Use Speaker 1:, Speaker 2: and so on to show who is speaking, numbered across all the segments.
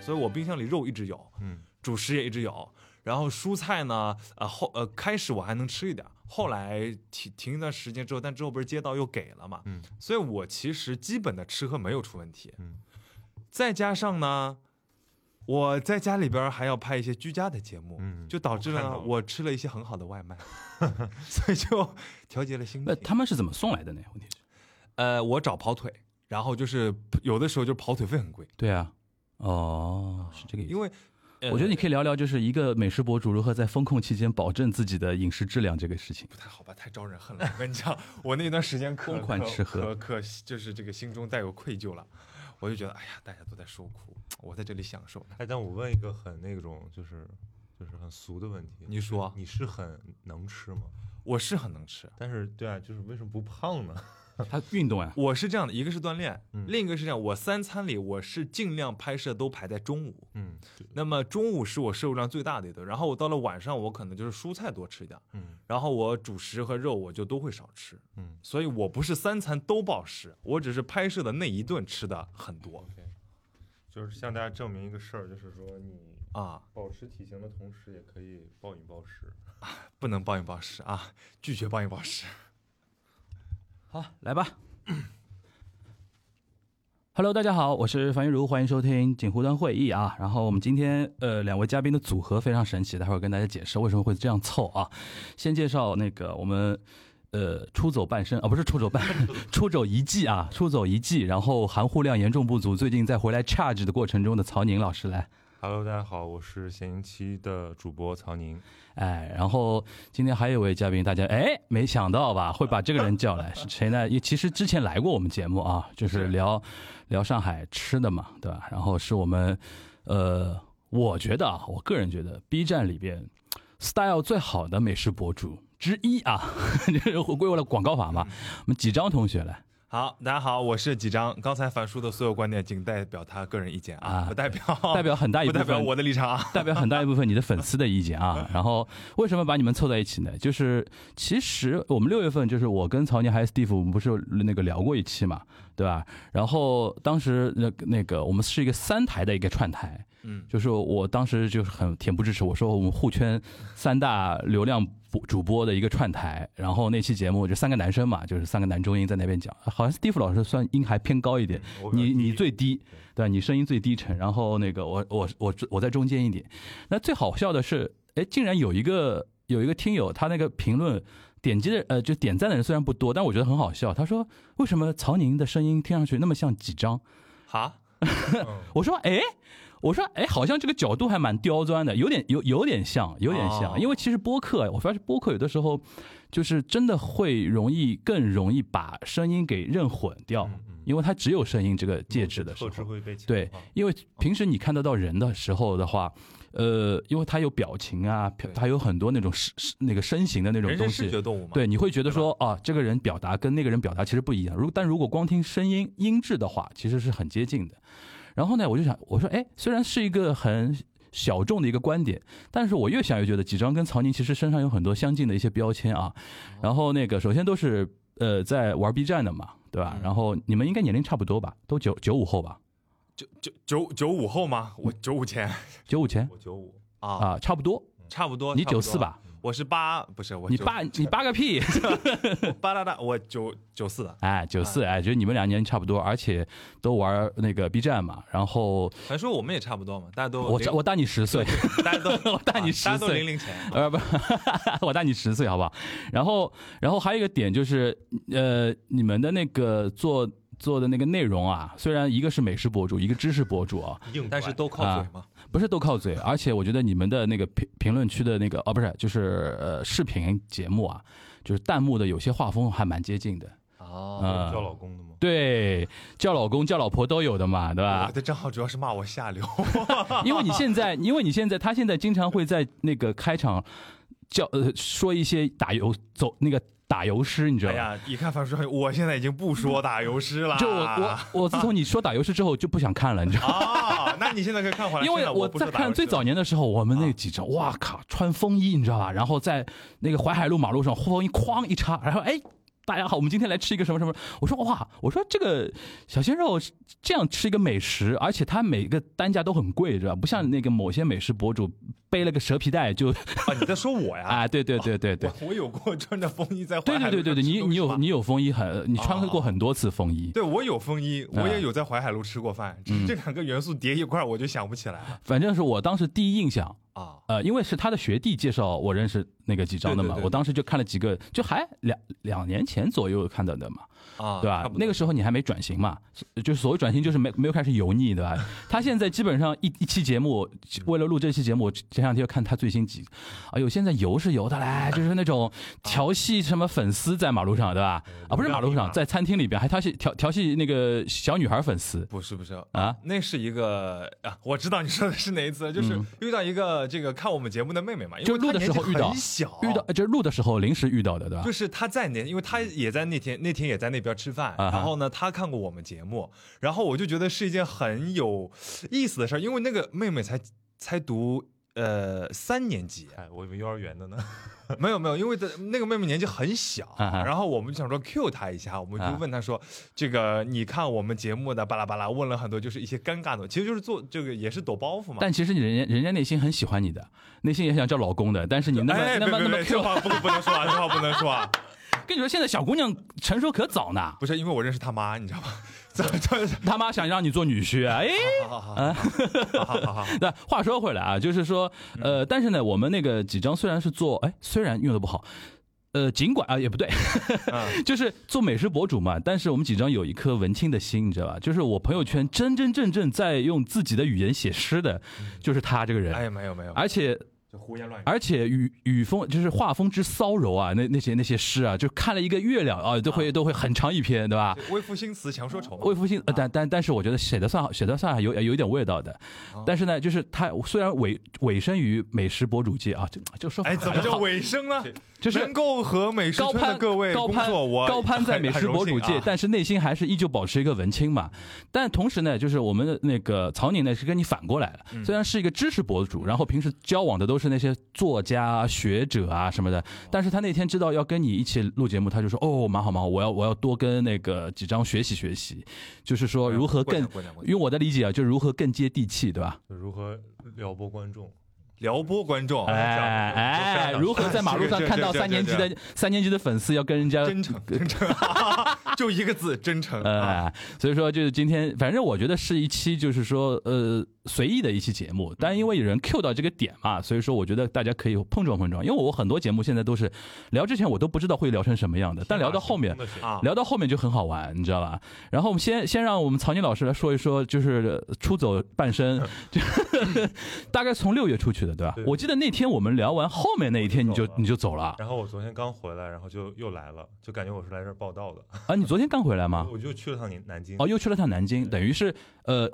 Speaker 1: 所以我冰箱里肉一直有，
Speaker 2: 嗯，
Speaker 1: 主食也一直有。然后蔬菜呢，呃后呃开始我还能吃一点，后来停停一段时间之后，但之后不是街道又给了嘛，
Speaker 2: 嗯，
Speaker 1: 所以我其实基本的吃喝没有出问题，
Speaker 2: 嗯，
Speaker 1: 再加上呢，我在家里边还要拍一些居家的节目，
Speaker 2: 嗯
Speaker 1: 就导致
Speaker 2: 我看到
Speaker 1: 呢
Speaker 2: 了
Speaker 1: 我吃了一些很好的外 卖，所以就调节了心
Speaker 3: 那
Speaker 1: 情。
Speaker 3: 他们是怎么送来的呢？问题是，
Speaker 1: 呃，我找跑腿，然后就是有的时候就跑腿费很贵，
Speaker 3: 对啊，哦，是这个意思。
Speaker 1: 因为、呃
Speaker 3: 我觉得你可以聊聊，就是一个美食博主如何在风控期间保证自己的饮食质量这个事情。
Speaker 1: 不太好吧，太招人恨了。我跟你讲，我那段时间可
Speaker 3: 疯狂吃喝
Speaker 1: 可可可就是这个心中带有愧疚了，我就觉得哎呀，大家都在受苦，我在这里享受。
Speaker 2: 哎，但我问一个很那种，就是就是很俗的问题，
Speaker 1: 你
Speaker 3: 嗯
Speaker 1: 说
Speaker 2: 你是很能吃吗？
Speaker 1: 我是很能吃，
Speaker 2: 但是对啊，就是为什么不胖呢？
Speaker 3: 他运动啊，
Speaker 1: 我是这样的，一个是锻炼，
Speaker 2: 嗯
Speaker 1: 另一个是这样，我三餐里我是尽量拍摄都排在中午。
Speaker 2: 嗯
Speaker 1: 那么中午是我摄入量最大的一顿，然后我到了晚上，我可能就是蔬菜多吃一点，
Speaker 2: 嗯
Speaker 1: 然后我主食和肉我就都会少吃，
Speaker 2: 嗯
Speaker 1: 所以我不是三餐都暴食，我只是拍摄的那一顿吃的很多
Speaker 2: ，OK，就是向大家证明一个事儿，就是说你
Speaker 1: 啊，
Speaker 2: 保持体型的同时，也可以暴饮暴食。
Speaker 1: 不能暴饮暴食啊， 拒绝暴饮暴食。
Speaker 3: 好，来吧。Hello，大家好，我是樊玉茹，欢迎收听锦湖端会议啊。然后我们今天呃两位嘉宾的组合非常神奇，待会儿跟大家解释为什么会这样凑啊。先介绍那个我们呃出走半生啊，不是出走半， 出走一季啊，出走一季，然后含糊量严重不足，最近在回来 charge 的过程中的曹宁老师来。
Speaker 2: Hello，大家好，我是闲云期的主播曹宁。
Speaker 3: 哎，然后今天还有一位嘉宾，大家哎没想到吧，会把这个人叫来是谁呢？因为其实之前来过我们节目啊，就是
Speaker 1: 是
Speaker 3: 聊聊上海吃的嘛，对吧？然后是我们呃，我觉得啊，我个人觉得 B 站里边 style 最好的美食博主之一啊， 就是归为了广告法嘛。我们几张同学来
Speaker 1: 好，大家好，我是几张。刚才樊叔的所有观点仅代表他个人意见啊，
Speaker 3: 啊
Speaker 1: 不代表
Speaker 3: 代表很大一
Speaker 1: 不
Speaker 3: 部分
Speaker 1: 代表我的立场啊。
Speaker 3: 代表很大一部分你的粉丝的意见啊。然后为什么把你们凑在一起呢？就是其实我们六月份就是我跟曹宁还有 Steve，我们不是有那个聊过一期嘛，对吧？然后当时那那个我们是一个三台的一个串台，
Speaker 1: 嗯，
Speaker 3: 就是我当时就是很恬不知耻，我说我们互圈三大流量主主播的一个串台，然后那期节目就三个男生嘛，就是三个男中音在那边讲，好像 Steve 老师算音还偏高一点，
Speaker 2: 嗯我比较
Speaker 3: 你
Speaker 2: 低
Speaker 3: 你最低，对吧你声音最低沉，然后那个我我我我在中间一点。那最好笑的是，哎，竟然有一个有一个听友，他那个评论点击的呃就点赞的人虽然不多，但我觉得很好笑。他说为什么曹宁的声音听上去那么像几张？
Speaker 1: 好，
Speaker 2: 嗯
Speaker 3: 我说，哎，我说，哎，好像这个角度还蛮刁钻的，有点有有点像，有点像。
Speaker 1: 哦
Speaker 3: 因为其实播客，我发现播客有的时候就是真的会容易更容易把声音给认混掉，
Speaker 2: 嗯
Speaker 3: 因为它只有声音这个介质的时
Speaker 2: 特质
Speaker 3: 候。
Speaker 2: 会被强
Speaker 3: 对
Speaker 2: 化，
Speaker 3: 因为平时你看得到人的时候的话，呃，因为它有表情啊，它有很多那种是是那个身形的那种
Speaker 1: 人
Speaker 3: 东
Speaker 1: 是
Speaker 3: 西
Speaker 1: 视，觉动物嘛。
Speaker 3: 对，你会觉得说啊，这个人表达跟那个人表达其实不一样。如但如果光听声音音质的话，其实是很接近的。然后呢，我就想，我说，哎，虽然是一个很小众的一个观点，但是我越想越觉得几张跟曹宁其实身上有很多相近的一些标签啊。然后那个，首先都是呃在玩 B 站的嘛，对吧？然后你们应该年龄差不多吧，都九九五后吧，
Speaker 1: 九九九九五后吗？我九五前
Speaker 3: 九五前
Speaker 2: 我九 五，
Speaker 1: 啊，
Speaker 3: 啊，差不多。
Speaker 1: 差不多。
Speaker 3: 你
Speaker 1: 哦差不
Speaker 3: 九
Speaker 1: 多
Speaker 3: 四？吧？
Speaker 1: 我是八，不是我
Speaker 3: 你
Speaker 1: 九
Speaker 3: 八你八个 屁！
Speaker 1: 我八大大，我九九四的。
Speaker 3: 哎，九四哎，觉得你们俩年龄差不多，而且都玩那个 B 站嘛，然后
Speaker 1: 樊叔，我们也差不多嘛，大家都
Speaker 3: 我
Speaker 1: 零
Speaker 3: 我大你十岁，
Speaker 1: 大家都我
Speaker 3: 大你十
Speaker 1: 大家都
Speaker 3: 岁
Speaker 1: 零零前。
Speaker 3: 呃不， 我大你十岁，好不好？然后，然后还有一个点就是，呃，你们的那个做做的那个内容啊，虽然一个是美食博主，一个知识博主啊，
Speaker 2: 硬
Speaker 1: 但是
Speaker 2: 拐
Speaker 1: 都靠嘴嘛，
Speaker 3: 不是都靠嘴，而且我觉得你们的那个评评论区的那个哦，不是，就是呃视频节目啊，就是弹幕的有些画风还蛮接近的，
Speaker 1: 哦，
Speaker 3: 啊、
Speaker 2: 叫老公的吗？
Speaker 3: 对，叫老公叫老婆都有的嘛，对吧
Speaker 1: 我？的账号主要是骂我下流，
Speaker 3: 因为你现 在，因为你现在，他现在经常会在那个开场叫呃说一些打油走那个打油诗，你知道
Speaker 1: 哎
Speaker 3: 吧？
Speaker 1: 呀，一看樊叔，我现在已经不说打油诗了，
Speaker 3: 就我我我自从你说打油诗之后就不想看了，你知道吗？
Speaker 1: 啊，那你现在可以看回来，
Speaker 3: 因
Speaker 1: 现
Speaker 3: 为
Speaker 1: 我不是
Speaker 3: 在
Speaker 1: 打啊
Speaker 3: 看
Speaker 1: 游戏
Speaker 3: 最早
Speaker 1: 了
Speaker 3: 年的时候，我们那几张，哇靠，穿风衣你知道吧？然后在那个淮海路马路上，风衣哐一插，然后哎，大家好，我们今天来吃一个什么什么？我说哇，我说这个小鲜肉是这样吃一个美食，而且它每个单价都很贵，知道吧？不像那个某些美食博主背了个蛇皮袋就
Speaker 1: 啊，你在说我 呀？
Speaker 3: 啊，对对对对对。
Speaker 1: 我我有过穿着风衣在淮
Speaker 3: 对
Speaker 1: 海
Speaker 3: 对
Speaker 1: 路
Speaker 3: 对对对，
Speaker 1: 上吃
Speaker 3: 你
Speaker 1: 东
Speaker 3: 你
Speaker 1: 西
Speaker 3: 有
Speaker 1: 吧哦
Speaker 3: 你有风衣很，你穿过很多次风衣，
Speaker 1: 对我有风衣，我
Speaker 3: 啊
Speaker 1: 也有在淮海路吃过饭，
Speaker 3: 嗯
Speaker 1: 只是这两个元素叠一块儿，我就想不起来了
Speaker 3: 反正是我当时第一印象，
Speaker 1: 啊。
Speaker 3: 呃，因为是他的学弟介绍我认识那个几张的嘛，
Speaker 1: 对对对
Speaker 3: 我当时就看了几个，就还两两年前左右看到的嘛，
Speaker 1: 啊，
Speaker 3: 对吧
Speaker 1: 差？不多
Speaker 3: 那个时候你还没转型嘛，就是所谓转型就是没没有开始油腻，对吧？ 他现在基本上一一期节目，为了录这期节目，我前两天又看他最新集，哎呦，现在油是油的嘞，就是那
Speaker 1: 啊
Speaker 3: 种调戏什么粉丝在马路上，对吧？啊，不是马路上，在餐厅里边还调戏调调戏那个小女孩粉丝
Speaker 1: 不是不是，
Speaker 3: 啊，
Speaker 1: 那是一个啊，我知道你说的是哪一次，就是遇到一个这个看我们节目的妹妹嘛，因
Speaker 3: 嗯就
Speaker 1: 为
Speaker 3: 录
Speaker 1: 她
Speaker 3: 的时
Speaker 1: 年纪
Speaker 3: 候遇到
Speaker 1: 很小，
Speaker 3: 遇到就是录的时候临时遇到的，对吧
Speaker 1: 就？是他在那，因为他也在那天，那天也在那边吃饭。
Speaker 3: 嗯啊哈
Speaker 1: 然后呢，他看过我们节目，然后我就觉得是一件很有意思的事儿，因为那个妹妹才才读呃三年 级，
Speaker 2: 哎，我以为幼儿园的呢。
Speaker 1: 没有没有，因为的那个妹妹年纪很小，
Speaker 3: 啊哈
Speaker 1: 然后我们就想说 cue 她一下，我们
Speaker 3: 啊
Speaker 1: 就问她说，这个你看我们节目的巴拉巴拉，问了很多就是一些尴尬的，其实就是做这个也是抖包袱嘛。
Speaker 3: 但其实你人家人家内心很喜欢你的，内心也想叫老公的，但是你那么、
Speaker 1: 哎，
Speaker 3: 那
Speaker 1: 别
Speaker 3: 么
Speaker 1: 别
Speaker 3: 那么
Speaker 1: 别，这
Speaker 3: Q，
Speaker 1: 话不不能说啊，这话不能说啊，
Speaker 3: 跟你说现在小姑娘成熟可早呢，
Speaker 1: 不是因为我认识他妈，你知道吗？ 这这
Speaker 3: 他妈想让你做女婿，哎，
Speaker 1: 好好好好好好好好。
Speaker 3: 那话说回来啊，就是说，呃，但是呢，我们那个几张虽然是做，哎，虽然用的不好，呃，尽管啊也不对，
Speaker 1: 嗯
Speaker 3: 就是做美食博主嘛，但是我们几张有一颗文青的心，你知道吧？就是我朋友圈真真正正在用自己的语言写诗的，就是他这个人，
Speaker 1: 哎，没有没有，
Speaker 3: 而且
Speaker 1: 就胡言乱语。
Speaker 3: 而且语语风就是画风之骚柔啊，那那些那些诗啊，就看了一个月亮啊，都会都会很长一篇，对吧？
Speaker 1: 就微复兴词强说愁嘛，
Speaker 3: 魏复兴，呃但但但是我觉得写的算好，写的算还有有一点味道的，但是呢，就是他虽然委委身于美食博主界啊，就就说
Speaker 1: 哎，怎么叫
Speaker 3: 好
Speaker 1: 尾声呢？
Speaker 3: 就是
Speaker 1: 能够和美食
Speaker 3: 高
Speaker 1: 圈的
Speaker 3: 攀
Speaker 1: 各位
Speaker 3: 高
Speaker 1: 工
Speaker 3: 攀
Speaker 1: 作，我
Speaker 3: 高攀在
Speaker 1: 很
Speaker 3: 美
Speaker 1: 很
Speaker 3: 食
Speaker 1: 荣
Speaker 3: 博主
Speaker 1: 幸
Speaker 3: 界
Speaker 1: 啊，
Speaker 3: 但是内心还是依旧保持一个文青嘛。但同时呢，就是我们的那个曹宁呢是跟你反过来
Speaker 1: 嗯
Speaker 3: 了，虽然是一个知识博主，然后平时交往的都是那些作家啊、学者啊什么的，但是他那天知道要跟你一起录节目，他就说哦，蛮好蛮好，我要我要多跟那个几张学习学习，就是说如何
Speaker 1: 过
Speaker 3: 更
Speaker 1: 奖过奖过。奖
Speaker 3: 用我的理解啊，就如何更接地气，对吧？
Speaker 2: 就如何撩拨观众？
Speaker 1: 撩拨观众，
Speaker 3: 哎哎，如何在马路上看到三年级的三年级的粉丝要跟人家
Speaker 1: 真诚真诚，就一个字真诚啊。
Speaker 3: 呃，所以说就是今天，反正我觉得是一期就是说呃随意的一期节目，但因为有人 Q 到这个点嘛，所以说我觉得大家可以碰撞碰撞，因为我很多节目现在都是聊之前我都不知道会聊成什么样的，但聊到后面
Speaker 2: 天马行空的
Speaker 1: 啊，
Speaker 3: 聊到后面就很好玩，你知道吧？然后我们先先让我们曹宁老师来说一说，就是呃出走半生，就大概从六月出去的，对吧
Speaker 2: 对？
Speaker 3: 我记得那天我们聊完后面那一天你就
Speaker 2: 我就走了
Speaker 3: 你就走了
Speaker 2: 然后我昨天刚回来，然后就又来了，就感觉我是来这儿报道的。
Speaker 3: 啊？你昨天刚回来吗？
Speaker 2: 我就去了趟南南京。
Speaker 3: 哦，又去了趟南京，等于是呃，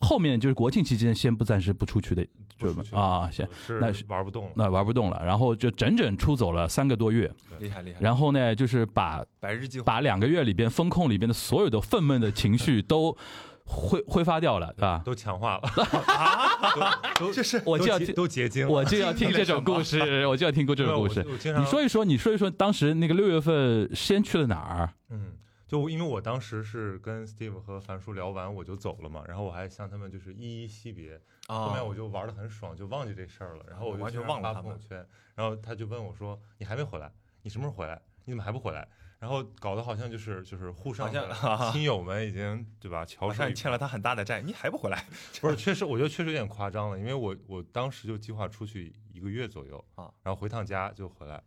Speaker 3: 后面就是国庆期间先不暂时不出去的，
Speaker 2: 不
Speaker 3: 就
Speaker 2: 出去了
Speaker 3: 啊，先
Speaker 2: 我
Speaker 3: 那
Speaker 2: 是
Speaker 3: 是
Speaker 2: 玩不动了。
Speaker 3: 那玩不动了，然后就整整出走了三个多月，
Speaker 1: 厉害厉害，
Speaker 3: 然后呢，就是把
Speaker 1: 百日计划
Speaker 3: 把两个月里边风控里边的所有的愤懑的情绪都挥 挥发掉了，对吧？
Speaker 2: 都强化了，都都
Speaker 1: 这是
Speaker 3: 我就要
Speaker 2: 都结
Speaker 3: 听
Speaker 2: 都结晶了。
Speaker 3: 我就要听这种故事， 我就要听过这
Speaker 2: 对
Speaker 3: 种
Speaker 2: 我
Speaker 3: 故事。
Speaker 2: 我经常
Speaker 3: 你说一说，你说一说，当时那个六月份先去了哪儿？
Speaker 2: 嗯，就因为我当时是跟 Steve 和樊叔聊完我就走了嘛，然后我还向他们就是一一惜别，后
Speaker 1: 啊
Speaker 2: 面，我就玩的很爽，就忘记这事儿了，然后我就
Speaker 1: 完全
Speaker 2: 经常
Speaker 1: 忘了
Speaker 2: 发
Speaker 1: 他
Speaker 2: 朋友
Speaker 1: 们
Speaker 2: 圈，然后他就问我说：“你还没回来？你什么时候回来？你怎么还不回来？”然后搞得好像就是就是沪上的
Speaker 1: 好像啊
Speaker 2: 亲友们已经 对吧
Speaker 1: 好
Speaker 2: 翘首
Speaker 1: 像
Speaker 2: 以
Speaker 1: 欠了他很大的债，你还不回来
Speaker 2: 不是，确实，我觉得确实有点夸张了，因为我我当时就计划出去一个月左右
Speaker 1: 啊，
Speaker 2: 然后回趟家就回来。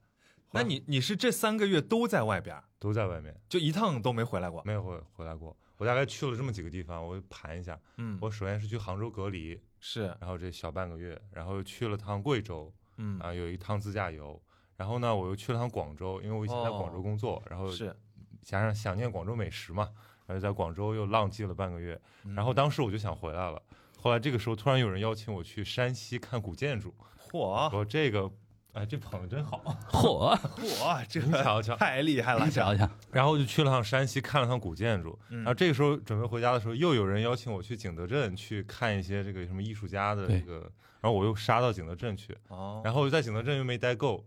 Speaker 1: 那你你是这三个月都在外边儿，
Speaker 2: 都在外面，
Speaker 1: 就一趟都没回来过？
Speaker 2: 没有回回来过。我大概去了这么几个地方，我盘一下。
Speaker 1: 嗯，
Speaker 2: 我首先是去杭州隔离，
Speaker 1: 是
Speaker 2: 然后这小半个月，然后又去了趟贵州，
Speaker 1: 嗯
Speaker 2: 啊，有一趟自驾游。然后呢，我又去了趟广州，因为我以前在广州
Speaker 1: 哦
Speaker 2: 工作，然后
Speaker 1: 是，
Speaker 2: 加上想念广州美食嘛，然后在广州又浪迹了半个月。
Speaker 1: 嗯
Speaker 2: 然后当时我就想回来了，后来这个时候突然有人邀请我去山西看古建筑，我
Speaker 1: 嚯
Speaker 2: 说这个，哎，这朋友真 好，
Speaker 3: 嚯，
Speaker 1: 嚯，这
Speaker 2: 你瞧瞧。
Speaker 1: 太厉害了，
Speaker 3: 你 想一想，
Speaker 2: 然后就去了趟山西，看了趟古建筑。
Speaker 1: 嗯
Speaker 2: 然后这个时候准备回家的时候，又有人邀请我去景德镇去看一些这个什么艺术家的
Speaker 3: 对
Speaker 2: 这个，然后我又杀到景德镇去，
Speaker 1: 哦，
Speaker 2: 然后在景德镇又没待够，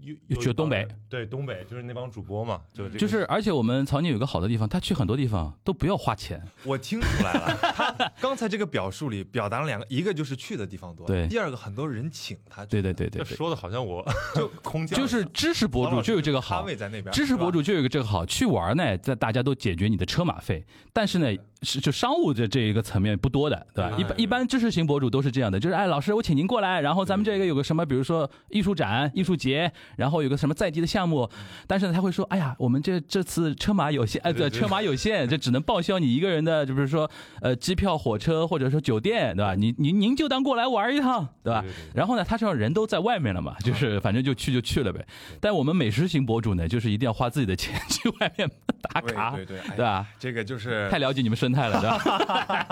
Speaker 2: 有有一
Speaker 3: 去东
Speaker 2: 帮
Speaker 3: 北嗯
Speaker 2: 人，对东北就是那帮主播嘛，就这个
Speaker 3: 就是，而且我们曹宁有一个好的地方，他去很多地方都不要花钱，
Speaker 1: 我听出来了， 他刚才这个表述里表达了两个，一个就是去的地方多，
Speaker 3: 对
Speaker 1: 第二个很多人请他去，
Speaker 3: 对对对对
Speaker 2: 这
Speaker 3: 对，
Speaker 2: 说的好像我就 空降
Speaker 3: 就是知识博
Speaker 1: 王
Speaker 3: 主
Speaker 1: 老师
Speaker 3: 就有这个
Speaker 1: 摊
Speaker 3: 好，
Speaker 1: 位在那边，
Speaker 3: 知识博
Speaker 1: 啊是吧
Speaker 3: 主就有一个这个好，去玩呢，在大家都解决你的车马费，但是呢，是就商务的这一个层面不多的，对吧？
Speaker 1: 对
Speaker 3: 一
Speaker 1: 对
Speaker 3: 般
Speaker 1: 对
Speaker 3: 一般知识型博主都是这样的，就是哎，老师我请您过来，然后咱们
Speaker 1: 对
Speaker 3: 这个有个什么，比如说艺术展、艺术节，然后有个什么在地的项目，
Speaker 1: 嗯
Speaker 3: 但是呢他会说，哎呀，我们这这次车马有限，哎，
Speaker 2: 对
Speaker 3: 对，
Speaker 2: 对
Speaker 3: 车马有限，这只能报销你一个人的，就比如说呃机票、火车或者说酒店，对吧？您您您就当过来玩一趟，对吧？
Speaker 2: 对对对
Speaker 3: 然后呢，他这样人都在外 面了嘛，就是反正就去就去了呗。但我们美食型博主呢，就是一定要花自己的钱去外面打卡，
Speaker 1: 对对对，哎呀
Speaker 3: 对吧？
Speaker 1: 这个就是
Speaker 3: 太了解你们生态了，对 吧？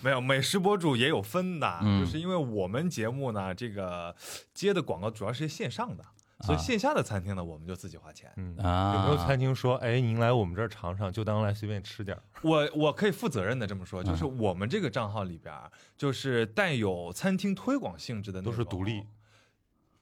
Speaker 1: 没有美食博主也有分的，
Speaker 3: 嗯
Speaker 1: 就是因为我们节目呢，这个接的广告主要是线上的，所以线下的餐厅呢，我们就自己花钱。
Speaker 2: 嗯，有没有
Speaker 3: 啊
Speaker 2: 餐，厅说，哎，您来我们这儿尝尝，就当来随便吃点儿，
Speaker 1: 我我可以负责任的这么说，
Speaker 3: 嗯
Speaker 1: 就是我们这个账号里边儿，就是带有餐厅推广性质
Speaker 3: 嗯
Speaker 1: 的内
Speaker 2: 都
Speaker 1: 容
Speaker 2: 是独
Speaker 3: 哦
Speaker 2: 立。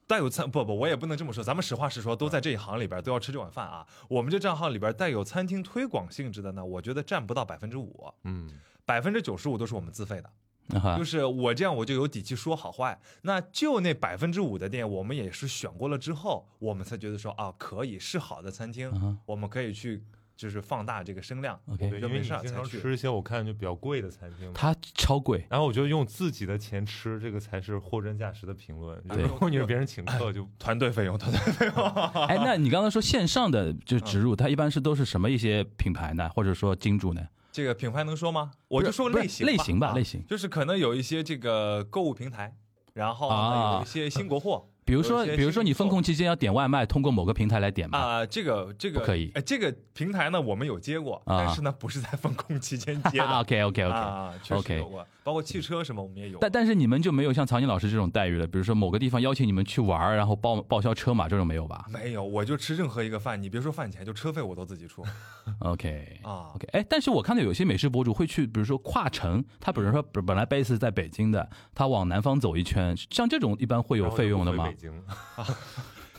Speaker 1: 带有餐不不，我也不能这么说，咱们实话实说，都
Speaker 3: 嗯
Speaker 1: 在这一行里边儿都要吃这碗饭啊。我们这账号里边儿带有餐厅推广性质的呢，我觉得占不到百分之五，
Speaker 2: 嗯，
Speaker 1: 百分之九十五都是我们自费的。
Speaker 3: 啊哈
Speaker 1: 就是我这样我就有底气说好坏。那就那百分之五的店，我们也是选过了之后，我们才觉得说啊，可以是好的餐厅，
Speaker 3: 啊哈
Speaker 1: 我们可以去就是放大这个声量。
Speaker 3: ，OK，
Speaker 2: 对，
Speaker 1: 就
Speaker 2: 因
Speaker 1: 没
Speaker 2: 为你
Speaker 1: 事儿
Speaker 2: 经
Speaker 1: 才
Speaker 2: 常
Speaker 1: 去
Speaker 2: 吃一些我看就比较贵的餐厅嘛，
Speaker 3: 它 超贵，
Speaker 2: 然后我觉得用自己的钱吃，这个才是货真价实的评论。
Speaker 1: 对
Speaker 2: 如果你是别人请客就，
Speaker 1: 团队费用，团 队费用，
Speaker 3: 哎，那你刚才说线上的就植入，它一般是都是什么一些品牌呢，或者说金主呢？
Speaker 1: 这个品牌能说吗？我就说
Speaker 3: 不是
Speaker 1: 类型
Speaker 3: 类型吧
Speaker 1: 啊
Speaker 3: 类型
Speaker 1: 就是可能有一些这个购物平台，然后
Speaker 3: 啊
Speaker 1: 呢有一些新国货。
Speaker 3: 比如
Speaker 1: 有
Speaker 3: 说，
Speaker 1: 一些
Speaker 3: 比如说你风控期间要点外卖，通过某个平台来点嘛，
Speaker 1: 啊、这个这个
Speaker 3: 不可以
Speaker 1: 哎，这个平台呢我们有接过，
Speaker 3: 啊
Speaker 1: 但是呢不是在风控期间接的
Speaker 3: 啊，OK OK OK。
Speaker 1: 啊，确实
Speaker 3: OK
Speaker 1: 有过，包括汽车什么我们也有过。
Speaker 3: 但但是你们就没有像曹宁老师这种待遇了，比如说某个地方邀请你们去玩儿，然后报报销车马这种没有 吧
Speaker 1: 没有，我就吃任何一个饭，你别说饭钱，就车费我都自己 出
Speaker 3: ？OK，
Speaker 1: 啊。
Speaker 3: OK，哎，但是我看到有些美食博主会去，比如说跨城，他比如说本本来 base 在北京的，他往南方走一圈，像这种一般哦会有
Speaker 2: 然后
Speaker 3: 费
Speaker 2: 就
Speaker 3: 用
Speaker 2: 不
Speaker 3: 的
Speaker 2: 回
Speaker 3: 吗
Speaker 2: 北？京，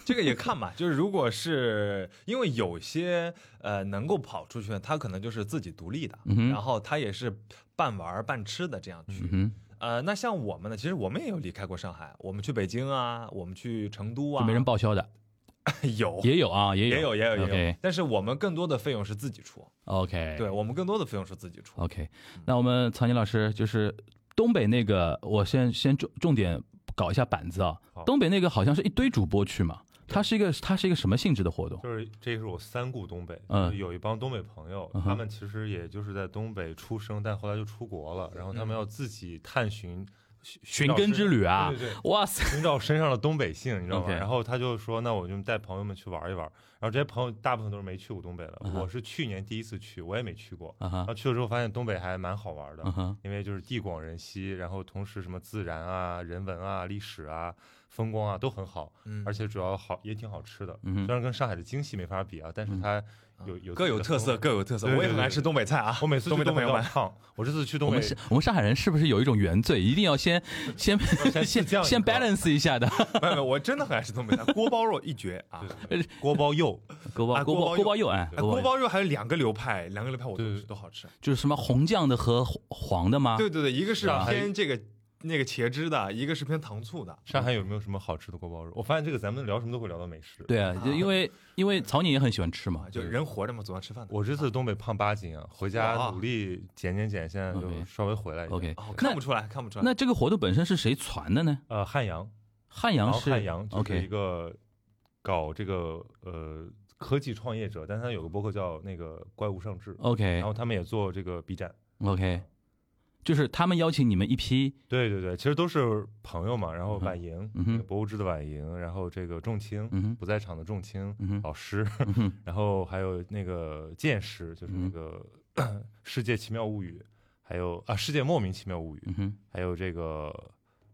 Speaker 1: 这个也看 吧，就是如果是因为有些呃能够跑出去的，他可能就是自己独立的，
Speaker 3: 嗯哼
Speaker 1: 然后他也是半玩儿半吃的这样去。
Speaker 3: 嗯
Speaker 1: 呃，那像我们呢，其实我们也有离开过上海，我们去北京啊，我们去成都
Speaker 3: 哼，
Speaker 1: 啊，
Speaker 3: 就没人报销的，
Speaker 1: 有。
Speaker 3: 也有啊，也有，
Speaker 1: 也有也有也有
Speaker 3: OK 哎
Speaker 1: 但是我们更多的费用是自己出，
Speaker 3: OK，
Speaker 1: 对我们更多的费用是自己出。
Speaker 3: OK，那我们曹宁老师就是东北那个，我先先重重点搞一下板子啊
Speaker 2: 好，
Speaker 3: 东北那个好像是一堆主播去嘛，它是一个它是一个什么性质的活动？
Speaker 2: 就是这是我三顾东北，
Speaker 3: 嗯
Speaker 2: 就是有一帮东北朋友，
Speaker 3: 嗯哼
Speaker 2: 他们其实也就是在东北出生，但后来就出国了，然后他们要自己探寻寻
Speaker 3: 寻根之旅嗯啊
Speaker 2: 对对对
Speaker 3: 哇塞，
Speaker 2: 寻找身上的东北性，你知道吗
Speaker 3: OK
Speaker 2: 然后他就说，那我就带朋友们去玩一玩。然后这些朋友大部分都是没去过东北的，
Speaker 3: 嗯哼
Speaker 2: 我是去年第一次去，我也没去过。
Speaker 3: 啊
Speaker 2: 然
Speaker 3: 哈
Speaker 2: 后去了之后发现东北还蛮好玩的，
Speaker 3: 啊哈，
Speaker 2: 因为就是地广人稀，然后同时什么自然啊、人文啊、历史啊、风光啊都很好，
Speaker 1: 嗯
Speaker 2: 而且主要好也挺好吃的。虽
Speaker 3: 嗯哼，
Speaker 2: 然跟上海的精细没法比啊，但是它有有
Speaker 1: 各有特色，。各有特色。
Speaker 2: 对对
Speaker 1: 我也很爱吃东北菜啊，
Speaker 2: 我每次
Speaker 1: 东
Speaker 2: 去
Speaker 1: 北的
Speaker 2: 东
Speaker 1: 朋
Speaker 2: 北
Speaker 1: 友
Speaker 2: 都要
Speaker 1: 们，
Speaker 2: 唱，我这次去
Speaker 3: 我
Speaker 2: 东北
Speaker 3: 们是，我们上海人是不是有一种原罪，一定要先先
Speaker 2: 先
Speaker 3: 先
Speaker 2: 降一
Speaker 3: 先
Speaker 2: 个
Speaker 3: balance 一下的？
Speaker 1: 没有没有，我真的很爱吃东 北菜，锅包肉一绝啊
Speaker 2: 对！对对锅包肉，
Speaker 3: 锅包
Speaker 1: 啊
Speaker 3: 锅
Speaker 1: 锅
Speaker 3: 包
Speaker 1: 包
Speaker 3: 锅包肉哎，
Speaker 1: 哎锅
Speaker 3: 肉
Speaker 1: 包肉还有两个流派，两个流派我都
Speaker 2: 对
Speaker 1: 吃都好吃。
Speaker 3: 就是什么红酱的和黄黄的吗？
Speaker 1: 对对对，一个是
Speaker 2: 啊还
Speaker 1: 偏这个那个茄汁的，一个是偏糖醋的。
Speaker 2: 上海有没有什么好吃的锅包肉？我发现这个咱们聊什么都会聊到美食。，
Speaker 3: 对啊，就因为因为曹宁也很喜欢吃嘛
Speaker 1: 啊，，就人活着嘛，总要吃饭的。
Speaker 2: 我这次东北胖八斤啊，回家
Speaker 1: 哇
Speaker 2: 努力减减减，现在就
Speaker 3: OK
Speaker 2: 稍微回来一点。
Speaker 3: OK，
Speaker 1: 哦，
Speaker 3: 那
Speaker 1: 看不出来，看不出来。
Speaker 3: 那这个活动本身是谁传的呢？
Speaker 2: 呃，汉阳，
Speaker 3: 汉
Speaker 2: 然
Speaker 3: 阳
Speaker 2: 后
Speaker 3: 是
Speaker 2: 哦汉阳就是一
Speaker 3: OK
Speaker 2: 个搞这个呃科技创业者，但是他有个博客叫那个怪物上志，
Speaker 3: OK
Speaker 2: 然后他们也做这个 B 站。
Speaker 3: OK，就是他们邀请你们一批，
Speaker 2: 对对对，其实都是朋友嘛。然后婉莹，
Speaker 3: 嗯哼
Speaker 2: 博物志的婉莹，然后这个仲青，
Speaker 3: 嗯哼
Speaker 2: 不在场的仲青、
Speaker 3: 嗯哼
Speaker 2: 老师，
Speaker 3: 嗯哼
Speaker 2: 然后还有那个剑师，就是那
Speaker 3: 嗯
Speaker 2: 个 《世界奇妙物语》，还有啊《世界莫名其妙物语》，
Speaker 3: 嗯哼
Speaker 2: 还有这个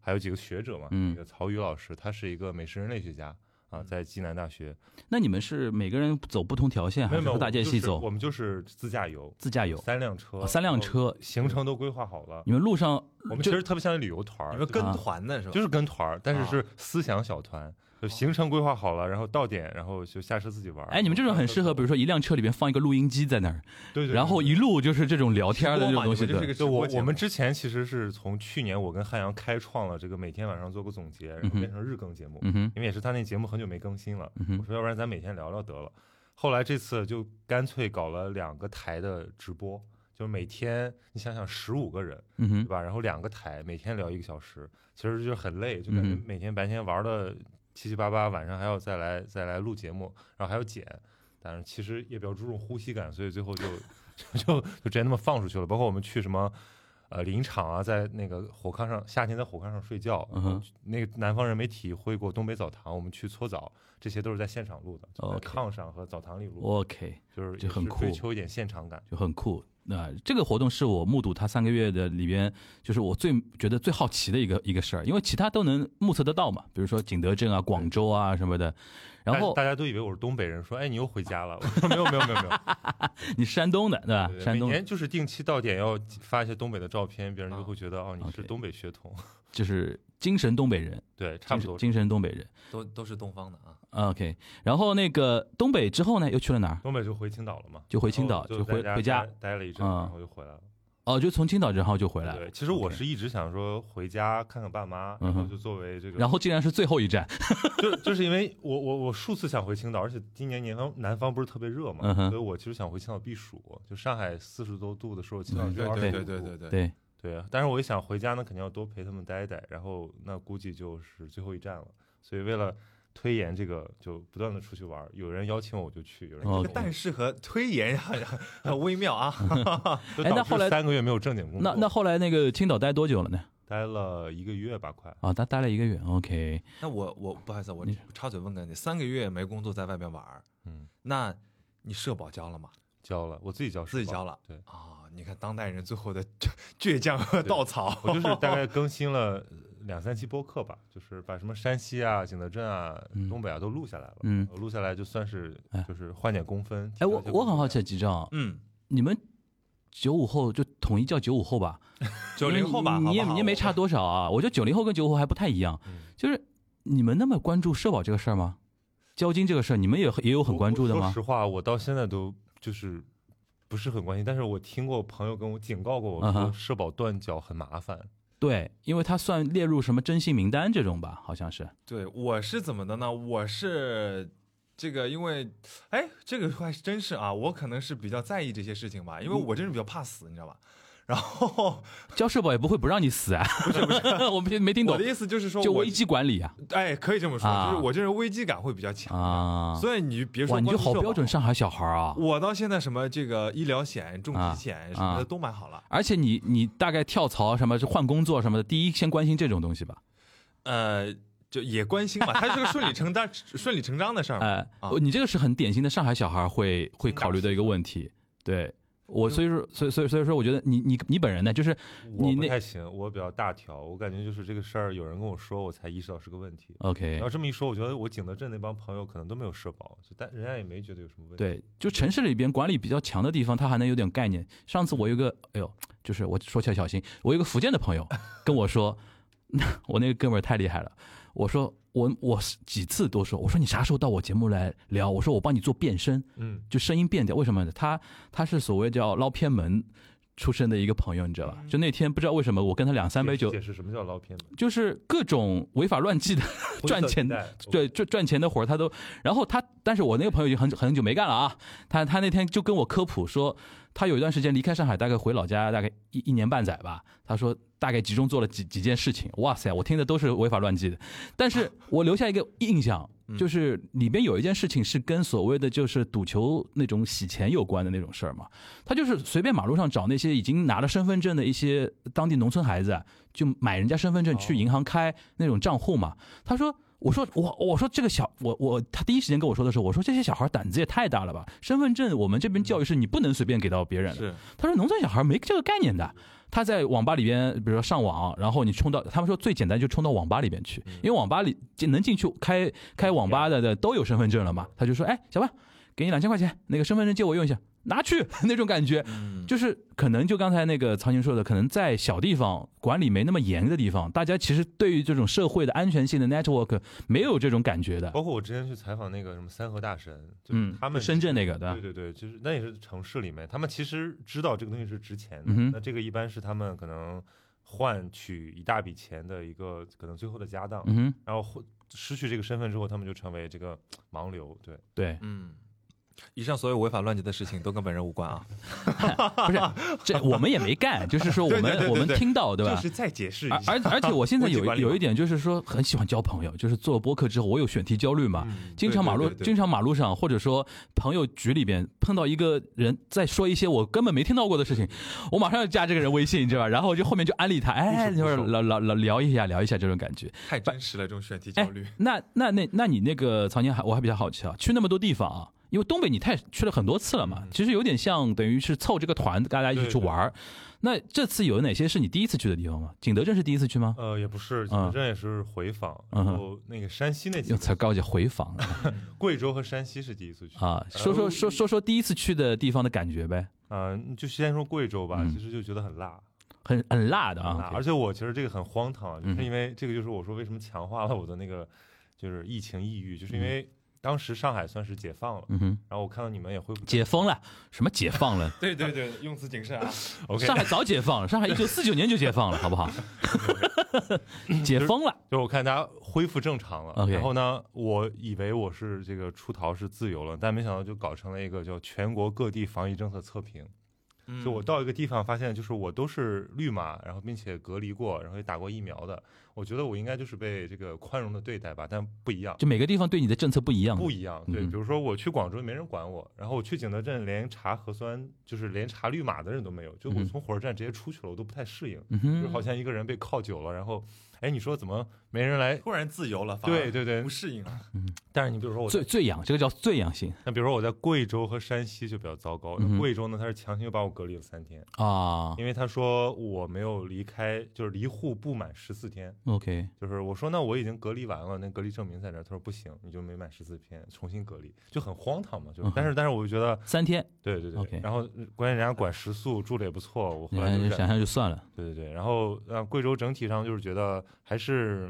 Speaker 2: 还有几个学者嘛，
Speaker 3: 嗯
Speaker 2: 那个曹宇老师，他是一个美食人类学家啊，在暨南大学。
Speaker 3: 那你们是每个人走不同条线，
Speaker 2: 没
Speaker 3: 还
Speaker 2: 有
Speaker 3: 是
Speaker 2: 没有，
Speaker 3: 啊说大家一
Speaker 2: 就
Speaker 3: 起
Speaker 2: 是
Speaker 3: 走
Speaker 2: 我们就是自驾游，
Speaker 3: 自驾游？
Speaker 2: 三辆车，
Speaker 3: 哦三辆，车，
Speaker 2: 行程都规划好了。
Speaker 3: 你们路上
Speaker 2: 我们其
Speaker 3: 就
Speaker 2: 实特别像旅游团儿，
Speaker 1: 你们
Speaker 2: 就
Speaker 1: 跟
Speaker 3: 啊
Speaker 1: 团的是吧？
Speaker 2: 就是跟团儿，但是
Speaker 1: 啊
Speaker 2: 是思想小团，就行程规划好了，然后到点，然后就下车自己玩。
Speaker 3: 哦哎，你们这种很适合，比如说一辆车里边放一个录音机在那儿，
Speaker 2: 对对对，
Speaker 3: 然后一路就是这种聊天的这种东西
Speaker 1: 直播嘛你们就是一
Speaker 3: 的
Speaker 1: 个。直
Speaker 2: 就
Speaker 1: 播
Speaker 2: 我
Speaker 1: 节目
Speaker 2: 我们之前其实是从去年我跟汉阳开创了这个每天晚上做个总结，然后
Speaker 3: 嗯哼
Speaker 2: 变成日更节目，
Speaker 3: 嗯哼，
Speaker 2: 因为也是他那节目很久没更新了，
Speaker 3: 嗯
Speaker 2: 我
Speaker 3: 哼，
Speaker 2: 说要不然咱每天聊聊得了。后来这次就干脆搞了两个台的直播，就是每天你想想十五个人
Speaker 3: 嗯
Speaker 2: 对
Speaker 3: 哼，
Speaker 2: 吧？然后两个台每天聊一个小时，其实就很累，就感觉
Speaker 3: 嗯
Speaker 2: 每天白天玩的七七八八，晚上还要再来再来录节目，然后还要剪。但是其实也比较注重呼吸感，所以最后就 就就就直接那么放出去了。包括我们去什么呃林场啊，在那个火炕上，夏天在火炕上睡觉，
Speaker 3: 嗯哼，
Speaker 2: 那个南方人没体会过东北澡堂，我们去搓澡，这些都是在现场录的，就在
Speaker 3: OK
Speaker 2: 炕上和澡堂里录，
Speaker 3: ，OK，
Speaker 2: 就是也
Speaker 3: 这很
Speaker 2: 是追
Speaker 3: 酷
Speaker 2: 求一点现场感。
Speaker 3: 就很酷。那、这个活动是我目睹他三个月的里边，就是我最觉得最好奇的一个一个事儿，因为其他都能目测得到嘛，比如说景德镇啊、广州啊什么的。然后
Speaker 2: 大大家都以为我是东北人，说哎你又回家了，我说没有没有没有没有，
Speaker 3: 你山东的对吧？
Speaker 2: 对
Speaker 3: 啊山东
Speaker 2: 每
Speaker 3: 的
Speaker 2: 年就是定期到点要发一些东北的照片，别人
Speaker 1: 啊
Speaker 2: 就会觉得、哦你是
Speaker 3: OK
Speaker 2: 东北血统，
Speaker 3: 就是精神东北人，
Speaker 2: 对，差
Speaker 3: 精
Speaker 2: 不
Speaker 3: 神
Speaker 2: 多。
Speaker 3: 精神东北人。
Speaker 1: 都都是东方的啊，
Speaker 3: OK，然后那个东北之后呢，又去了哪儿？
Speaker 2: 东北就回青岛了嘛，
Speaker 3: 就回青岛
Speaker 2: 然后
Speaker 3: 就
Speaker 2: 哦就
Speaker 3: 回
Speaker 2: 在
Speaker 3: 回家
Speaker 2: 待待了一阵，
Speaker 3: 嗯
Speaker 2: 然后就回来了。
Speaker 3: 哦，就从青岛然后就回来了，
Speaker 2: 对，其实我
Speaker 3: OK
Speaker 2: 是一直想说回家看看爸妈，
Speaker 3: 嗯
Speaker 2: 然
Speaker 3: 哼
Speaker 2: 后就作为这个，
Speaker 3: 然后竟然是最后一站。
Speaker 2: 就就是因为我我我数次想回青岛，而且今年南方南方不是特别热嘛，
Speaker 3: 嗯哼
Speaker 2: 所以我其实想回青岛避暑。就上海四十多度的时候，青岛
Speaker 3: 嗯
Speaker 2: 只有二
Speaker 1: 对
Speaker 2: 十
Speaker 1: 对
Speaker 2: 度。
Speaker 1: 对对对。
Speaker 3: 对，
Speaker 2: 对啊但是我一想回家呢，肯定要多陪他们待一待，然后那估计就是最后一站了。所以为了推延这个，就不断的出去玩儿，有人邀请我就去，有人邀
Speaker 3: 哦
Speaker 1: 这
Speaker 2: 请
Speaker 1: 个
Speaker 2: 我
Speaker 1: 但是和推演很 很微妙啊，
Speaker 2: 就
Speaker 3: 哎那
Speaker 2: 导
Speaker 3: 后来
Speaker 2: 致三个月没有正经
Speaker 1: 嗯
Speaker 2: 工作，
Speaker 3: 那那后来那个青岛待多久了呢？
Speaker 2: 待了一个月吧，快。
Speaker 3: 啊，待待了一个月。OK，
Speaker 1: 嗯那我我不好意思，我
Speaker 3: 你
Speaker 1: 插嘴问个你，三个月没工作在外面玩儿，
Speaker 2: 嗯，
Speaker 1: 那你社保交了吗？
Speaker 2: 交了，我自己交社
Speaker 1: 自己
Speaker 2: 保
Speaker 1: 交了
Speaker 2: 对，
Speaker 1: 啊、你看当代人最后的 倔强和
Speaker 2: 对
Speaker 1: 稻草，
Speaker 2: 我就是大概 更新了两三期播客吧，就是把什么山西啊、景德镇啊
Speaker 3: 嗯、
Speaker 2: 东北啊都录下来了。
Speaker 3: 嗯，
Speaker 2: 录下来就算是
Speaker 3: 哎
Speaker 2: 就是换点工分。
Speaker 3: 哎，我
Speaker 2: 提高一些
Speaker 3: 我很好
Speaker 2: 工作
Speaker 3: 奇，吉兆，
Speaker 1: 嗯，
Speaker 3: 啊你们九五后就统一叫九五后吧？
Speaker 1: 九零后吧，
Speaker 3: 因为你你也
Speaker 1: 好不好
Speaker 3: 你也没差多少啊。我觉得九零后跟九五后还不太一样，
Speaker 2: 嗯
Speaker 3: 就是你们那么关注社保这个事儿吗？交金这个事儿，你们也也有
Speaker 2: 量
Speaker 3: 很
Speaker 2: 我
Speaker 3: 关
Speaker 2: 我
Speaker 3: 注的
Speaker 2: 说
Speaker 3: 吗？
Speaker 2: 实话，我到现在都就是不是很关心，但是我听过朋友跟我警告过我
Speaker 3: 嗯哼
Speaker 2: 说，社保断缴很麻烦。
Speaker 3: 对，因为它算列入什么征信名单这种吧，好像是。
Speaker 1: 对，我是怎么的呢？我是这个，因为哎，这个还真是啊，我可能是比较在意这些事情吧，因为我这人比较怕死，你知道吧？然后
Speaker 3: 交社保也不会不让你死啊。不是不是， 我没没听
Speaker 1: 我
Speaker 3: 懂
Speaker 1: 的，意思就是说，
Speaker 3: 就
Speaker 1: 我
Speaker 3: 危机管 理啊
Speaker 1: 哎，可以这么说，
Speaker 3: 啊
Speaker 1: 就是我这人危机感会比较强，
Speaker 3: 啊！
Speaker 1: 所以你别说
Speaker 3: 哇，你
Speaker 1: 关
Speaker 3: 就
Speaker 1: 注
Speaker 3: 好
Speaker 1: 社
Speaker 3: 标
Speaker 1: 保
Speaker 3: 准上海小孩儿啊！
Speaker 1: 我到现在什么这个医疗险、重
Speaker 3: 啊
Speaker 1: 疾险什么
Speaker 3: 啊
Speaker 1: 的都买好了。
Speaker 3: 而且你你大概跳槽什么换工作什么的，第一先关心这种东西吧。
Speaker 1: 呃，就也关 心嘛，它是个顺理成章、顺理成章的事儿嘛。
Speaker 3: 哎、
Speaker 1: 啊
Speaker 3: 你这个是很典型的上海小孩会会考虑的一个问题。对我，所以说，所以所以所以说，我觉得你你你本人呢，就是
Speaker 2: 我
Speaker 3: 你
Speaker 2: 不
Speaker 3: 那
Speaker 2: 太行，我比较大条，我感觉就是这个事儿有人跟我说，我才意识到是个问题。
Speaker 3: OK，
Speaker 2: 然后这么一说，我觉得我景德镇那帮朋友可能都没有社保，就但人家也没觉得有什么问题。
Speaker 3: 对，就城市里边管理比较强的地方，他还能有点概念。上次我有个，哎呦，就是我说起来小心，我有个福建的朋友跟我说，那我那个哥们儿太厉害了。我说我我几次都说，我说你啥时候到我节目来聊？我说我帮你做变声，
Speaker 2: 嗯，
Speaker 3: 就声音变调。为什么呢？他他是所谓叫捞偏门出身的一个朋友，你知道吧？就那天不知道为什么，我跟他两三杯
Speaker 2: 解释
Speaker 3: 酒，
Speaker 2: 解释什么叫捞 偏门，
Speaker 3: 就是各种违法乱纪的赚
Speaker 2: 灰色地
Speaker 3: 钱的
Speaker 2: 带，
Speaker 3: 对赚赚钱的活儿，他都。然后他，但是我那个朋友已经很很久没干了啊。他他那天就跟我科普说，他有一段时间离开上海，大概回老家大概一一年半载吧。他说大概集中做了几几件事情。哇塞，我听的都是违法乱纪的，但是我留下一个印象。就是里边有一件事情是跟所谓的就是赌球那种洗钱有关的那种事儿嘛，他就是随便马路上找那些已经拿了身份证的一些当地农村孩子啊，就买人家身份证去
Speaker 2: 哦
Speaker 3: 银行开那种账户嘛。他说。我说我我说这个小我我他第一时间跟我说的时候，我说这些小孩胆子也太大了吧！身份证我们这边教育是你不能随便给到别人的。
Speaker 1: 是
Speaker 3: 他说农村小孩没这个概念的，他在网吧里边，比如说上网，然后你冲到他们说最简单就冲到网吧里边去，因为网吧里进能进去开开网吧的的都有身份证了嘛。他就说，哎，小万。给你两千块钱，那个身份证借我用一下，拿去 那种感觉，
Speaker 1: 嗯，
Speaker 3: 就是可能就刚才那个曹宁说的，可能在小地方管理没那么严的地方，大家其实对于这种社会的安全性的 network 没有这种感觉
Speaker 1: 哦
Speaker 3: 的。
Speaker 2: 包括我之前去采访那个什么三和大神，就是
Speaker 3: 嗯，
Speaker 2: 他们
Speaker 3: 就深圳那个对吧
Speaker 2: 对？对对，就是那也是城市里面，他们其实知道这个东西是值钱的，
Speaker 3: 嗯哼
Speaker 2: 那这个一般是他们可能换取一大笔钱的一个可能最后的家当，
Speaker 3: 嗯哼，
Speaker 2: 然后或失去这个身份之后，他们就成为这个盲流。对，
Speaker 3: 对，
Speaker 1: 嗯，以上所有违法乱纪的事情都跟本人无关啊，
Speaker 3: 不是这我们也没干，就是说我
Speaker 1: 对对对
Speaker 3: 们
Speaker 1: 对
Speaker 3: 我们
Speaker 1: 对
Speaker 3: 听到对吧？
Speaker 1: 就是再解释
Speaker 3: 而
Speaker 1: 一下，
Speaker 3: 而而且 我现在
Speaker 1: 问题
Speaker 3: 有
Speaker 1: 管理
Speaker 3: 有
Speaker 1: 嘛
Speaker 3: 一点就是说，很喜欢交朋友，就是做了播客之后，我有选题焦虑嘛。
Speaker 2: 嗯
Speaker 3: 经常马路，
Speaker 1: 对对对对
Speaker 3: 经常马路上，或者说朋友局里边碰到一个人在说一些我根本没听到过的事情，我马上就加这个人微信，你知道吧？然后我就后面就安利他，哎，
Speaker 2: 不熟
Speaker 3: 就是
Speaker 2: 不熟
Speaker 3: 聊聊聊聊一下，聊一下这种感觉。
Speaker 1: 太真实了，这种选题焦虑。
Speaker 3: 那那那那你那个曹宁还我还比较好奇啊，去那么多地方啊，因为东北你太去了很多次了嘛，
Speaker 2: 嗯
Speaker 3: 其实有点像等于是凑这个团，大家一起
Speaker 2: 对
Speaker 3: 去
Speaker 2: 对
Speaker 3: 玩儿。那这次有哪些是你第一次去的地方吗？景德镇是第一次 去吗？
Speaker 2: 呃，也不是，
Speaker 3: 嗯
Speaker 2: 反正也是回访，
Speaker 3: 嗯哼
Speaker 2: 然后那个山西那几
Speaker 3: 又才
Speaker 2: 个，
Speaker 3: 高级回访了。
Speaker 2: 贵州和山西是第一次去
Speaker 3: 啊，说说说说说第一次去的地方的感觉呗，
Speaker 2: 呃，就先说贵州吧，
Speaker 3: 嗯
Speaker 2: 其实就觉得很辣，
Speaker 3: 很很辣的
Speaker 2: 很辣
Speaker 3: 啊，
Speaker 2: 而且我其实这个很荒唐啊，就
Speaker 3: 嗯
Speaker 2: 是因为这个就是我说为什么强化了我的那个就是疫情抑郁，就是因为当时上海算是解放了，
Speaker 3: 嗯哼，
Speaker 2: 然后我看到你们也恢复
Speaker 3: 解封了，什么解放了？
Speaker 1: 对对对，用词谨慎啊。
Speaker 2: OK，
Speaker 3: 上海早解放了，上海一九四九年就解放了，好 不好？解封了，
Speaker 2: 就是我看大家恢复正常了
Speaker 3: OK
Speaker 2: 然后呢，我以为我是这个出逃是自由了，但没想到就搞成了一个叫全国各地防疫政策测评。
Speaker 1: 嗯
Speaker 2: 就我到一个地方发现，就是我都是绿码，然后并且隔离过，然后也打过疫苗的，我觉得我应该就是被这个宽容的对待吧，但不一样。
Speaker 3: 就每个地方对你的政策不一样，
Speaker 2: 不一样，对，
Speaker 3: 嗯
Speaker 2: 比如说我去广州没人管我，然后我去景德镇连查核酸，就是连查绿码的人都没有，就我
Speaker 3: 嗯
Speaker 2: 从火车站直接出去了，我都不太适应，
Speaker 3: 嗯
Speaker 2: 就是好
Speaker 3: 哼，
Speaker 2: 像一个人被铐久了，然后，哎，你说怎么没人来？
Speaker 1: 突然自由了，反而
Speaker 2: 对对对
Speaker 1: 不，适应了。
Speaker 2: 但是你比如说我在
Speaker 3: 最最养，这个叫最养性
Speaker 2: 那比如说我在贵州和山西就比较糟糕。
Speaker 3: 嗯哼
Speaker 2: 那贵州呢，他是强行又把我隔离了三天，
Speaker 3: 啊
Speaker 2: 因为他说我没有离开，就是离沪不满十四天。
Speaker 3: ，OK，
Speaker 2: 就是我说那我已经隔离完了，那隔离证明在这儿。他说不行，你就没满十四天，重新隔离，就很荒唐嘛。就
Speaker 3: 嗯哼
Speaker 2: 但是但是我就觉得，
Speaker 3: 三天，
Speaker 2: 对对对。
Speaker 3: OK
Speaker 2: 然后呃关键人家管食宿住的也不错，我后
Speaker 3: 你
Speaker 2: 来就
Speaker 3: 看
Speaker 2: 忍
Speaker 3: 哎想想就算了，
Speaker 2: 对对对，然后呃，贵州整体上就是觉得还是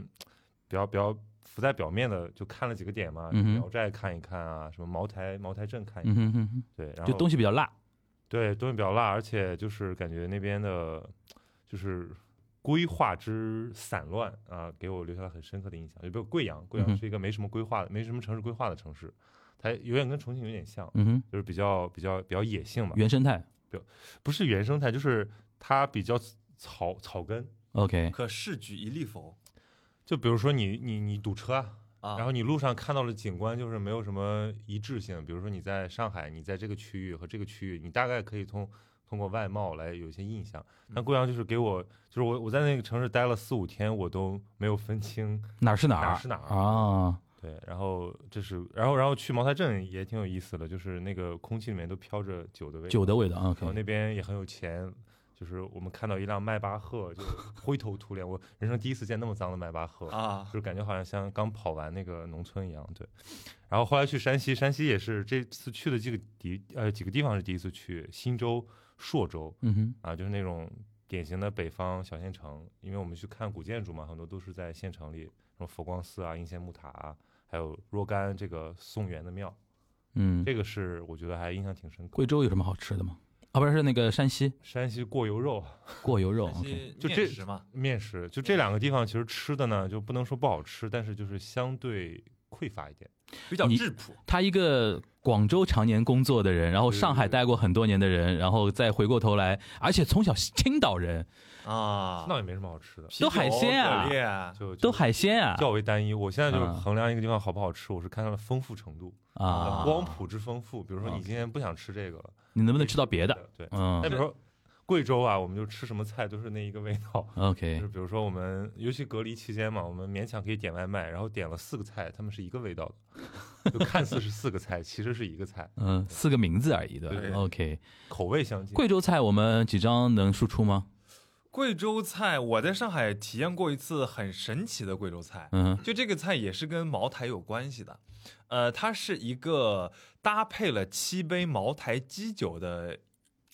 Speaker 2: 比较比较浮在表面的，就看了几个点嘛，
Speaker 3: 嗯哼
Speaker 2: 苗寨看一看啊，什么茅台茅台镇看一
Speaker 3: 嗯
Speaker 2: 看，
Speaker 3: 哼哼哼，
Speaker 2: 哎对，然后
Speaker 3: 就东西比较辣，
Speaker 2: 对东西比较辣，而且就是感觉那边的，就是规划之散乱啊，给我留下了很深刻的印象。就比如贵阳，贵
Speaker 3: 嗯哼
Speaker 2: 阳是一个没什么规划的、没什么城市规划的城市，它有点跟重庆有点像，
Speaker 3: 嗯哼，
Speaker 2: 就是比较比较比较野性吧，
Speaker 3: 原生态
Speaker 2: 不是原生态，就是它比较草草根。
Speaker 3: ，OK，
Speaker 1: 可试举一例否？
Speaker 2: 就比如说你你你堵车啊，
Speaker 1: 啊，
Speaker 2: 然后你路上看到的景观就是没有什么一致性，比如说你在上海，你在这个区域和这个区域，你大概可以通通过外貌来有一些印象。
Speaker 3: 嗯
Speaker 2: 但贵阳就是给我，就是我我在那个城市待了四五天，我都没有分清
Speaker 3: 哪儿是哪
Speaker 2: 哪
Speaker 3: 儿
Speaker 2: 是哪儿。
Speaker 3: 啊？
Speaker 2: 对，然后这是，然后然后去茅台镇也挺有意思的，就是那个空气里面都飘着酒的味道，
Speaker 3: 酒的味道
Speaker 2: 然后
Speaker 3: ，OK，
Speaker 2: 哦那边也很有钱。就是我们看到一辆迈巴赫，就灰头土脸，我人生第一次见那么脏的迈巴赫
Speaker 1: 啊
Speaker 2: 就，是感觉好像像刚跑完那个农村一样，对。然后后来去山西，山西也是这次去的几个地呃几个地方是第一次去，新州、朔州
Speaker 3: 嗯哼，
Speaker 2: 啊，就是那种典型的北方小县城，因为我们去看古建筑嘛，很多都是在县城里，什么佛光寺啊、应县木塔啊，还有若干这个宋元的庙，
Speaker 3: 嗯，
Speaker 2: 这个是我觉得还印象挺深刻。
Speaker 3: 贵州有什么好吃的吗？啊，不是，是那个山西
Speaker 2: 山西过油肉、
Speaker 3: 过油肉
Speaker 1: 那
Speaker 3: ，OK，
Speaker 1: 些
Speaker 2: 就
Speaker 1: 面
Speaker 2: 这
Speaker 1: 食嘛，
Speaker 2: 面食，就这两个地方，其实吃的呢，就不能说不好吃，但是就是相对匮乏一点。
Speaker 1: 比较
Speaker 3: 你
Speaker 1: 质朴。
Speaker 3: 他一个广州常年工作的人，然后上
Speaker 1: 嗯
Speaker 3: 海待过很多年的人，然后再回过头来，而且从小青岛人
Speaker 1: 啊，
Speaker 2: 那也没什么好吃的，
Speaker 1: 啤
Speaker 3: 都海
Speaker 1: 酒
Speaker 3: 鲜啊
Speaker 1: 果粒啊，
Speaker 2: 就
Speaker 3: 都
Speaker 2: 就
Speaker 3: 海鲜啊
Speaker 2: 较为单一。我现在就
Speaker 3: 嗯
Speaker 2: 衡量一个地方好不好吃，我是看它的丰富程度，
Speaker 3: 啊！
Speaker 2: 光谱之丰富。比如说你
Speaker 3: OK
Speaker 2: 今天不想吃这个了，
Speaker 3: 你能不能吃到别的？
Speaker 2: 对，
Speaker 3: 嗯
Speaker 2: 那比如说贵州啊，我们就吃什么菜都是那一个味道。就
Speaker 3: ，OK，
Speaker 1: 嗯
Speaker 2: 是比如说我们，尤其隔离期间嘛，我们勉强可以点外卖，然后点了四个菜，他们是一个味道 的，就看似是四个菜，其实是一个菜，
Speaker 3: 嗯，四个名字而已，对吧
Speaker 1: 对
Speaker 3: ？OK，
Speaker 2: 口味相近。
Speaker 3: 贵州菜我们几张能输出吗？
Speaker 1: 贵州菜，我在上海体验过一次很神奇的贵州菜，
Speaker 3: 嗯
Speaker 1: 就这个菜也是跟茅台有关系的，呃，它是一个搭配了七杯茅台基酒的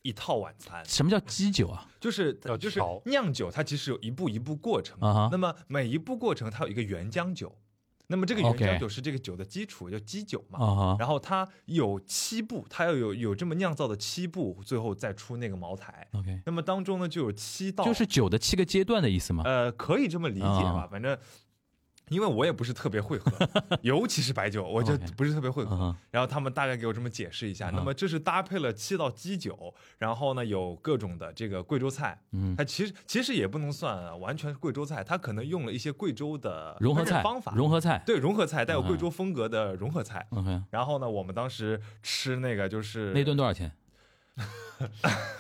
Speaker 1: 一套晚餐，
Speaker 3: 什么叫基酒啊？
Speaker 1: 就是
Speaker 2: 要
Speaker 1: 就是
Speaker 2: 调
Speaker 1: 酿酒，它其实有一步一步过程，
Speaker 3: 啊哈
Speaker 1: 那么每一步过程它有一个原浆酒，那么这个原
Speaker 3: OK
Speaker 1: 浆酒是这个酒的基础，叫基酒嘛，
Speaker 3: 啊哈
Speaker 1: 然后它有七步，它要有有这么酿造的七步，最后再出那个茅台。
Speaker 3: ，OK，
Speaker 1: 那么当中呢，就有七道，
Speaker 3: 就是酒的七个阶段的意思吗？
Speaker 1: 呃，可以这么理解吧
Speaker 3: 啊，
Speaker 1: 反正。因为我也不是特别会 喝，尤其是白酒，我就
Speaker 3: OK
Speaker 1: 不是特别会喝。
Speaker 3: 嗯
Speaker 1: 然后他们大概给我这么解释一下，那
Speaker 3: 嗯
Speaker 1: 么这是搭配了七道基酒，然后呢有各种的这个贵州菜，
Speaker 3: 嗯，
Speaker 1: 它其实其实也不能算完全是贵州菜，它可能用了一些贵州的
Speaker 3: 融合
Speaker 1: 烹饪
Speaker 3: 菜
Speaker 1: 方法，
Speaker 3: 融合菜
Speaker 1: 对融合菜带有贵
Speaker 3: 嗯
Speaker 1: 州风格的融合菜。
Speaker 3: ，OK，
Speaker 1: 然后呢，我们当时吃那个就是
Speaker 3: 那顿多少钱？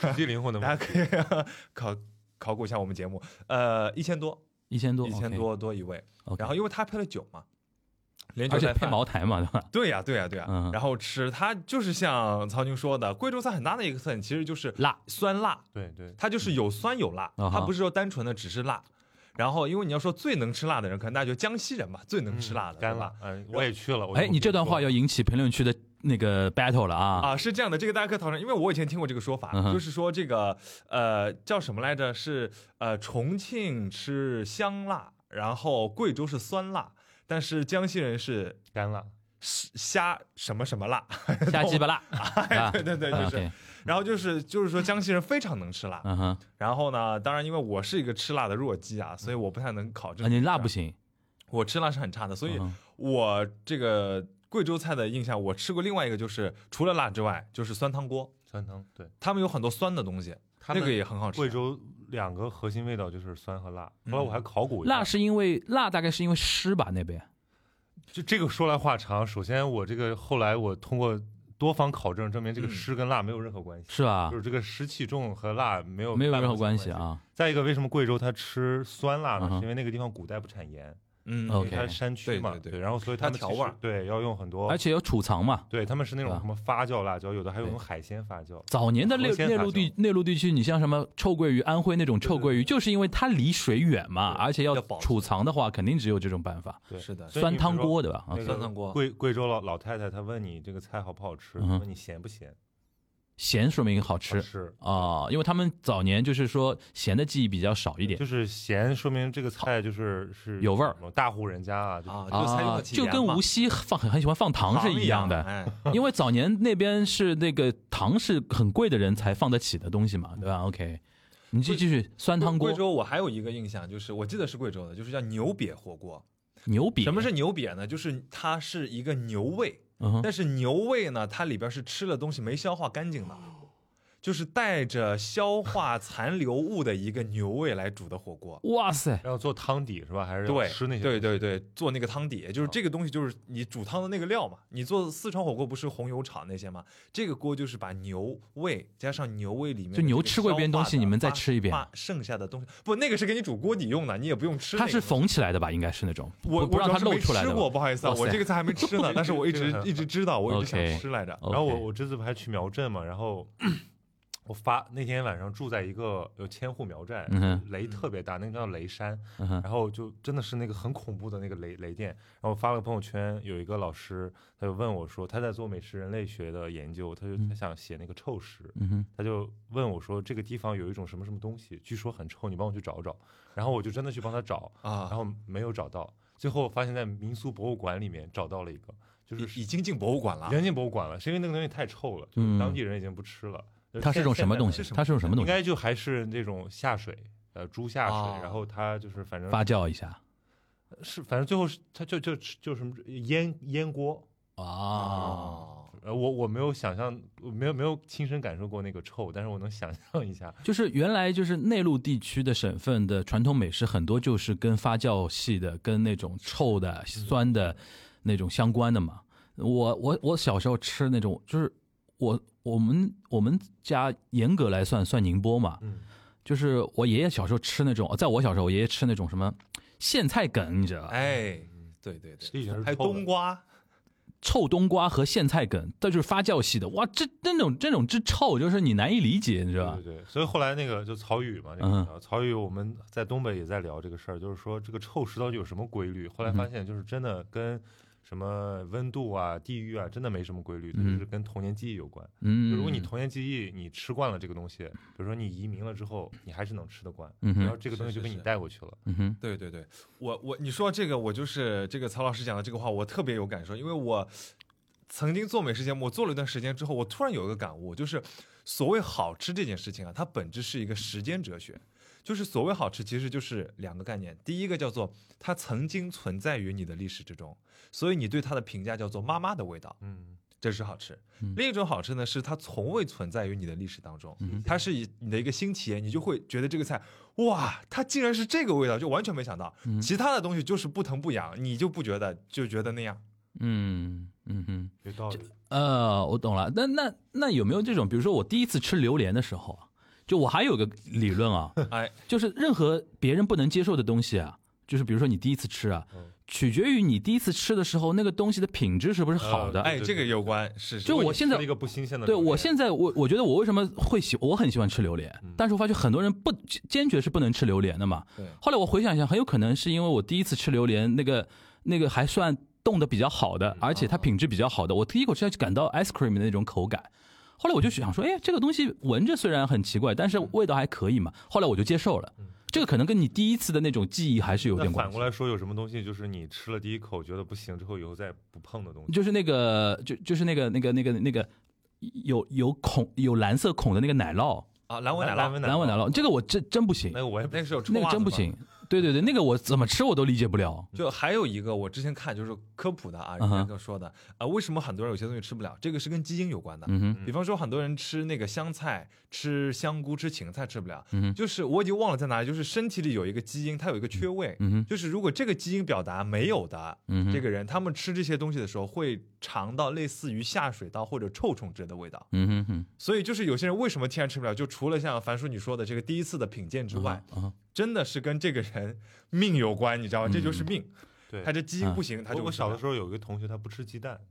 Speaker 2: 手机灵 魂的
Speaker 1: 大家
Speaker 2: 问
Speaker 1: 可以
Speaker 2: 题。
Speaker 1: 考考古一下我们节目，呃，一千多，
Speaker 3: 一千多，
Speaker 1: 一千
Speaker 3: OK，
Speaker 1: 多多一位。
Speaker 3: OK
Speaker 1: 然后因为他配了酒嘛，连酒
Speaker 3: 而且
Speaker 1: 带
Speaker 3: 配
Speaker 1: 饭。
Speaker 3: 茅台嘛，对吧？
Speaker 1: 对呀、对呀、对呀、
Speaker 3: 嗯
Speaker 1: 然后吃，它就是像曹宁说的，贵州菜很大的一个特点，其实就是
Speaker 3: 辣，
Speaker 1: 酸辣，
Speaker 2: 对对，
Speaker 1: 它就是有酸有辣，
Speaker 3: 嗯啊哈
Speaker 1: 它不是说单纯的只是辣。然后，因为你要说最能吃辣的人，可能那就江西人吧，最能吃辣的，
Speaker 2: 干
Speaker 1: 对吧
Speaker 2: 辣。。嗯，我也去了。我
Speaker 3: 哎，
Speaker 2: 就
Speaker 3: 你这段
Speaker 2: 说
Speaker 3: 话要引起评论区的那个 battle 了 啊！
Speaker 1: 啊，是这样的，这个大家可以讨论，因为我以前听过这个说法，
Speaker 3: 嗯哼
Speaker 1: 就是说这个呃叫什么来着？是呃重庆吃香辣，然后贵州是酸辣，但是江西人是
Speaker 2: 干辣，
Speaker 1: 虾什么什么辣，
Speaker 3: 瞎鸡 巴辣，
Speaker 2: 哎
Speaker 3: 啊
Speaker 1: 对对对，就是，
Speaker 3: OK，
Speaker 1: 然后就是就是说江西人非常能吃辣，
Speaker 3: 嗯哼，
Speaker 1: 然后呢，当然因为我是一个吃辣的弱鸡啊，所以我不太能考
Speaker 3: 啊
Speaker 1: 证，
Speaker 3: 你辣不，行，
Speaker 1: 我吃辣是很差的，所以
Speaker 3: 嗯
Speaker 1: 我这个贵州菜的印象，我吃过另外一个就是除了辣之外，就是酸汤锅，
Speaker 2: 酸汤。对，
Speaker 1: 他们有很多酸的东西。
Speaker 2: 他
Speaker 1: 那个
Speaker 2: 们
Speaker 1: 也很好吃。
Speaker 2: 贵州两个核心味道就是酸和辣。
Speaker 1: 嗯
Speaker 2: 后来我还考古一下
Speaker 3: 辣是因为辣大概是因为湿吧那边，
Speaker 2: 就这个说来话长。首先，我这个后来我通过多方考证证明，这个
Speaker 1: 嗯
Speaker 2: 湿跟辣没有任何关系，
Speaker 3: 是吧
Speaker 2: 就？是这个湿气重和辣没有
Speaker 3: 没有
Speaker 2: 半毛
Speaker 3: 任何
Speaker 2: 钱关
Speaker 3: 关系。啊。
Speaker 2: 再一个，为什么贵州它吃酸辣呢
Speaker 3: 嗯？哼
Speaker 2: 是因为那个地方古代不产盐，
Speaker 1: 嗯
Speaker 3: 哦 OK
Speaker 2: 它是山区
Speaker 1: 对
Speaker 2: 嘛，
Speaker 1: 对对
Speaker 2: 然后所以他们
Speaker 1: 它
Speaker 2: 其实
Speaker 1: 调味儿
Speaker 2: 对要用很多
Speaker 3: 而，且有储藏嘛。
Speaker 2: 对他们是那
Speaker 3: 对
Speaker 2: 种
Speaker 3: 吧
Speaker 2: 什么发酵辣椒，有的还有
Speaker 3: 对
Speaker 2: 用海鲜发酵。
Speaker 3: 早年的内
Speaker 2: 河鲜
Speaker 3: 内
Speaker 2: 发
Speaker 3: 陆地
Speaker 2: 酵
Speaker 3: 内陆地区，你像什么臭鳜鱼，安徽那种臭鳜
Speaker 2: 对
Speaker 3: 鱼，就是因为它离水远嘛，
Speaker 2: 对
Speaker 3: 而且要
Speaker 1: 要保存
Speaker 3: 储藏的话，肯定只有这种办法，
Speaker 2: 对，
Speaker 1: 是的
Speaker 2: 所以
Speaker 3: 酸
Speaker 2: 你比
Speaker 3: 汤
Speaker 2: 如说
Speaker 3: 锅对吧？啊
Speaker 2: 那个
Speaker 1: 酸汤锅
Speaker 2: 贵贵州老老太太她问你这个菜好不好吃，
Speaker 3: 嗯哼
Speaker 2: 问你咸不咸，
Speaker 3: 咸说明好吃
Speaker 2: 好吃
Speaker 3: 啊，因为他们早年就是说咸的记忆比较少一点
Speaker 2: 就是咸说明这个菜就是是
Speaker 3: 有味儿，
Speaker 2: 大户人家啊，就是
Speaker 1: 啊，就参与
Speaker 3: 啊
Speaker 1: 了，起
Speaker 3: 就
Speaker 1: 源
Speaker 3: 跟
Speaker 1: 嘛
Speaker 3: 无锡放很很喜欢放糖是一样的，
Speaker 1: 哎，
Speaker 3: 因为早年那边是那个糖是很贵的人才放得起的东西嘛，对吧？OK，你继
Speaker 1: 贵
Speaker 3: 继续酸汤锅
Speaker 1: 贵、州我还有一个印象，就是我记得是贵州的，就是叫牛瘪火锅。
Speaker 3: 牛瘪，
Speaker 1: 什么是牛瘪呢？就是它是一个牛胃，
Speaker 3: 嗯哼？
Speaker 1: 但是牛胃呢，它里边是吃了东西没消化干净的，就是带着消化残留物的一个牛胃来煮的火锅。
Speaker 3: 哇塞，
Speaker 2: 然后做汤底是吧？还是要
Speaker 1: 对，
Speaker 2: 吃那些
Speaker 1: 对对对，做那个汤底，就是这个东西，就是你煮汤的那个料嘛。你做四川火锅不是红油炒那些吗？这个锅就是把牛胃加上牛胃里面
Speaker 3: 就牛吃过一遍东西你们再吃一遍
Speaker 1: 把剩下的东西不，那个是给你煮锅底用的，你也不用吃那
Speaker 3: 它
Speaker 1: 个。
Speaker 3: 是缝起来的吧？应该是那种，
Speaker 1: 我
Speaker 3: 不不
Speaker 1: 我
Speaker 3: 让
Speaker 1: 主
Speaker 3: 它
Speaker 1: 要是
Speaker 3: 露
Speaker 1: 没
Speaker 3: 出来
Speaker 1: 吃
Speaker 3: 的吧。
Speaker 1: 过，不好意思，啊，
Speaker 3: 哇塞
Speaker 1: 我这个菜还没吃 呢，但是我一直
Speaker 2: 这个
Speaker 1: 一直知道，我一直
Speaker 3: OK 哦
Speaker 1: 想吃来着。
Speaker 2: 然后我
Speaker 3: OK
Speaker 2: 我这次还去苗镇嘛，然后我发那天晚上住在一个有千户苗寨
Speaker 3: 嗯哼，
Speaker 2: 雷特别大，那个叫雷山，
Speaker 3: 嗯哼
Speaker 2: 然后就真的是那个很恐怖的那个雷雷电。然后我发了个朋友圈，有一个老师他就问我说，他在做美食人类学的研究，他就
Speaker 3: 嗯
Speaker 2: 他想写那个臭食，
Speaker 3: 嗯哼，
Speaker 2: 他就问我说这个地方有一种什么什么东西，据说很臭，你帮我去找找。然后我就真的去帮他找，然
Speaker 1: 啊，
Speaker 2: 后没有找到，最后发现在民俗博物馆里面找到了一个，就是
Speaker 1: 已已经进博物馆了。
Speaker 2: 原进博物馆了，是因为那个东西太臭了，就是
Speaker 3: 嗯
Speaker 2: 当地人已经不吃了。
Speaker 3: 它是种什么东
Speaker 2: 现
Speaker 3: 西
Speaker 1: 是？什么
Speaker 3: 它是种什么
Speaker 2: 在
Speaker 3: 东
Speaker 2: 应
Speaker 3: 西？
Speaker 2: 该就还是那种下水，呃，猪下水，
Speaker 1: 哦
Speaker 2: 然后它就是反正
Speaker 3: 发酵一下
Speaker 2: 是反正最后是它就就就什么烟烟锅。
Speaker 3: 哦啊，
Speaker 1: 哦，
Speaker 2: 呃，我我没有想象，我没有没有亲身感受过那个臭，但是我能想象一下。
Speaker 3: 就是原来就是内陆地区的省份的传统美食很多就是跟发酵系的、跟那种臭的、酸的那种相关的嘛。我我我小时候吃那种，就是我我们我们家严格来算算宁波嘛，
Speaker 2: 嗯，
Speaker 3: 就是我爷爷小时候吃那种，哦在我小时候我爷爷吃那种什么苋菜梗，你知道吧？
Speaker 1: 哎，对对对，
Speaker 2: 这以前是
Speaker 1: 还有
Speaker 2: 臭的
Speaker 1: 冬瓜，
Speaker 3: 臭冬瓜和苋菜梗，这就是发酵系的，哇，这那种这种之臭，就是你难以理解，你知道吧
Speaker 2: 对？对对，所以后来那个就曹禺嘛，这
Speaker 3: 嗯
Speaker 2: 个、嗯、曹禺，我们在东北也在聊这个事儿，就是说这个臭食到底有什么规律？后来
Speaker 3: 嗯
Speaker 2: 发现就是真的跟什么温度啊、地域啊，真的没什么规律，它就
Speaker 3: 嗯
Speaker 2: 是跟童年记忆有关。
Speaker 3: 嗯，
Speaker 2: 就如果你童年记忆你吃惯了这个东西，比如说你移民了之后，你还是能吃得惯，
Speaker 3: 嗯
Speaker 2: 然后
Speaker 3: 哼，
Speaker 2: 这个东西
Speaker 1: 是
Speaker 2: 就是给你
Speaker 1: 是
Speaker 2: 带过去了。
Speaker 3: 嗯哼，
Speaker 1: 对对对，我我你说这个，我就是这个曹老师讲的这个话，我特别有感受，因为我曾经做美食节目，我做了一段时间之后，我突然有一个感悟，就是所谓好吃这件事情啊，它本质是一个时间哲学。就是所谓好吃，其实就是两个概念，第一个叫做它曾经存在于你的历史之中，所以你对它的评价叫做妈妈的味道，
Speaker 2: 嗯，
Speaker 1: 这是好吃。
Speaker 3: 嗯
Speaker 1: 另一种好吃呢，是它从未存在于你的历史当中，
Speaker 3: 嗯
Speaker 1: 它是以你的一个新体验，你就会觉得这个菜，哇，它竟然是这个味道，就完全没想到。
Speaker 3: 嗯
Speaker 1: 其他的东西就是不疼不痒，你就不觉得，就觉得那样。
Speaker 3: 嗯嗯哼。
Speaker 2: 有道理。
Speaker 3: 呃，我懂了。那那那有没有这种，比如说我第一次吃榴莲的时候啊，就我还有个理论啊，
Speaker 1: 哎，
Speaker 3: 就是任何别人不能接受的东西啊，就是比如说你第一次吃啊，取决于你第一次吃的时候那个东西的品质是不是好的。
Speaker 2: 呃
Speaker 1: 哎，
Speaker 2: 对对
Speaker 1: 这个有关，是是
Speaker 3: 就
Speaker 2: 如果
Speaker 3: 我
Speaker 2: 你
Speaker 3: 现
Speaker 2: 吃
Speaker 3: 在
Speaker 2: 了一个不新鲜的
Speaker 3: 对
Speaker 2: 榴莲，
Speaker 3: 我现在我我觉得我为什么会喜我很喜欢吃榴莲，但是我发觉很多人不坚决是不能吃榴莲的嘛。
Speaker 1: 对
Speaker 3: 后来我回想一下，很有可能是因为我第一次吃榴莲，那个那个还算冻得比较好
Speaker 1: 嗯
Speaker 3: 的，而
Speaker 1: 啊
Speaker 3: 且它品质比较好的，我第一口吃下去感到 ice cream 的那种口感。后来我就想说，哎，这个东西闻着虽然很奇怪，但是味道还可以嘛。
Speaker 1: 嗯
Speaker 3: 后来我就接受了，这个可能跟你第一次的那种记忆还是有
Speaker 2: 那
Speaker 3: 点关
Speaker 2: 反
Speaker 3: 系
Speaker 2: 过。来说，有什么东西就是你吃了第一口觉得不行之后，以后再也不碰的东西？
Speaker 3: 就是那个，就就是那个那个那个那个有有孔有蓝色孔的那个奶酪，
Speaker 1: 啊，蓝纹奶酪，
Speaker 3: 蓝纹奶酪，这个我真真不行
Speaker 2: 那，个我也不
Speaker 1: 那个是有啊
Speaker 3: 那个真不
Speaker 1: 行。
Speaker 3: 行。对对对，那个我怎么吃我都理解不了。
Speaker 1: 就还有一个，我之前看就是科普的啊，
Speaker 3: 嗯
Speaker 1: 人
Speaker 3: 哼
Speaker 1: 家跟我说的啊，为什么很多人有些东西吃不了？这个是跟基因有关的。
Speaker 3: 嗯哼，
Speaker 1: 比方说，很多人吃那个香菜、吃香菇、吃芹菜吃不了，
Speaker 3: 嗯哼
Speaker 1: 就是我已经忘了在哪里，就是身体里有一个基因，它有一个缺位，
Speaker 3: 嗯哼，
Speaker 1: 就是如果这个基因表达没有的，
Speaker 3: 嗯哼，
Speaker 1: 这个人他们吃这些东西的时候会尝到类似于下水道或者臭虫之类的味道。
Speaker 3: 嗯哼哼，
Speaker 1: 所以就是有些人为什么天然吃不了，就除了像樊叔你说的这个第一次的品鉴之外，
Speaker 3: 嗯哼
Speaker 1: 真的是跟这个人命有关，你知
Speaker 3: 嗯
Speaker 1: 道吗？这就是命，
Speaker 2: 对
Speaker 1: 他。这基因不行，他
Speaker 2: 我
Speaker 1: 就
Speaker 2: 我小的
Speaker 1: 时
Speaker 2: 时候有一个同学，他不吃鸡蛋，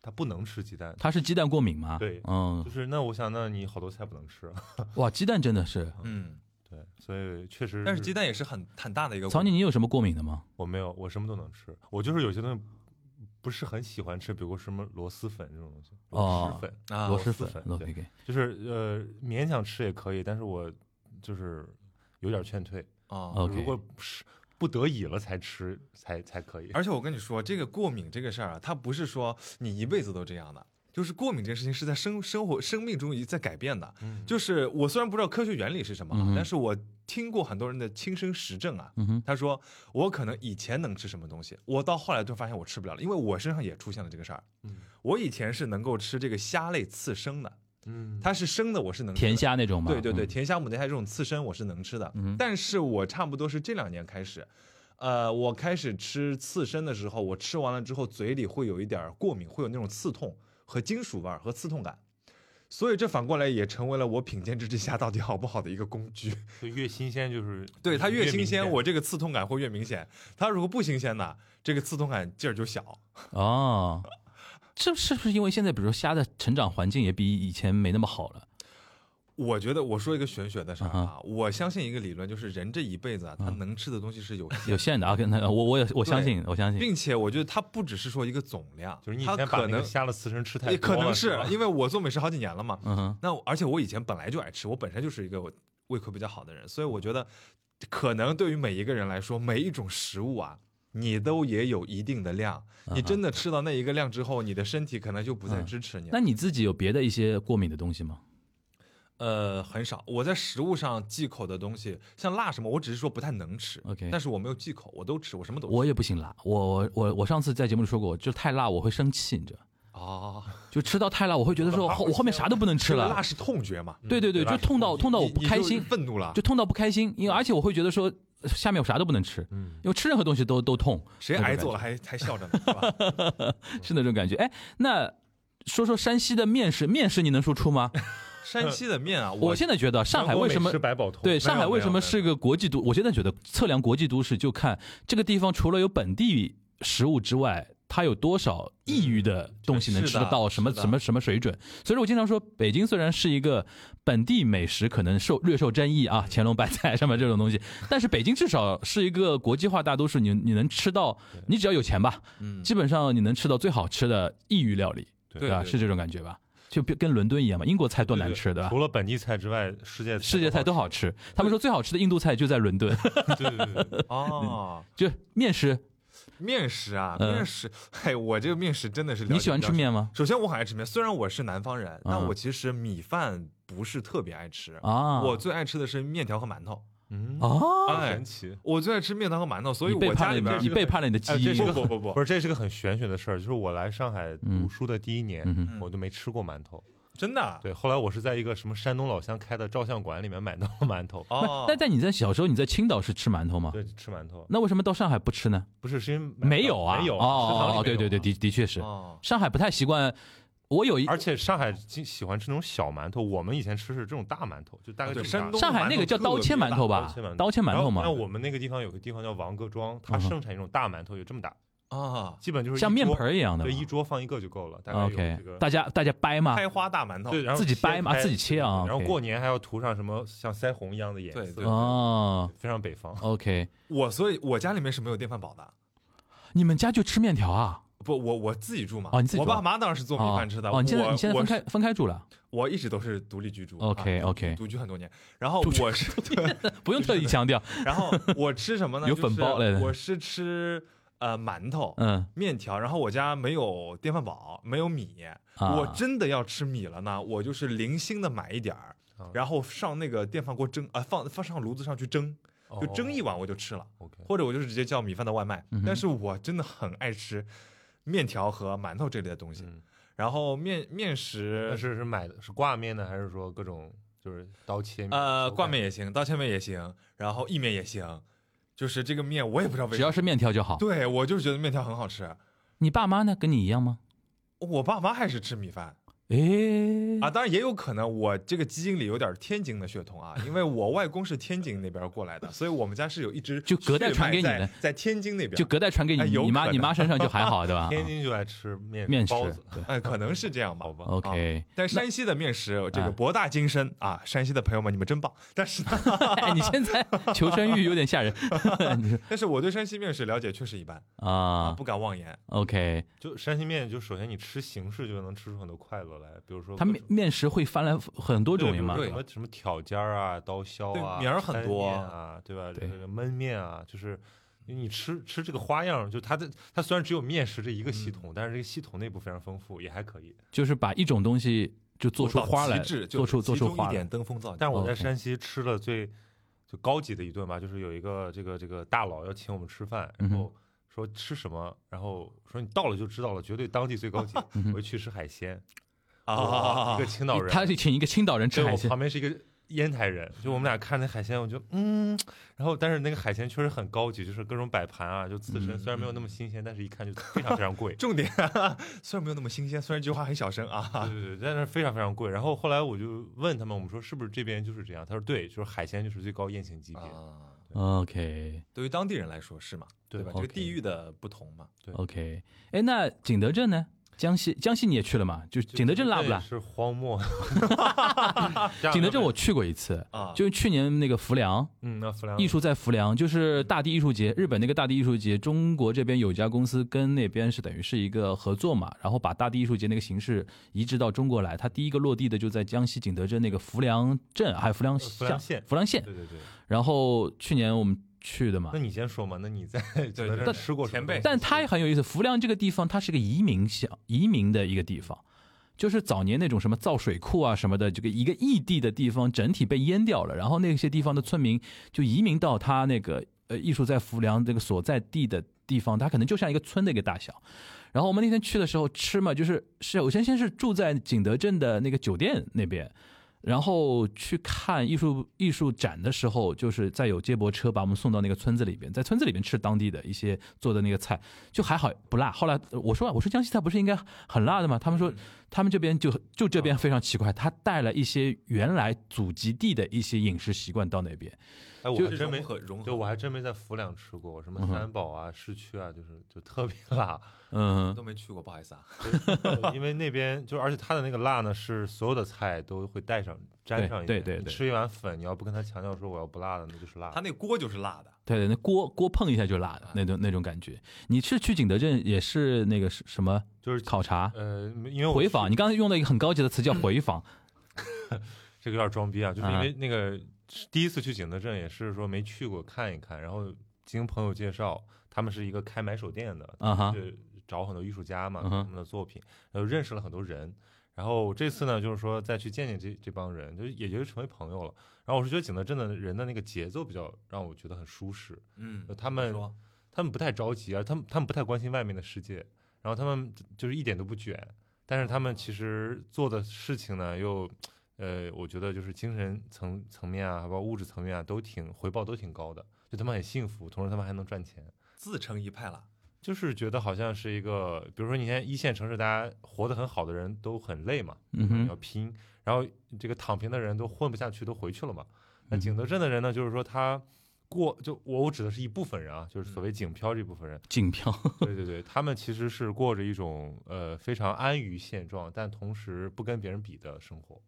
Speaker 2: 他不能吃鸡蛋。
Speaker 3: 他是鸡蛋过敏吗？
Speaker 2: 对
Speaker 3: 嗯
Speaker 2: 就，是那我想，那你好多菜不能吃。
Speaker 3: 哇，鸡蛋真的是。
Speaker 1: 候，嗯，
Speaker 2: 对，所以确实。
Speaker 1: 但是鸡蛋也是很很大的一个。
Speaker 3: 曹宁，你有什么过敏的吗？
Speaker 2: 我没有，我什么都能吃。我就是有些东西不是很喜欢吃，比如什么螺蛳粉这种东西，螺
Speaker 3: 哦
Speaker 2: 蛳粉
Speaker 1: 啊，
Speaker 3: 螺
Speaker 2: 螺
Speaker 3: 蛳
Speaker 2: 蛳
Speaker 3: 粉
Speaker 2: 粉，
Speaker 3: 螺
Speaker 2: 对
Speaker 3: 蛳粉。
Speaker 2: 就是呃勉强吃也可以，但是我就是有点劝退。
Speaker 1: 啊。
Speaker 3: OK
Speaker 2: 如果是不得已了才吃，才才可以。
Speaker 1: 而且我跟你说，这个过敏这个事儿啊，它不是说你一辈子都这样的，就是过敏这件事情是在生生活生命中一在改变的。
Speaker 2: 嗯
Speaker 1: 就是我虽然不知道科学原理是什么啊，
Speaker 3: 嗯哼
Speaker 1: 但是我听过很多人的亲身实证啊。
Speaker 3: 嗯哼，
Speaker 1: 他说我可能以前能吃什么东西，我到后来就发现我吃不了了，因为我身上也出现了这个事儿。
Speaker 2: 嗯
Speaker 1: 我以前是能够吃这个虾类刺身的，
Speaker 2: 嗯，
Speaker 1: 它是生的，我是能吃的
Speaker 3: 甜。虾那种吗？
Speaker 1: 对对对，
Speaker 3: 嗯，
Speaker 1: 甜虾、牡丹虾这种刺身我是能吃的，但是我差不多是这两年开始，呃，我开始吃刺身的时候，我吃完了之后嘴里会有一点儿过敏，会有那种刺痛和金属味儿和刺痛感，所以这反过来也成为了我品鉴这只虾到底好不好的一个工具。
Speaker 2: 就越新鲜就是
Speaker 1: 对它越新
Speaker 2: 明
Speaker 1: 鲜，
Speaker 2: 显
Speaker 1: 我这个刺痛感会越明显；它如果不新鲜呢，这个刺痛感劲儿就小。
Speaker 3: 哦，这是不是因为现在比如说虾的成长环境也比以前没那么 好了？
Speaker 1: 我觉得我说一个玄学的事儿
Speaker 3: 嗯
Speaker 1: 啊，我相信一个理论，就是人这一辈子啊，他能吃的东西是有限
Speaker 3: 有限的啊，跟那我我也我相信，我相
Speaker 1: 的，
Speaker 3: 信。
Speaker 1: 并且我觉得它不只是说一个总量，
Speaker 2: 就是你以
Speaker 1: 它
Speaker 2: 前把
Speaker 1: 可
Speaker 2: 那个
Speaker 1: 能
Speaker 2: 虾的刺身吃太
Speaker 1: 也
Speaker 2: 多了，
Speaker 1: 可能是
Speaker 2: 吧
Speaker 1: 因为我做美食好几年了嘛。
Speaker 3: 嗯哼，
Speaker 1: 那我而且我以前本来就爱吃，我本身就是一个胃口比较好的人，所以我觉得可能对于每一个人来说，每一种食物啊。你都也有一定的量，你真的吃到那一个量之后，你的身体可能就不再支持你了。
Speaker 3: 那你自己有别的一些过敏的东西吗？
Speaker 1: 呃，很少。我在食物上忌口的东西，像辣什么，我只是说不太能吃。
Speaker 3: OK
Speaker 1: 但是我没有忌口，我都吃，我什么都吃。
Speaker 3: 我也不行辣，我我我我上次在节目里说过，就太辣我会生气，你知道，
Speaker 1: 啊，
Speaker 3: 就吃到太辣我会觉得说后我后面啥都不能吃
Speaker 1: 这个辣
Speaker 3: 了，
Speaker 1: 是痛觉嘛？
Speaker 3: 对对对，
Speaker 2: 对
Speaker 3: 就
Speaker 2: 辣
Speaker 3: 痛到痛到我
Speaker 1: 你
Speaker 3: 不
Speaker 1: 你
Speaker 3: 开
Speaker 1: 就
Speaker 3: 心，
Speaker 1: 愤怒了
Speaker 3: 就。痛到不开心，因为而且我会觉得说呃下面我啥都不能吃，
Speaker 2: 嗯
Speaker 3: 因为吃任何东西都都痛，
Speaker 1: 谁挨揍了还还笑 着呢？是吧
Speaker 2: 嗯
Speaker 3: 是那种感觉。哎，那说说山西的面食，面食你能说出吗？
Speaker 1: 山西的面啊，
Speaker 3: 我
Speaker 1: 我
Speaker 3: 现在觉得上海
Speaker 2: 全国
Speaker 3: 为什
Speaker 2: 美
Speaker 3: 么
Speaker 2: 食百宝通？
Speaker 3: 对上海为什
Speaker 1: 没
Speaker 3: 么
Speaker 1: 有
Speaker 3: 是个国际都？我现在觉得测量国际都市就看这个地方除了有本地食物之外，它有多少异域的东西能吃得到
Speaker 1: 嗯是的
Speaker 3: 什么
Speaker 1: 是的
Speaker 3: 什么什么水准。所以说我经常说，北京虽然是一个本地美食可能受略受争议啊，乾隆白菜 什么这种东西，但是北京至少是一个国际化大都市，你你能吃到，你只要有钱吧，
Speaker 1: 嗯，
Speaker 3: 基本上你能吃到最好吃的异域料理，
Speaker 1: 对
Speaker 3: 吧？
Speaker 1: 对
Speaker 3: 是这种感觉吧？就跟伦敦一样嘛，英国菜多难吃，对吧？
Speaker 2: 除了本地菜之外，世界
Speaker 3: 世界菜都好吃，他们说最好吃的印度菜就在伦 敦，
Speaker 2: 对对对对，
Speaker 3: 嗯
Speaker 1: 哦，
Speaker 3: 就面食。
Speaker 1: 面食啊，
Speaker 3: 嗯
Speaker 1: 面食，嘿，我这个面食真的是了解
Speaker 3: 你喜欢
Speaker 1: 比较
Speaker 3: 吃面吗？
Speaker 1: 首先，我很爱吃面，虽然我是南方人，但
Speaker 3: 嗯
Speaker 1: 我其实米饭不是特别爱吃。
Speaker 3: 啊，
Speaker 1: 我最爱吃的是面条和馒头，
Speaker 2: 嗯，
Speaker 3: 啊，
Speaker 2: 好
Speaker 1: 哎
Speaker 2: 神奇。
Speaker 1: 我最爱吃面条和馒头，所以
Speaker 3: 你背
Speaker 1: 我家
Speaker 3: 叛
Speaker 1: 里
Speaker 3: 了
Speaker 1: 边
Speaker 3: 你，你背叛了你的基
Speaker 2: 哎这
Speaker 3: 因
Speaker 2: 是。个
Speaker 1: 不不不
Speaker 2: 不
Speaker 1: 不，
Speaker 2: 是，这是个很玄学的事儿。就是我来上海
Speaker 3: 嗯
Speaker 2: 读书的第一年，
Speaker 3: 嗯哼
Speaker 2: 我就没吃过馒头。
Speaker 1: 真的
Speaker 2: 对，后来我是在一个什么山东老乡开的照相馆里面买到了馒头，
Speaker 1: 哦
Speaker 3: 那。但你在小时候你在青岛是吃馒头吗？
Speaker 2: 对，吃馒头。
Speaker 3: 那为什么到上海不吃呢？
Speaker 2: 不是，是因为买不到
Speaker 3: 没有啊，
Speaker 2: 没有
Speaker 3: 哦
Speaker 2: 食堂里
Speaker 3: 哦
Speaker 2: 没
Speaker 3: 哦，对
Speaker 2: 有
Speaker 3: 对对，
Speaker 2: 啊
Speaker 3: 的的确是，
Speaker 1: 哦，
Speaker 3: 上海不太习惯。我有一
Speaker 2: 而且上海喜喜欢吃那种小馒头，我们以前吃是这种大馒头，就大概
Speaker 1: 啊对
Speaker 2: 这么
Speaker 1: 山
Speaker 2: 大
Speaker 1: 东
Speaker 3: 上海那个叫刀切馒头吧
Speaker 2: 刀切馒头，
Speaker 3: 刀切馒头嘛
Speaker 2: 那，我们那个地方有个地方叫王各庄，它
Speaker 3: 嗯哼
Speaker 2: 盛产一种大馒头，有这么大，
Speaker 1: 啊，
Speaker 2: 基本就是一
Speaker 3: 像面
Speaker 2: 桌
Speaker 3: 盆儿一样的
Speaker 2: 对，
Speaker 3: 嘛
Speaker 2: 一桌放一个就够了，大概有
Speaker 3: OK，
Speaker 2: 这个。
Speaker 3: 大家大家掰嘛，
Speaker 1: 开花大馒头，
Speaker 2: 对，然后
Speaker 3: 自己掰
Speaker 2: 切
Speaker 3: 嘛，
Speaker 2: 开
Speaker 3: 自己切啊。
Speaker 2: 然后
Speaker 3: OK
Speaker 2: 过年还要涂上什么像腮红一样的颜
Speaker 1: 对
Speaker 2: 色
Speaker 1: 对，
Speaker 3: 哦
Speaker 2: 非常北 方。
Speaker 3: ，OK，
Speaker 1: 我所以我家里面是没有电饭煲的，
Speaker 3: 你们家就吃面条啊？
Speaker 1: 不，我我自己住嘛，
Speaker 3: 哦你自己
Speaker 1: 我
Speaker 3: 住啊
Speaker 1: 爸妈当然是做米
Speaker 3: 哦
Speaker 1: 饭吃的，
Speaker 3: 哦，你现在
Speaker 1: 我
Speaker 3: 你现在分
Speaker 1: 我
Speaker 3: 开分开住了
Speaker 1: 我一直都是独立居住
Speaker 3: OK，
Speaker 1: 啊
Speaker 3: OK
Speaker 1: 独居很多年，然后
Speaker 3: 独居
Speaker 1: 我是，
Speaker 3: 不用特意强调。
Speaker 1: 然后我吃什么呢？
Speaker 3: 有
Speaker 1: 就是
Speaker 3: 粉包来的
Speaker 1: 我是吃呃馒头，
Speaker 3: 嗯，
Speaker 1: 面条，然后我家没有电饭煲，没有米，
Speaker 3: 啊
Speaker 1: 我真的要吃米了呢，我就是零星的买一点儿
Speaker 2: 啊，
Speaker 1: 然后上那个电饭锅蒸啊、放放上炉子上去蒸，就蒸一
Speaker 2: 哦
Speaker 1: 碗我就吃了，
Speaker 2: OK，
Speaker 1: 或者我就是直接叫米饭的外卖。
Speaker 3: 嗯哼
Speaker 1: 但是我真的很爱吃面条和馒头这类的东西，
Speaker 2: 嗯，
Speaker 1: 然后面面
Speaker 2: 那
Speaker 1: 食。
Speaker 2: 是是买的是挂面呢，还是说各种就是刀
Speaker 3: 嗯
Speaker 2: 切面？
Speaker 1: 呃，
Speaker 2: 手
Speaker 1: 挂
Speaker 2: 擀
Speaker 1: 面也行，刀切面也行，然后意面也行，就是这个面我也不知道为
Speaker 3: 只
Speaker 1: 什
Speaker 3: 要
Speaker 1: 么，
Speaker 3: 是面条就好。
Speaker 1: 对我就是觉得面条很好吃。
Speaker 3: 你爸妈呢？跟你一样吗？
Speaker 1: 我爸妈还是吃米饭，
Speaker 3: 诶，
Speaker 1: 啊，当然也有可能我这个基因里有点天津的血统 啊，因为我外公是天津那边过来的，所以我们家是有一支
Speaker 3: 就隔
Speaker 1: 血
Speaker 3: 代
Speaker 1: 脉
Speaker 3: 传给你
Speaker 1: 在
Speaker 3: 的
Speaker 1: 在天津那边，
Speaker 3: 就隔代传给你，
Speaker 1: 哎有
Speaker 3: 你妈
Speaker 1: 可能
Speaker 3: 你妈身上就还好，对吧？
Speaker 2: 天津就爱吃面
Speaker 3: 啊面食
Speaker 2: 包子，
Speaker 3: 对
Speaker 1: 哎，可能是这样吧
Speaker 2: 好。吧？
Speaker 3: ，OK。
Speaker 1: 但山西的面食，这
Speaker 3: 哦啊
Speaker 1: 个博大精深啊！山西的朋友们，你们真 棒。但是呢，
Speaker 3: 哎，你现在求生欲有点吓人你说
Speaker 1: 但是我对山西面食了解确实一般啊，
Speaker 3: 啊
Speaker 1: 不敢妄言。
Speaker 3: ，OK。
Speaker 2: 就山西面，就首先你吃形式就能吃出很多快乐来，比如说
Speaker 3: 它面面食会翻来很多
Speaker 2: 各
Speaker 3: 种
Speaker 2: 对比如
Speaker 3: 嘛
Speaker 2: 说，什么什么挑尖儿啊、刀削啊、
Speaker 1: 对名儿很
Speaker 2: 摊
Speaker 1: 多
Speaker 2: 面啊，对吧？
Speaker 3: 对
Speaker 2: 这个焖面啊，就是。你吃吃这个花样，就它的它虽然只有面食这一个系统，但是这个系统内部非常丰富，也还可以。
Speaker 3: 就是把一种东西就做出
Speaker 1: 到
Speaker 3: 花来，
Speaker 1: 极致
Speaker 3: 做
Speaker 1: 就
Speaker 3: 出
Speaker 1: 是
Speaker 3: 做
Speaker 1: 其
Speaker 3: 出
Speaker 1: 中
Speaker 3: 花
Speaker 1: 一
Speaker 3: 来
Speaker 1: 点登峰造极。
Speaker 2: 但我在
Speaker 3: OK
Speaker 2: 山西吃了最就高级的一顿吧，就是有一个这个这个大佬要请我们吃饭，
Speaker 3: 嗯
Speaker 2: 然
Speaker 3: 哼
Speaker 2: 后说吃什么，然后说你到了就知道了，绝对当地最高级。我就去吃海鲜，
Speaker 1: 啊。
Speaker 2: 一个，青岛人，
Speaker 3: 嗯他是请一个青岛人吃
Speaker 2: 对
Speaker 3: 海
Speaker 2: 我
Speaker 3: 鲜
Speaker 2: 旁边是一个烟台人，就我们俩看那海鲜，我就嗯，然后但是那个海鲜确实很高级，就是各种摆盘啊，就刺
Speaker 3: 嗯
Speaker 2: 身，虽然没有那么新鲜，但是一看就非常非常贵
Speaker 1: 重点虽然没有那么新鲜，虽然这句话很小声 啊，
Speaker 2: 对对对，但是非常非常贵。然后后来我就问他们，我们说是不是这边就是这样？他说对，就是海鲜就是最高宴请级别。
Speaker 1: 啊，
Speaker 3: ，OK
Speaker 1: 对于当地人来说是嘛，对
Speaker 2: 对
Speaker 1: 吧？这个
Speaker 3: OK
Speaker 1: 地域的不同嘛，
Speaker 2: 对
Speaker 3: OK。哎，那景德镇呢？江西江西你也去了嘛？就景德镇辣不辣？
Speaker 2: 是荒漠。
Speaker 3: 景德镇我去过一次，
Speaker 1: 啊，
Speaker 3: 就是去年那个浮梁，
Speaker 2: 嗯，那浮梁
Speaker 3: 艺术在浮梁，就是大地艺术节，日本那个大地艺术节，中国这边有一家公司跟那边是等于是一个合作嘛，然后把大地艺术节那个形式移植到中国来。它第一个落地的就在江西景德镇那个浮梁镇，还有浮梁
Speaker 2: 呃浮梁县
Speaker 3: 浮梁县。
Speaker 2: 对对对。
Speaker 3: 然后去年我们去的嘛
Speaker 2: 那，你先说嘛，那你在景德
Speaker 1: 对
Speaker 2: 镇吃过什么
Speaker 1: 前辈
Speaker 2: 东西
Speaker 3: 但它也很有意思。浮梁这个地方，它是个移民乡，移民的一个地方。就是早年那种什么造水库啊什么的，这个一个异地的地方整体被淹掉了，然后那些地方的村民就移民到他那个呃艺术在浮梁这个所在地的地方，它可能就像一个村的一个大小。然后我们那天去的时候吃嘛，就是是首先先是住在景德镇的那个酒店那边，然后去看艺术艺术展的时候，就是再有接驳车把我们送到那个村子里边，在村子里边吃当地的一些
Speaker 1: 嗯
Speaker 3: 做的那个菜，就还好不辣。后来呃我说啊我说江西菜不是应该很辣的吗？他们说他们这边就就这边非常奇怪，他带了一些原来祖籍地的一些饮食习惯到那边，
Speaker 2: 哎，我
Speaker 3: 就
Speaker 2: 还真没
Speaker 1: 融合融合
Speaker 2: 对我还真没在浮梁吃过，什么
Speaker 3: 嗯哼
Speaker 2: 三宝啊、市区啊，就是就特别 辣，
Speaker 3: 嗯
Speaker 1: 都没去过，不好意思啊。
Speaker 2: 对因为那边就是，而且它的那个辣呢，是所有的菜都会带上沾上一
Speaker 3: 对
Speaker 2: 点。
Speaker 3: 对对
Speaker 2: 你
Speaker 3: 对
Speaker 2: 吃一碗粉，你要不跟他强调说我要不辣的，那就是辣
Speaker 1: 他。那锅就是辣的，
Speaker 3: 对对，那锅锅碰一下就辣的那种那种感觉。你是去景德镇也是那个是什么
Speaker 2: 就是
Speaker 3: 考察
Speaker 2: 呃，因为我
Speaker 3: 回
Speaker 2: 去
Speaker 3: 访？你刚才用了一个很高级的词叫回访，
Speaker 2: 这个有点装逼啊，就是因
Speaker 3: 啊
Speaker 2: 为那个第一次去景德镇也是说没去过看一看，然后经朋友介绍，他们是一个开买手店的，
Speaker 3: 啊哈，
Speaker 2: 去找很多艺术家嘛，
Speaker 3: 嗯哼
Speaker 2: 他们的作品，然后认识了很多人。然后这次呢，就是说再去见见这这帮人，就也就是成为朋友了。然后我是觉得景德镇的人的那个节奏比较让我觉得很舒适，
Speaker 1: 嗯
Speaker 2: 他们
Speaker 1: 说
Speaker 2: 他们不太着急啊，他们他们不太关心外面的世界，然后他们就是一点都不卷，但是他们其实做的事情呢，又呃，我觉得就是精神层层面啊，包括物质层面啊，都挺回报都挺高的，就他们很幸福，同时他们还能赚钱，
Speaker 1: 自成一派了，
Speaker 2: 就是觉得好像是一个，比如说你现在一线城市，大家活得很好的人都很累嘛，
Speaker 3: 嗯
Speaker 2: 你要
Speaker 3: 哼，
Speaker 2: 拼，然后这个躺平的人都混不下去，都回去了嘛。那
Speaker 3: 嗯
Speaker 2: 景德镇的人呢，就是说他过就我我指的是一部分人啊，就是所谓
Speaker 3: 嗯
Speaker 2: 景漂这部分人，
Speaker 3: 景漂，
Speaker 2: 对对对，他们其实是过着一种呃非常安于现状，但同时不跟别人比的生活。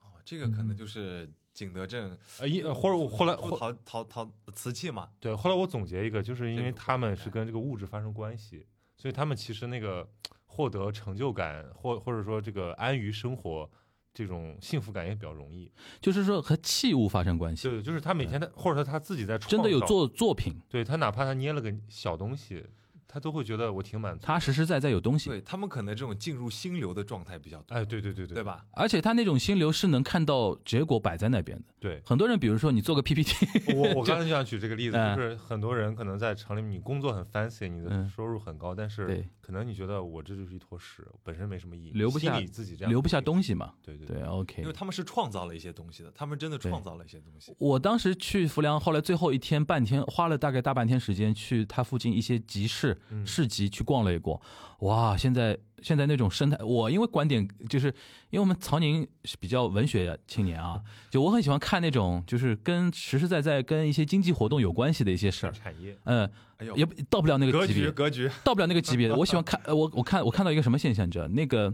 Speaker 1: 哦，这个可能就是景德镇
Speaker 2: 呃，一呃或者我后来
Speaker 1: 出
Speaker 2: 后
Speaker 1: 陶陶陶瓷器嘛，
Speaker 2: 对后来我总结一个，就是因
Speaker 1: 这
Speaker 2: 为
Speaker 1: 个
Speaker 2: 他们是跟这个物质发生关系，所以他们其实那个获得成就感或或者说这个安于生活这种幸福感也比较容易。
Speaker 3: 就是说和器物发生关系，
Speaker 2: 对，就是他每天他或者说他自己在创
Speaker 3: 真的有
Speaker 2: 造，
Speaker 3: 做作品，
Speaker 2: 对他哪怕他捏了个小东西，他都会觉得我挺满足。
Speaker 3: 它实实在在有东西，
Speaker 1: 对他们可能这种进入心流的状态比较多，
Speaker 2: 哎，对对对对
Speaker 1: 对吧？
Speaker 3: 而且它那种心流是能看到结果摆在那边的。
Speaker 2: 对，
Speaker 3: 很多人，比如说你做个 PPT，
Speaker 2: 我我刚才就想举这个例子，
Speaker 3: 嗯
Speaker 2: 就是很多人可能在城里，你工作很 fancy，你的
Speaker 3: 嗯
Speaker 2: 收入很高，但是
Speaker 3: 对，
Speaker 2: 可能你觉得我这就是一坨屎，本身没什么意义，
Speaker 3: 留不下
Speaker 2: 心里自己这样
Speaker 3: 留不下
Speaker 2: 西。
Speaker 3: 东西嘛。
Speaker 2: 对对
Speaker 3: 对
Speaker 1: 因为
Speaker 3: ，OK。
Speaker 1: 他们是创造了一些东西的，他们真的创造了一些东西。
Speaker 3: 我当时去浮梁，后来最后一天半天，花了大概大半天时间去它附近一些集市、
Speaker 2: 嗯
Speaker 3: 市集去逛了一逛。哇，现在现在那种生态，我因为观点就是因为我们曹宁是比较文学青年啊，就我很喜欢看那种就是跟实实在在跟一些经济活动有关系的一些事儿。
Speaker 2: 产业，
Speaker 3: 嗯，
Speaker 1: 哎呦，
Speaker 3: 也不到不了那个
Speaker 1: 格
Speaker 3: 级
Speaker 1: 局
Speaker 3: 别，
Speaker 1: 格局，
Speaker 3: 到不了那个级别的。我喜欢看，呃，我我看我看到一个什么现象，你知道？那个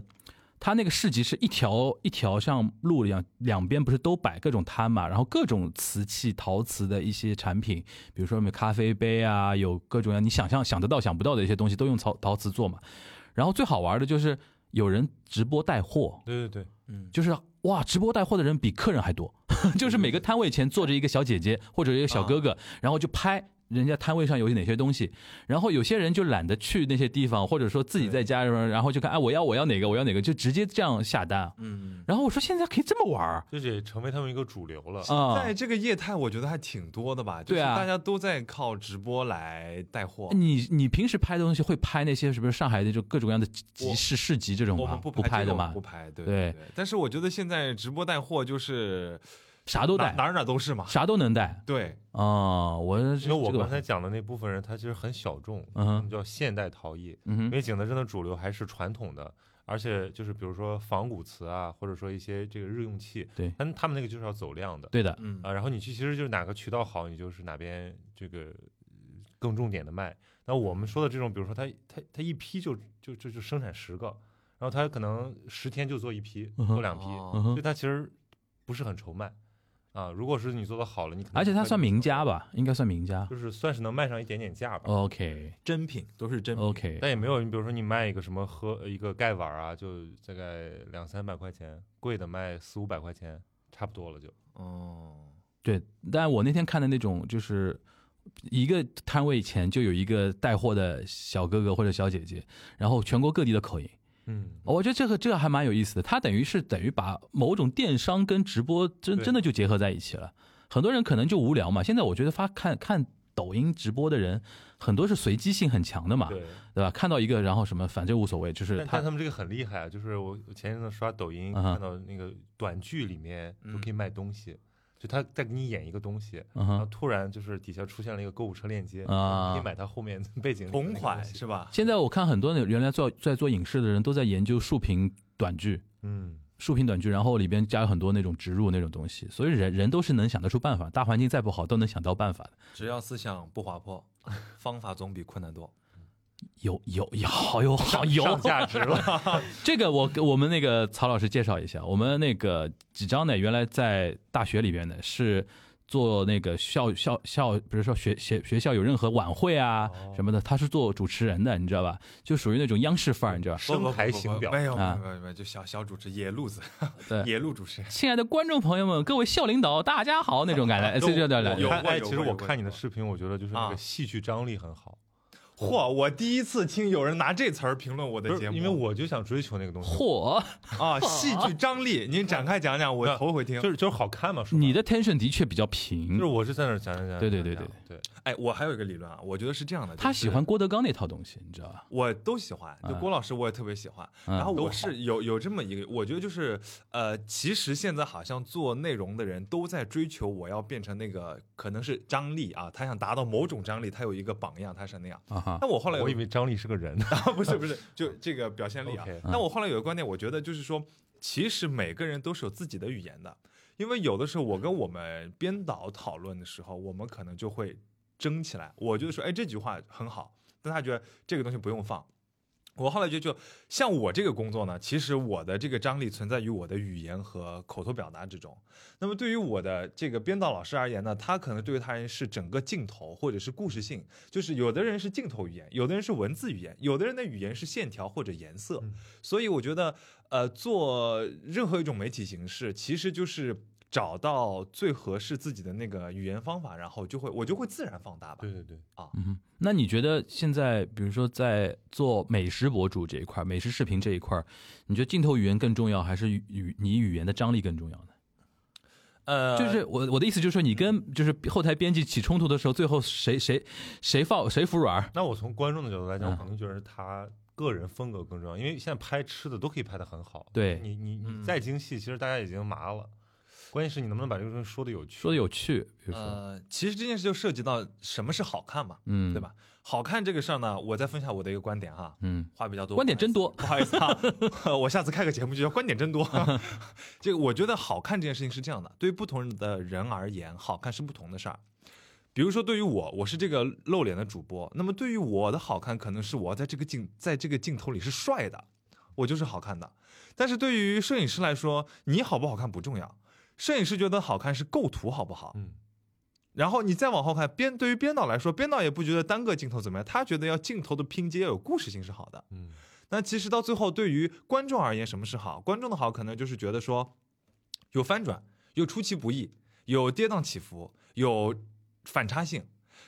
Speaker 3: 他那个市集是一条一条像路一样，两边不是都摆各种摊嘛，然后各种瓷器、陶瓷的一些产品，比如说什么咖啡杯啊，有各种样你想象想得到、想不到的一些东西，都用陶陶瓷做嘛。然后最好玩的就是有人直播带货，
Speaker 2: 对对对，
Speaker 1: 嗯，
Speaker 3: 就是哇，直播带货的人比客人还多， 就是每个
Speaker 1: 嗯
Speaker 3: 摊位前坐着一个小姐姐或者一个小哥
Speaker 1: 啊
Speaker 3: 哥，然后就拍人家摊位上有哪些东西，然后有些人就懒得去那些地方，或者说自己在家，然后就看哎，我要我要哪个我要哪个，就直接这样下单。
Speaker 1: 嗯，
Speaker 3: 然后我说现在可以这么玩儿
Speaker 2: 这也成为他们一个主流了。
Speaker 3: 啊
Speaker 1: 在！这个业态，我觉得还挺多的吧，就是
Speaker 3: 对啊
Speaker 1: 大家都在靠直播来带货。
Speaker 3: 啊你你平时拍的东西会拍那些什么上海那种各种各样的集市市集这种
Speaker 1: 我
Speaker 3: 吗？
Speaker 1: 们不这
Speaker 3: 拍的
Speaker 1: 种
Speaker 3: 吗
Speaker 1: 不？拍，对
Speaker 3: 对
Speaker 1: 对。但是我觉得现在直播带货就是
Speaker 3: 啥都
Speaker 1: 哪
Speaker 3: 带
Speaker 1: 哪，儿哪儿都是嘛。
Speaker 3: 啥都能带
Speaker 1: 对，
Speaker 3: 啊！我
Speaker 2: 因为
Speaker 3: 这
Speaker 2: 我
Speaker 3: 这个
Speaker 2: 刚才讲的那部分人，他其实很小众，
Speaker 3: 嗯哼
Speaker 2: 他们叫现代陶艺。
Speaker 3: 嗯
Speaker 2: 因
Speaker 3: 哼
Speaker 2: 为景德镇的主流还是传统的，而且就是比如说仿古瓷啊，或者说一些这个日用器，
Speaker 3: 对
Speaker 2: 但他们那个就是要走量的。
Speaker 3: 对的，
Speaker 1: 嗯，
Speaker 2: 啊，然后你去其实就是哪个渠道好，你就是哪边这个呃更重点的卖。那我们说的这种，比如说他他他一批就就就就生产十个，然后他可能十天就做一批，
Speaker 3: 嗯哼
Speaker 2: 做两批，
Speaker 1: 哦
Speaker 3: 嗯
Speaker 2: 所
Speaker 3: 哼
Speaker 2: 以。他其实不是很愁卖啊。如果是你做的好了，你可能
Speaker 3: 而且他
Speaker 2: 会
Speaker 3: 算名家，吧，哦应该算名家。
Speaker 2: 嗯就是算是能卖上一点点价吧。
Speaker 3: OK
Speaker 1: 真品都是真品。
Speaker 3: OK，
Speaker 2: 但也没有，你比如说你卖一个什么喝一个盖碗儿啊，就大概两三百块钱，贵的卖四五百块钱，差不多了
Speaker 3: 嗯
Speaker 2: 就。
Speaker 1: 哦，
Speaker 3: 对，但我那天看的那种就是。一个摊位前就有一个带货的小哥哥或者小姐姐，然后全国各地的口音，
Speaker 2: 嗯，
Speaker 3: 我觉得这个这个还蛮有意思的。他等于是等于把某种电商跟直播真
Speaker 2: 对
Speaker 3: 真的就结合在一起了。很多人可能就无聊嘛，现在我觉得发看看抖音直播的人很多是随机性很强的嘛，
Speaker 2: 对。
Speaker 3: 对吧？看到一个然后什么反正无所谓，就是
Speaker 2: 但
Speaker 3: 他
Speaker 2: 但他们这个很厉害啊，就是我我前一阵子刷抖音
Speaker 3: 啊哈
Speaker 1: 嗯
Speaker 2: 看到那个短剧里面都可以卖东西，就他在给你演一个东西，
Speaker 3: 嗯
Speaker 2: 然后
Speaker 3: 哼，
Speaker 2: 突然就是底下出现了一个购物车链接
Speaker 3: 啊
Speaker 2: 你买它后面背景里面
Speaker 1: 同
Speaker 2: 那个
Speaker 1: 款
Speaker 2: 东西
Speaker 1: 是吧？
Speaker 3: 现在我看很多那原来做在做影视的人都在研究竖屏短剧，
Speaker 2: 嗯，
Speaker 3: 竖屏短剧，然后里边加了很多那种植入那种东西，所以人人都是能想得出办法，大环境再不好都能想到办法的。
Speaker 1: 只要思想不滑坡，方法总比困难多。
Speaker 3: 有有有好有好有
Speaker 2: 上价值了，
Speaker 3: 这个我给我们那个曹老师介绍一下，我们那个几张呢，原来在大学里边呢是做那个校校校，比如说学学学校有任何晚会啊
Speaker 2: 哦
Speaker 3: 什么的，他是做主持人的，你知道吧？就属于那种央视范儿，你知道吧？
Speaker 2: 生台形表
Speaker 1: 不不不不没有没
Speaker 3: 啊
Speaker 1: 有没有没有，就小小主持野路子，
Speaker 3: 对
Speaker 1: 野路主持。
Speaker 3: 亲爱的观众朋友们，各位校领导，大家好那种感觉， 哎
Speaker 1: 有
Speaker 3: 这就叫
Speaker 1: 有
Speaker 2: 看
Speaker 1: 过
Speaker 2: 哎
Speaker 1: 有
Speaker 2: 其实
Speaker 1: 过
Speaker 2: 我
Speaker 1: 有过
Speaker 2: 看你
Speaker 1: 有
Speaker 2: 的
Speaker 1: 过
Speaker 2: 视频，我觉得就是那
Speaker 1: 啊
Speaker 2: 个戏剧张力很好，
Speaker 1: 嚯！我第一次听有人拿这词儿评论我
Speaker 2: 不
Speaker 1: 的
Speaker 2: 是
Speaker 1: 节目，
Speaker 2: 因为我就想追求那个东西，
Speaker 3: 嚯，
Speaker 1: 啊，戏剧张力，您展开讲讲，我
Speaker 2: 那
Speaker 1: 头回听。
Speaker 2: 就是就是好看嘛，说白
Speaker 3: 你
Speaker 2: 了
Speaker 3: 的 tension 的确比较
Speaker 2: 就是
Speaker 3: 平。
Speaker 2: 我是在那儿讲讲讲，
Speaker 3: 对对对
Speaker 2: 讲讲对，
Speaker 1: 哎，我还有一个理论啊，我觉得是这样的，
Speaker 3: 他
Speaker 1: 就是
Speaker 3: 喜欢，郭德纲那套东西，你知道吧？
Speaker 1: 我都喜欢，就
Speaker 3: 嗯
Speaker 1: 郭老师我也特别喜欢。
Speaker 3: 嗯
Speaker 1: 然后
Speaker 2: 都
Speaker 1: 我
Speaker 2: 好
Speaker 1: 是有有这么一个，我觉得就是呃，其实现在好像做内容的人都在追求我要变成那个可能是张力啊，他想达到某种张力，他有一个榜样，他是那样。
Speaker 3: 啊哈，
Speaker 1: 但我后来有
Speaker 2: 我以为张力是个 人，
Speaker 1: 啊不是不是，就这个表现力啊
Speaker 2: OK。
Speaker 3: 嗯
Speaker 1: 那我后来有个观点，我觉得就是说，其实每个人都是有自己的语言的，因为有的时候我跟我们编导讨论的时候，我们可能就会争起来。我觉得说，哎，这句话很好，但他觉得这个东西不用放。我后来就就像我这个工作呢，其实我的这个张力存在于我的语言和口头表达之中。那么对于我的这个编导老师而言呢，他可能对于他人是整个镜头或者是故事性，就是有的人是镜头语言，有的人是文字语言，有的人的语言是线条或者颜色。
Speaker 2: 嗯
Speaker 1: 所以我觉得，呃，做任何一种媒体形式，其实就是找到最合适自己的那个语言方法，然后就会我就会自然放大吧
Speaker 2: 对。对对，
Speaker 3: 嗯哼，那你觉得现在，比如说在做美食博主这一块儿、美食视频这一块儿，你觉得镜头语言更重要，还是语语你语言的张力更重要呢？
Speaker 1: 呃，
Speaker 3: 就是我我的意思就是说，你跟就是后台编辑起冲突的时候，最后谁谁谁放谁服软儿？
Speaker 2: 那我从观众的角度来讲，我
Speaker 3: 嗯
Speaker 2: 可能觉得他个人风格更重要，因为现在拍吃的都可以拍得很好。
Speaker 3: 对
Speaker 2: 你你
Speaker 1: 嗯
Speaker 2: 你再精细，其实大家已经麻了。关键是你能不能把这个东西说的有趣。
Speaker 3: 说的有趣，比如说，
Speaker 1: 呃，其实这件事就涉及到什么是好看嘛，
Speaker 3: 嗯，
Speaker 1: 对？吧？好看这个事儿呢，我再分享我的一个观点哈。
Speaker 3: 嗯，
Speaker 1: 话比较多，
Speaker 3: 观点真多
Speaker 1: 不好意思啊，我下次开个节目就叫观点真多。 这个我觉得好看这件事情是这样的，对于不同的人而言，好看是不同的事儿。比如说，对于我，我是这个露脸的主播，那么对于我的好看，可能是我在这个镜在这个镜头里是帅的，我就是好看的。但是对于摄影师来说，你好不好看不重要，摄影师觉得好看是构图好不好，
Speaker 2: 嗯，
Speaker 1: 然后你再往后看，编对于编导来说，编导也不觉得单个镜头怎么样，他觉得要镜头的拼接要有故事性是好的。
Speaker 2: 嗯，
Speaker 1: 那其实到最后，对于观众而言，什么是好？观众的好可能就是觉得说，有翻转，有出其不意，有跌宕起伏，有反差性。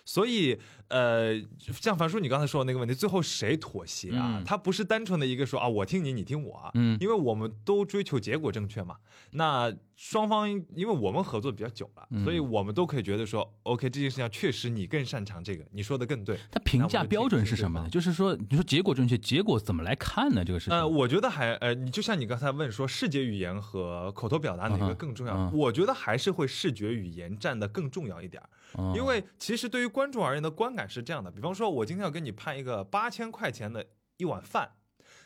Speaker 1: 所以，呃，像樊叔你刚才说的那个问题，最后谁妥协啊？
Speaker 3: 嗯
Speaker 1: 他不是单纯的一个说啊，我听你，你听我啊，
Speaker 3: 嗯
Speaker 1: 因为我们都追求结果正确嘛。那双方因为我们合作比较久了，
Speaker 3: 嗯
Speaker 1: 所以我们都可以觉得说，OK，这件事情确实你更擅长这个，你说的更对。
Speaker 3: 它评价标准是什么
Speaker 1: 那我
Speaker 3: 呢？
Speaker 1: 们
Speaker 3: 就是说，你说结果正确，结果怎么来看呢？这个事情，
Speaker 1: 呃，我觉得还呃，你就像你刚才问说，视觉语言和口头表达哪
Speaker 3: 嗯
Speaker 1: 个
Speaker 3: 哼
Speaker 1: 更重要？
Speaker 3: 嗯
Speaker 1: 我觉得还是会视觉语言占的更重要一点儿，
Speaker 3: 嗯
Speaker 1: 因为其实对于观众而言的观感是这样的：，比方说，我今天要跟你拍一个八千块钱的一碗饭，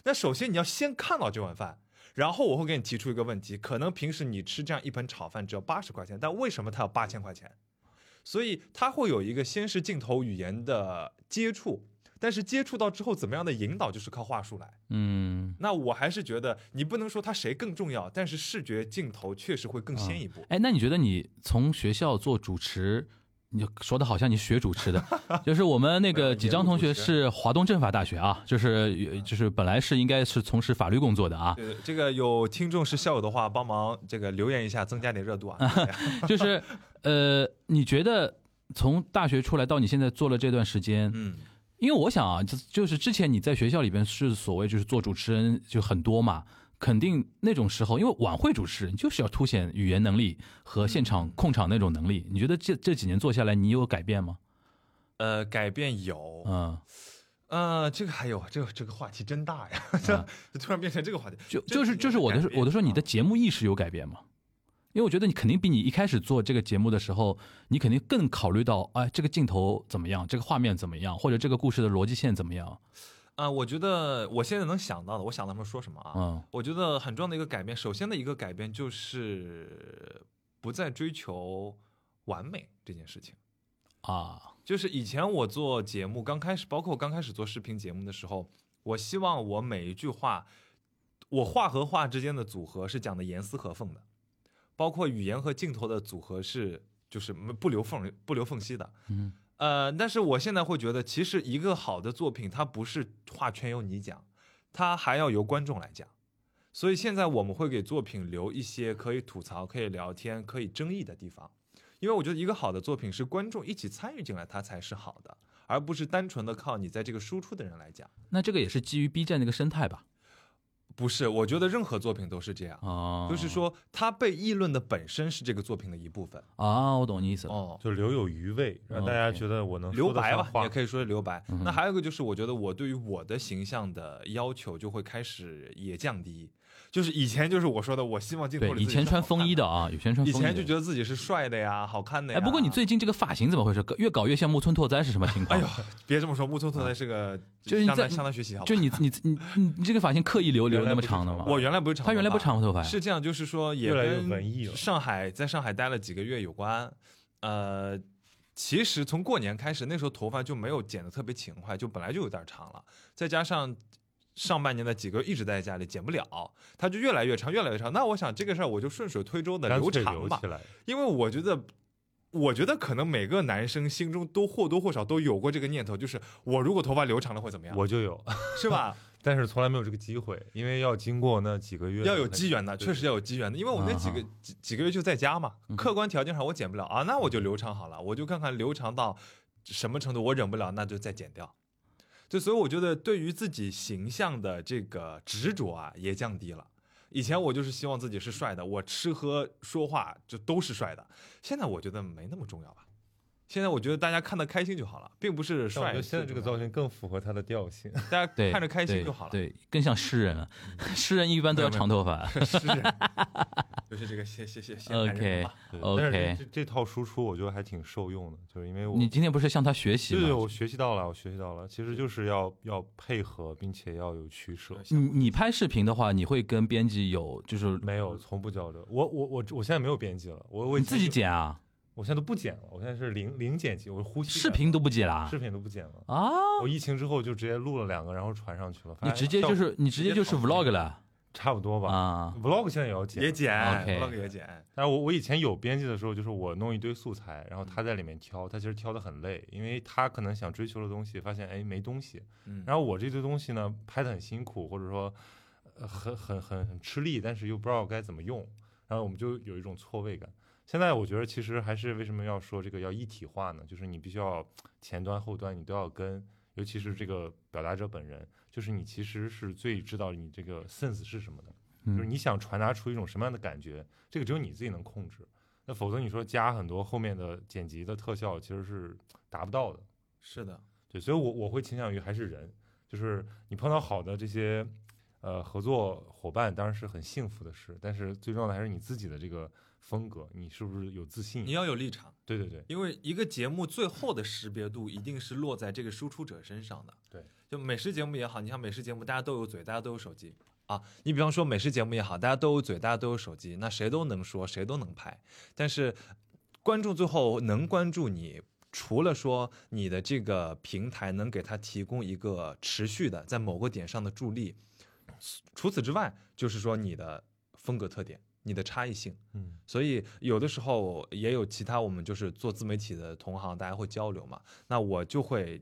Speaker 1: 那首先你要先看到这碗饭。然后我会给你提出一个问题，可能平时你吃这样一盆炒饭只要八十块钱，但为什么它要八千块钱？所以它会有一个先是镜头语言的接触，但是接触到之后怎么样的引导就是靠话术来。
Speaker 3: 嗯。
Speaker 1: 那我还是觉得你不能说它谁更重要，但是视觉镜头确实会更先一步。
Speaker 3: 哎，那你觉得你从学校做主持，你说的好像你学主 持的，就是我们那
Speaker 1: 没有
Speaker 3: 个几
Speaker 1: 研
Speaker 3: 张
Speaker 1: 究
Speaker 3: 同
Speaker 1: 主
Speaker 3: 学
Speaker 1: 持
Speaker 3: 是华东政法大学啊，就是就是本来是应该是从事法律工作的啊，
Speaker 1: 对，这个有听众是校友的话，帮忙这个留言一下，增加点热度啊。
Speaker 3: 嗯 就是呃，你觉得从大学出来到你现在做了这段时间，
Speaker 1: 嗯，
Speaker 3: 因为我想啊，就就是之前你在学校里边是所谓就是做主持人就很多嘛，肯定那种时候，因为晚会主持人就是要凸显语言能力和现
Speaker 1: 嗯
Speaker 3: 场控场那种能力，你觉得这这几年做下来你有改变吗？
Speaker 1: 呃，改变有，
Speaker 3: 嗯。
Speaker 1: 呃，这个还有，这个这个话题真大 呀，这、
Speaker 3: 啊
Speaker 1: 突然变成这个话题。
Speaker 3: 就
Speaker 1: 这
Speaker 3: 就
Speaker 1: 几
Speaker 3: 是
Speaker 1: 年
Speaker 3: 就是
Speaker 1: 的
Speaker 3: 我
Speaker 1: 改
Speaker 3: 的是
Speaker 1: 变
Speaker 3: 我的说，你
Speaker 1: 啊
Speaker 3: 的节目意识有改变吗？因为我觉得你肯定比你一开始做这个节目的时候，你肯定更考虑到，哎，这个镜头怎么样，这个画面怎么样，或者这个故事的逻辑线怎么样，
Speaker 1: 啊，我觉得我现在能想到的，我想到什么说什么啊。
Speaker 3: 嗯
Speaker 1: 我觉得很重要的一个改变，首先的一个改变就是不再追求完美这件事情。
Speaker 3: 啊，
Speaker 1: 就是以前我做节目刚开始，包括我刚开始做视频节目的时候，我希望我每一句话，我话和话之间的组合是讲的严丝合缝的，包括语言和镜头的组合是就是不留缝不留缝隙的。
Speaker 3: 嗯
Speaker 1: 呃，但是我现在会觉得，其实一个好的作品，它不是话全由你讲，它还要由观众来讲。所以现在我们会给作品留一些可以吐槽、可以聊天、可以争议的地方，因为我觉得一个好的作品是观众一起参与进来，它才是好的，而不是单纯的靠你在这个输出的人来讲。
Speaker 3: 那这个也是基于 B 站那个生态吧？
Speaker 1: 不是，我觉得任何作品都是这样，
Speaker 3: 啊，
Speaker 1: 就是说它被议论的本身是这个作品的一部分。
Speaker 3: 啊，我懂你意思了。
Speaker 1: 哦，
Speaker 2: 就留有余味，让大家觉得我能
Speaker 1: 留白吧，也
Speaker 2: 以。
Speaker 1: 可以说是留白。
Speaker 3: 嗯哼
Speaker 1: 那还有一个就是，我觉得我对于我的形象的要求就会开始也降低，就是以前就是我说的，我希望镜头
Speaker 3: 对，
Speaker 1: 里
Speaker 3: 以
Speaker 1: 自己
Speaker 3: 前
Speaker 1: 是
Speaker 3: 穿
Speaker 1: 好
Speaker 3: 风
Speaker 1: 看
Speaker 3: 衣的啊，以前穿
Speaker 1: 以
Speaker 3: 风衣的。
Speaker 1: 前就觉得自己是帅的呀，好看的呀。
Speaker 3: 哎，不过你最近这个发型怎么回事？越搞越像木村拓哉是什么情况？
Speaker 1: 哎呦别这么说，木村拓哉是个
Speaker 3: 啊就是你
Speaker 1: 向他
Speaker 3: 在
Speaker 1: 向他学习好吧
Speaker 3: 就你你你你你这个发型刻意留留那么长的吗？
Speaker 1: 我原来不是长头发，
Speaker 3: 他原来不长头发呀，
Speaker 1: 是这样，就是说也
Speaker 2: 哎越来越
Speaker 1: 跟
Speaker 2: 文艺了
Speaker 1: 上海在上海待了几个月有关。呃，其实从过年开始，那时候头发就没有剪得特别勤快，就本来就有点长了，再加上。上半年的几个月一直待在家里，剪不了，它就越来越长，越来越长。那我想这个事儿，我就顺水推舟的
Speaker 2: 干
Speaker 1: 留
Speaker 2: 脆
Speaker 1: 长
Speaker 2: 留
Speaker 1: 吧
Speaker 2: 起，来，
Speaker 1: 因为我觉得，我觉得可能每个男生心中都或多或少都有过这个念头，就是我如果头发留长了会怎么样，
Speaker 2: 我就有，
Speaker 1: 是吧？
Speaker 2: 但是从来没有这个机会，因为要经过那几个月的
Speaker 1: 要有
Speaker 2: 那个
Speaker 1: 机缘的，
Speaker 2: 对
Speaker 1: 确实要有机缘的，因为我那几个
Speaker 3: 啊
Speaker 1: 几几个月就在家嘛
Speaker 3: 嗯，
Speaker 1: 客观条件上我减不了啊，那我就留长好了，我就看看留长到什么程度，我忍不了，那就再减掉。就所以我觉得对于自己形象的这个执着啊，也降低了。以前我就是希望自己是帅的，我吃喝说话就都是帅的。现在我觉得没那么重要吧。现在我觉得大家看得开心就好了，并不是
Speaker 2: 但我
Speaker 1: 帅
Speaker 2: 觉
Speaker 1: 最重要的。
Speaker 2: 得现在这个造型更符合他的调 性。
Speaker 1: 大家
Speaker 3: 对，
Speaker 1: 看着开心
Speaker 3: 对
Speaker 1: 就好了。嗯
Speaker 3: 对，更像诗人了。 诗人一般都要长头发。
Speaker 1: 是，就是这个谢谢谢谢。
Speaker 3: OK
Speaker 2: 对
Speaker 3: OK
Speaker 2: 但是这这套输出我觉得还挺受用的，就是因为我
Speaker 3: 你今天不是向他学习
Speaker 2: 对对，
Speaker 3: 吗？
Speaker 2: 我学习到了，我学习到了，其实就是要要配合，并且要有取舍。
Speaker 3: 你你拍视频的话，你会跟编辑有就是
Speaker 2: 没有，从不交流。我我我我现在没有编辑了，我我
Speaker 3: 嗯你自己，剪啊，
Speaker 2: 我现在都不剪了，我现在是零零剪辑，我呼吸啊
Speaker 3: 视频都啊不剪啦
Speaker 2: 视频都不剪了。
Speaker 3: 啊？
Speaker 2: 我疫情之后就直接录了两个，然后传上去了。发
Speaker 3: 你
Speaker 2: 现
Speaker 3: 直接
Speaker 2: 效
Speaker 3: 就是你直接就是
Speaker 1: 直接跑
Speaker 3: vlog 了
Speaker 2: 差不多吧。
Speaker 3: 啊？
Speaker 2: vlog 现在也要剪，
Speaker 1: 也剪
Speaker 3: OK
Speaker 1: ，vlog 也剪，
Speaker 2: 但是我我以前有编辑的时候，就是我弄一堆素材，然后
Speaker 3: 嗯
Speaker 2: 他在里面挑，他其实挑的很累，因为他可能想追求的东西，发现哎没东西，
Speaker 1: 嗯
Speaker 2: 然后我这堆东西呢拍的很辛苦，或者说呃很很很很吃力，但是又不知道该怎么用，然后我们就有一种错位感。现在我觉得其实还是为什么要说这个要一体化呢？就是你必须要前端后端你都要跟，尤其是这个表达者本人，就是你其实是最知道你这个 sense 是什么的。就是
Speaker 3: 嗯
Speaker 2: 你想传达出一种什么样的感觉，这个只有你自己能控制。那否则你说加很多后面的剪辑的特效，其实是达不到的。
Speaker 1: 是的，
Speaker 2: 对，所以我我会倾向于还是人，就是你碰到好的这些呃合作伙伴，当然是很幸福的事，但是最重要的还是你自己的这个风格，你是不是有自信
Speaker 1: 你？要有立场，
Speaker 2: 对对对，
Speaker 1: 因为一个节目最后的识别度一定是落在这个输出者身上的。
Speaker 2: 对，
Speaker 1: 就美食节目也好，你像美食节目，大家都有嘴，大家都有手机啊。你比方说美食节目也好，大家都有嘴，大家都有手机，那谁都能说，谁都能拍，但是观众最后能关注你。除了说你的这个平台能给他提供一个持续的在某个点上的助力，除此之外，就是说你的风格特点、你的差异性，
Speaker 2: 嗯，
Speaker 1: 所以有的时候也有其他我们就是做自媒体的同行，大家会交流嘛。那我就会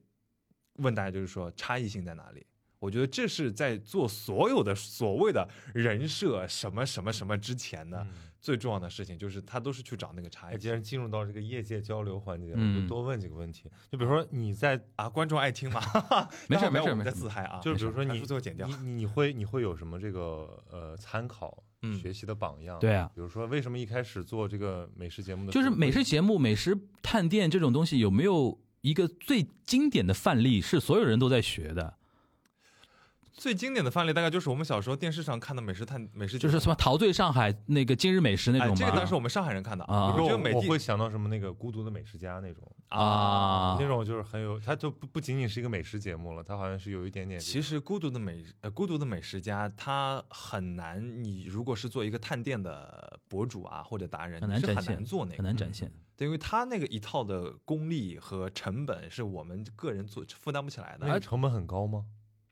Speaker 1: 问大家，就是说差异性在哪里？我觉得这是在做所有的所谓的人设什么什么什么之前呢，最重要的事情，就是他都是去找那个差
Speaker 2: 嗯哎，
Speaker 1: 异
Speaker 2: 既
Speaker 1: 性
Speaker 2: 然进入到这个业界交流环节了，我
Speaker 3: 嗯
Speaker 2: 就多问几个问题。就比如说你在
Speaker 1: 啊。观众爱听嘛，
Speaker 3: 没
Speaker 1: 当
Speaker 3: 事
Speaker 1: 然
Speaker 3: 没事
Speaker 1: 我们在
Speaker 3: 没事
Speaker 1: 自嗨啊，
Speaker 2: 就是比如说
Speaker 1: 没事
Speaker 2: 你
Speaker 1: 把最后剪掉
Speaker 2: 你你你会你会有什么这个呃参考
Speaker 1: 嗯
Speaker 2: 学习的榜样？
Speaker 3: 对啊，
Speaker 2: 比如说为什么一开始做这个美食节目的时
Speaker 3: 就
Speaker 2: 候会，
Speaker 3: 是美食节目、美食探店这种东西，有没有一个最经典的范例是所有人都在学的？
Speaker 1: 最经典的范例大概就是我们小时候电视上看的美食探美食节
Speaker 3: 就
Speaker 1: 目，
Speaker 3: 是什么陶醉上海那个今日美食那
Speaker 1: 哎，
Speaker 3: 种
Speaker 1: 这个当
Speaker 3: 吗
Speaker 1: 然是？我们上海人看的
Speaker 3: 啊
Speaker 1: 我觉得美
Speaker 2: 我
Speaker 1: 的
Speaker 2: 会想到什么那个孤独的美食家那种，
Speaker 3: 啊
Speaker 2: 那，种就是很有，它就不不仅仅是一个美食节目了，它好像是有一点点
Speaker 1: 其实《孤独的美》呃，《孤独的美食家》他很难，你如果是做一个探店的博主啊或者达人，
Speaker 3: 很
Speaker 1: 你
Speaker 3: 难
Speaker 1: 是
Speaker 3: 展
Speaker 1: 很
Speaker 3: 现
Speaker 1: 难做那
Speaker 3: 很
Speaker 1: 个，
Speaker 3: 难展现。
Speaker 1: 对，因为他那个一套的功力和成本是我们个人做负担不起来
Speaker 2: 那
Speaker 1: 的
Speaker 2: 个。成本很高吗？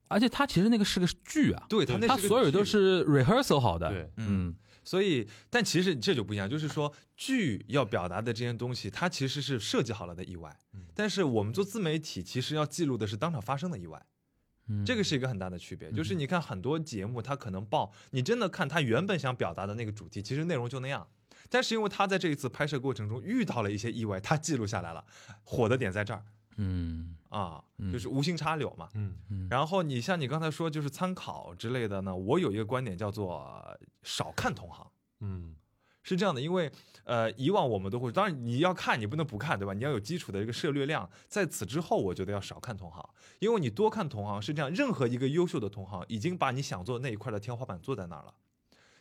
Speaker 3: 而且它其实那个是个剧啊，
Speaker 1: 对他那
Speaker 3: 它
Speaker 1: 是个
Speaker 3: 所有都
Speaker 1: 剧
Speaker 3: 是 rehearsal 好的。
Speaker 2: 对，
Speaker 1: 嗯，所以但其实这就不一样，就是说剧要表达的这些东西，它其实是设计好了的意外
Speaker 2: 嗯，
Speaker 1: 但是我们做自媒体其实要记录的是当场发生的意外。
Speaker 3: 嗯，
Speaker 1: 这个是一个很大的区别，就是你看很多节目，它可能报你真的看他原本想表达的那个主题，其实内容就那样，但是因为他在这一次拍摄过程中遇到了一些意外，他记录下来了，火的点在这儿
Speaker 3: 嗯
Speaker 1: 啊
Speaker 3: 嗯，
Speaker 1: 就是无心插柳嘛。
Speaker 2: 嗯，
Speaker 3: 嗯，
Speaker 1: 然后你像你刚才说就是参考之类的呢，我有一个观点叫做少看同行。
Speaker 2: 嗯，
Speaker 1: 是这样的，因为呃，以往我们都会，当然你要看，你不能不看，对吧？你要有基础的一个涉略量。在此之后，我觉得要少看同行，因为你多看同行是这样，任何一个优秀的同行已经把你想做的那一块的天花板做在那儿了，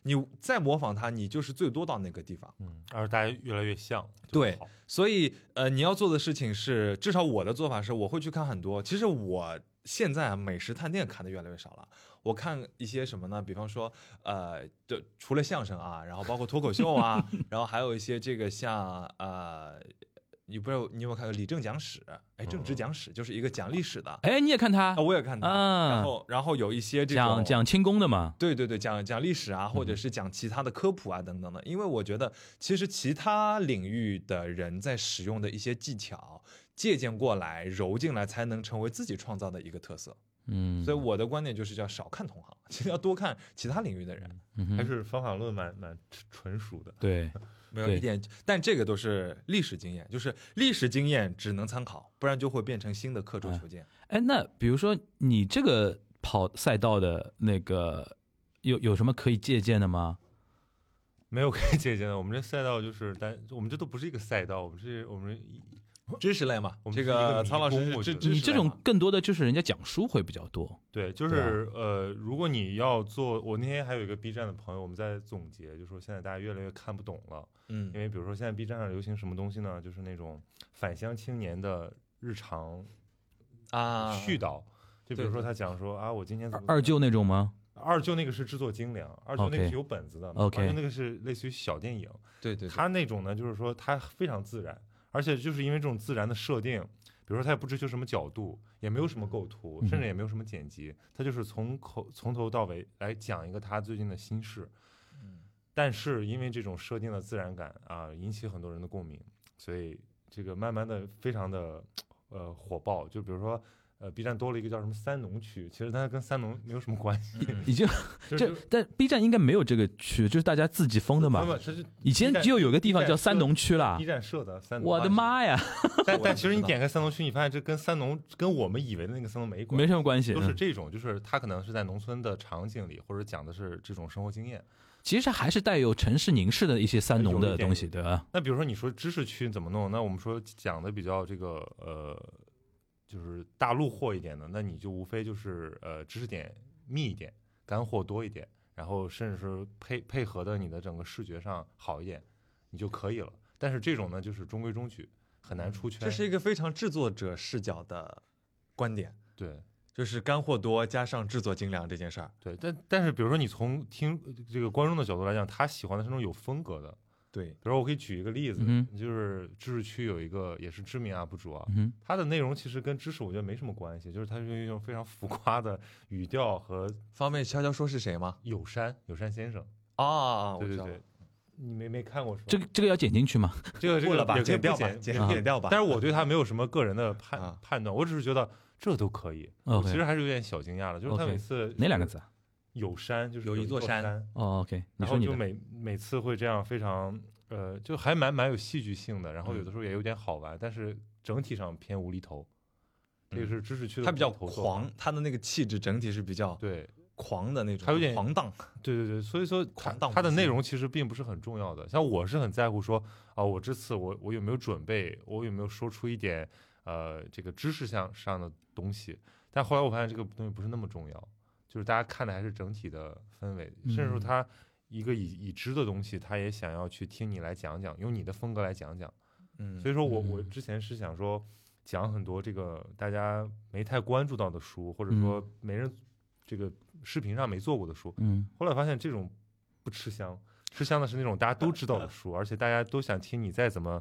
Speaker 1: 你再模仿他，你就是最多到那个地方。
Speaker 2: 嗯，而大家越来越像，就
Speaker 1: 对
Speaker 2: 好
Speaker 1: 所以呃，你要做的事情是，至少我的做法是，我会去看很多。其实我现在啊，美食探店看的越来越少了。我看一些什么呢？比方说，呃，就除了相声啊，然后包括脱口秀 啊，然后还有一些这个像呃，你不知道你有没有看过《理政讲史》？哎，正直讲史就是一个讲历史的，
Speaker 3: 哎，你也看它
Speaker 1: 啊，我也哦看的。
Speaker 3: 啊
Speaker 1: 然后，然后有一些这
Speaker 3: 讲
Speaker 1: 种
Speaker 3: 讲清宫的嘛？
Speaker 1: 对对对，讲讲历史啊，或者是讲其他的科普啊等等的，因为我觉得其实其他领域的人在使用的一些技巧借鉴过来、揉进来，才能成为自己创造的一个特色。
Speaker 3: 嗯，
Speaker 1: 所以我的观点就是叫少看同行，其实要多看其他领域的人。
Speaker 3: 嗯哼
Speaker 2: 还是方法论蛮蛮纯熟的。
Speaker 3: 对，
Speaker 1: 没有
Speaker 3: 对
Speaker 1: 一点，但这个都是历史经验，就是历史经验只能参考，不然就会变成新的刻舟求剑。
Speaker 3: 哎，那比如说你这个跑赛道的那个，有有什么可以借鉴的吗？
Speaker 2: 没有可以借鉴的，我们这赛道就是单，我们这都不是一个赛道，我们是我们一
Speaker 1: 知识类嘛
Speaker 2: 我，们
Speaker 1: 这
Speaker 2: 是一个迷
Speaker 1: 曹老
Speaker 2: 宫
Speaker 1: 师
Speaker 2: 我
Speaker 1: 是
Speaker 2: 觉
Speaker 1: 知知
Speaker 2: 得
Speaker 3: 你
Speaker 1: 识
Speaker 3: 嗯这
Speaker 1: 类
Speaker 3: 种
Speaker 1: 嘛
Speaker 3: 更多的就是人家讲书会比较多。
Speaker 2: 对，就
Speaker 3: 对啊
Speaker 2: 是呃，如果你要做，我那天还有一个 B 站的朋友，我们在总结，就说现在大家越来越看不懂了，
Speaker 1: 嗯
Speaker 2: 因为比如说现在 B 站上流行什么东西呢？就是那种返乡青年的日常
Speaker 1: 啊
Speaker 2: 絮叨，就比如
Speaker 1: 对
Speaker 2: 说他讲说啊，我今天怎
Speaker 3: 二
Speaker 2: 么
Speaker 3: 二舅那种吗？
Speaker 2: 二舅那个是制作精良，二舅那个
Speaker 3: OK
Speaker 2: 是有本子的
Speaker 3: OK
Speaker 2: 二舅那个是类似于小电影，
Speaker 1: 对对对
Speaker 2: 他那种呢，就是说他非常自然，而且就是因为这种自然的设定，比如说他也不追求什么角度，也没有什么构图，
Speaker 3: 嗯
Speaker 2: 甚至也没有什么剪辑，他就是从口从头到尾来讲一个他最近的心事。
Speaker 3: 嗯
Speaker 2: 但是因为这种设定的自然感啊，引起很多人的共鸣，所以这个慢慢的非常的呃火爆。就比如说。呃，B 站多了一个叫什么三农区，其实它跟三农没有什么关系，
Speaker 1: 嗯
Speaker 3: 已经
Speaker 2: 就
Speaker 3: 这
Speaker 2: 是
Speaker 3: 但 B 站应该没有这个区，就是大家自己封的
Speaker 2: 不
Speaker 3: 嘛。
Speaker 2: 不，它是
Speaker 3: 以前
Speaker 2: B 站
Speaker 3: 只有有个地方
Speaker 2: 站
Speaker 3: 叫三农区啦
Speaker 2: B。站设的三农
Speaker 3: 我
Speaker 2: 啊
Speaker 3: 的！妈呀，
Speaker 2: 但
Speaker 1: 我也
Speaker 2: 但
Speaker 1: 不
Speaker 2: 其实
Speaker 1: 知
Speaker 2: 你
Speaker 1: 道
Speaker 2: 点开三农区，你发现这跟三农跟我们以为的那个三农没关
Speaker 3: 没
Speaker 2: 系，
Speaker 3: 什么关系。
Speaker 2: 都是
Speaker 3: 嗯
Speaker 2: 这种，就是它可能是在农村的场景里，或者讲的是这种生活经验。
Speaker 3: 其实还是带有城市凝视的一些三农
Speaker 2: 有
Speaker 3: 的
Speaker 2: 一点
Speaker 3: 东西，对吧？
Speaker 2: 那比如说你说知识区怎么弄？那我们说讲的比较这个呃，就是大陆货一点的，那你就无非就是呃知识点密一点，干货多一点，然后甚至是配配合的你的整个视觉上好一点，你就可以了。但是这种呢，就是中规中矩，很难出圈。
Speaker 1: 这是一个非常制作者视角的观点，
Speaker 2: 对。
Speaker 1: 就是干货多加上制作精良这件事儿。
Speaker 2: 对，但但是比如说你从听呃这个观众的角度来讲，他喜欢的是那种有风格的。
Speaker 1: 对，
Speaker 2: 比如说我可以举一个例子，
Speaker 3: 嗯
Speaker 2: 就是知识区有一个也是知名 UP 主啊，
Speaker 3: 嗯
Speaker 2: 他的内容其实跟知识我觉得没什么关系，就是他是用一种非常浮夸的语调和
Speaker 1: 方便悄悄说是谁吗？
Speaker 2: 友善友善先生，
Speaker 1: 啊，我
Speaker 2: 对
Speaker 1: 知
Speaker 2: 对
Speaker 1: 道了
Speaker 2: 对，，你没没看过是吧？
Speaker 3: 这个这个要剪进去嘛？
Speaker 2: 这个这
Speaker 1: 过
Speaker 2: 个
Speaker 1: 了吧，
Speaker 2: 也可以
Speaker 1: 剪
Speaker 2: 不
Speaker 1: 掉吧，
Speaker 2: 剪
Speaker 1: 剪
Speaker 2: 也可以
Speaker 1: 剪掉吧。
Speaker 2: 但是我对他没有什么个人的判、
Speaker 1: 啊
Speaker 2: 判断，我只是觉得这都可以。我
Speaker 3: 哦 OK
Speaker 2: 其实还是有点小惊讶的，就是他
Speaker 3: OK
Speaker 2: 每次
Speaker 3: 哪两个字啊？
Speaker 2: 有山，就是
Speaker 1: 有一
Speaker 2: 一
Speaker 1: 座山
Speaker 2: 山
Speaker 3: 哦，OK，你
Speaker 2: 然
Speaker 3: 说
Speaker 2: 后
Speaker 3: 你
Speaker 2: 就
Speaker 3: 的，
Speaker 2: 每每次会这样非常呃，就还蛮蛮有戏剧性的，然后有的时候也有点好玩，但是整体上偏无厘头。这个
Speaker 1: 嗯
Speaker 2: 是知识区的
Speaker 1: 他比较
Speaker 2: 无厘头做法
Speaker 1: 狂，，他的那个气质整体是比较
Speaker 2: 对
Speaker 1: 狂的那种，
Speaker 2: 他有点
Speaker 1: 狂荡。
Speaker 2: 对对对，所以说它
Speaker 1: 狂荡
Speaker 2: 它的
Speaker 1: 不羁
Speaker 2: 内容其实并不是很重要的。像我是很在乎说啊、我这次我我有没有准备，我有没有说出一点呃这个知识上上的东西，但后来我发现这个东西不是那么重要。就是大家看的还是整体的氛围，
Speaker 3: 嗯
Speaker 2: 甚至说他一个已已知的东西，他也想要去听你来讲讲，用你的风格来讲讲。
Speaker 1: 嗯，
Speaker 2: 所
Speaker 1: 以
Speaker 2: 以说我我
Speaker 3: 嗯
Speaker 2: 之前是想说，讲很多这个大家没太关注到的书，或者说没人这个视频上没做过的书。
Speaker 3: 嗯
Speaker 2: 后来发现这种不吃香，吃香的是那种大家都知道的书，而且大家都想听你再怎么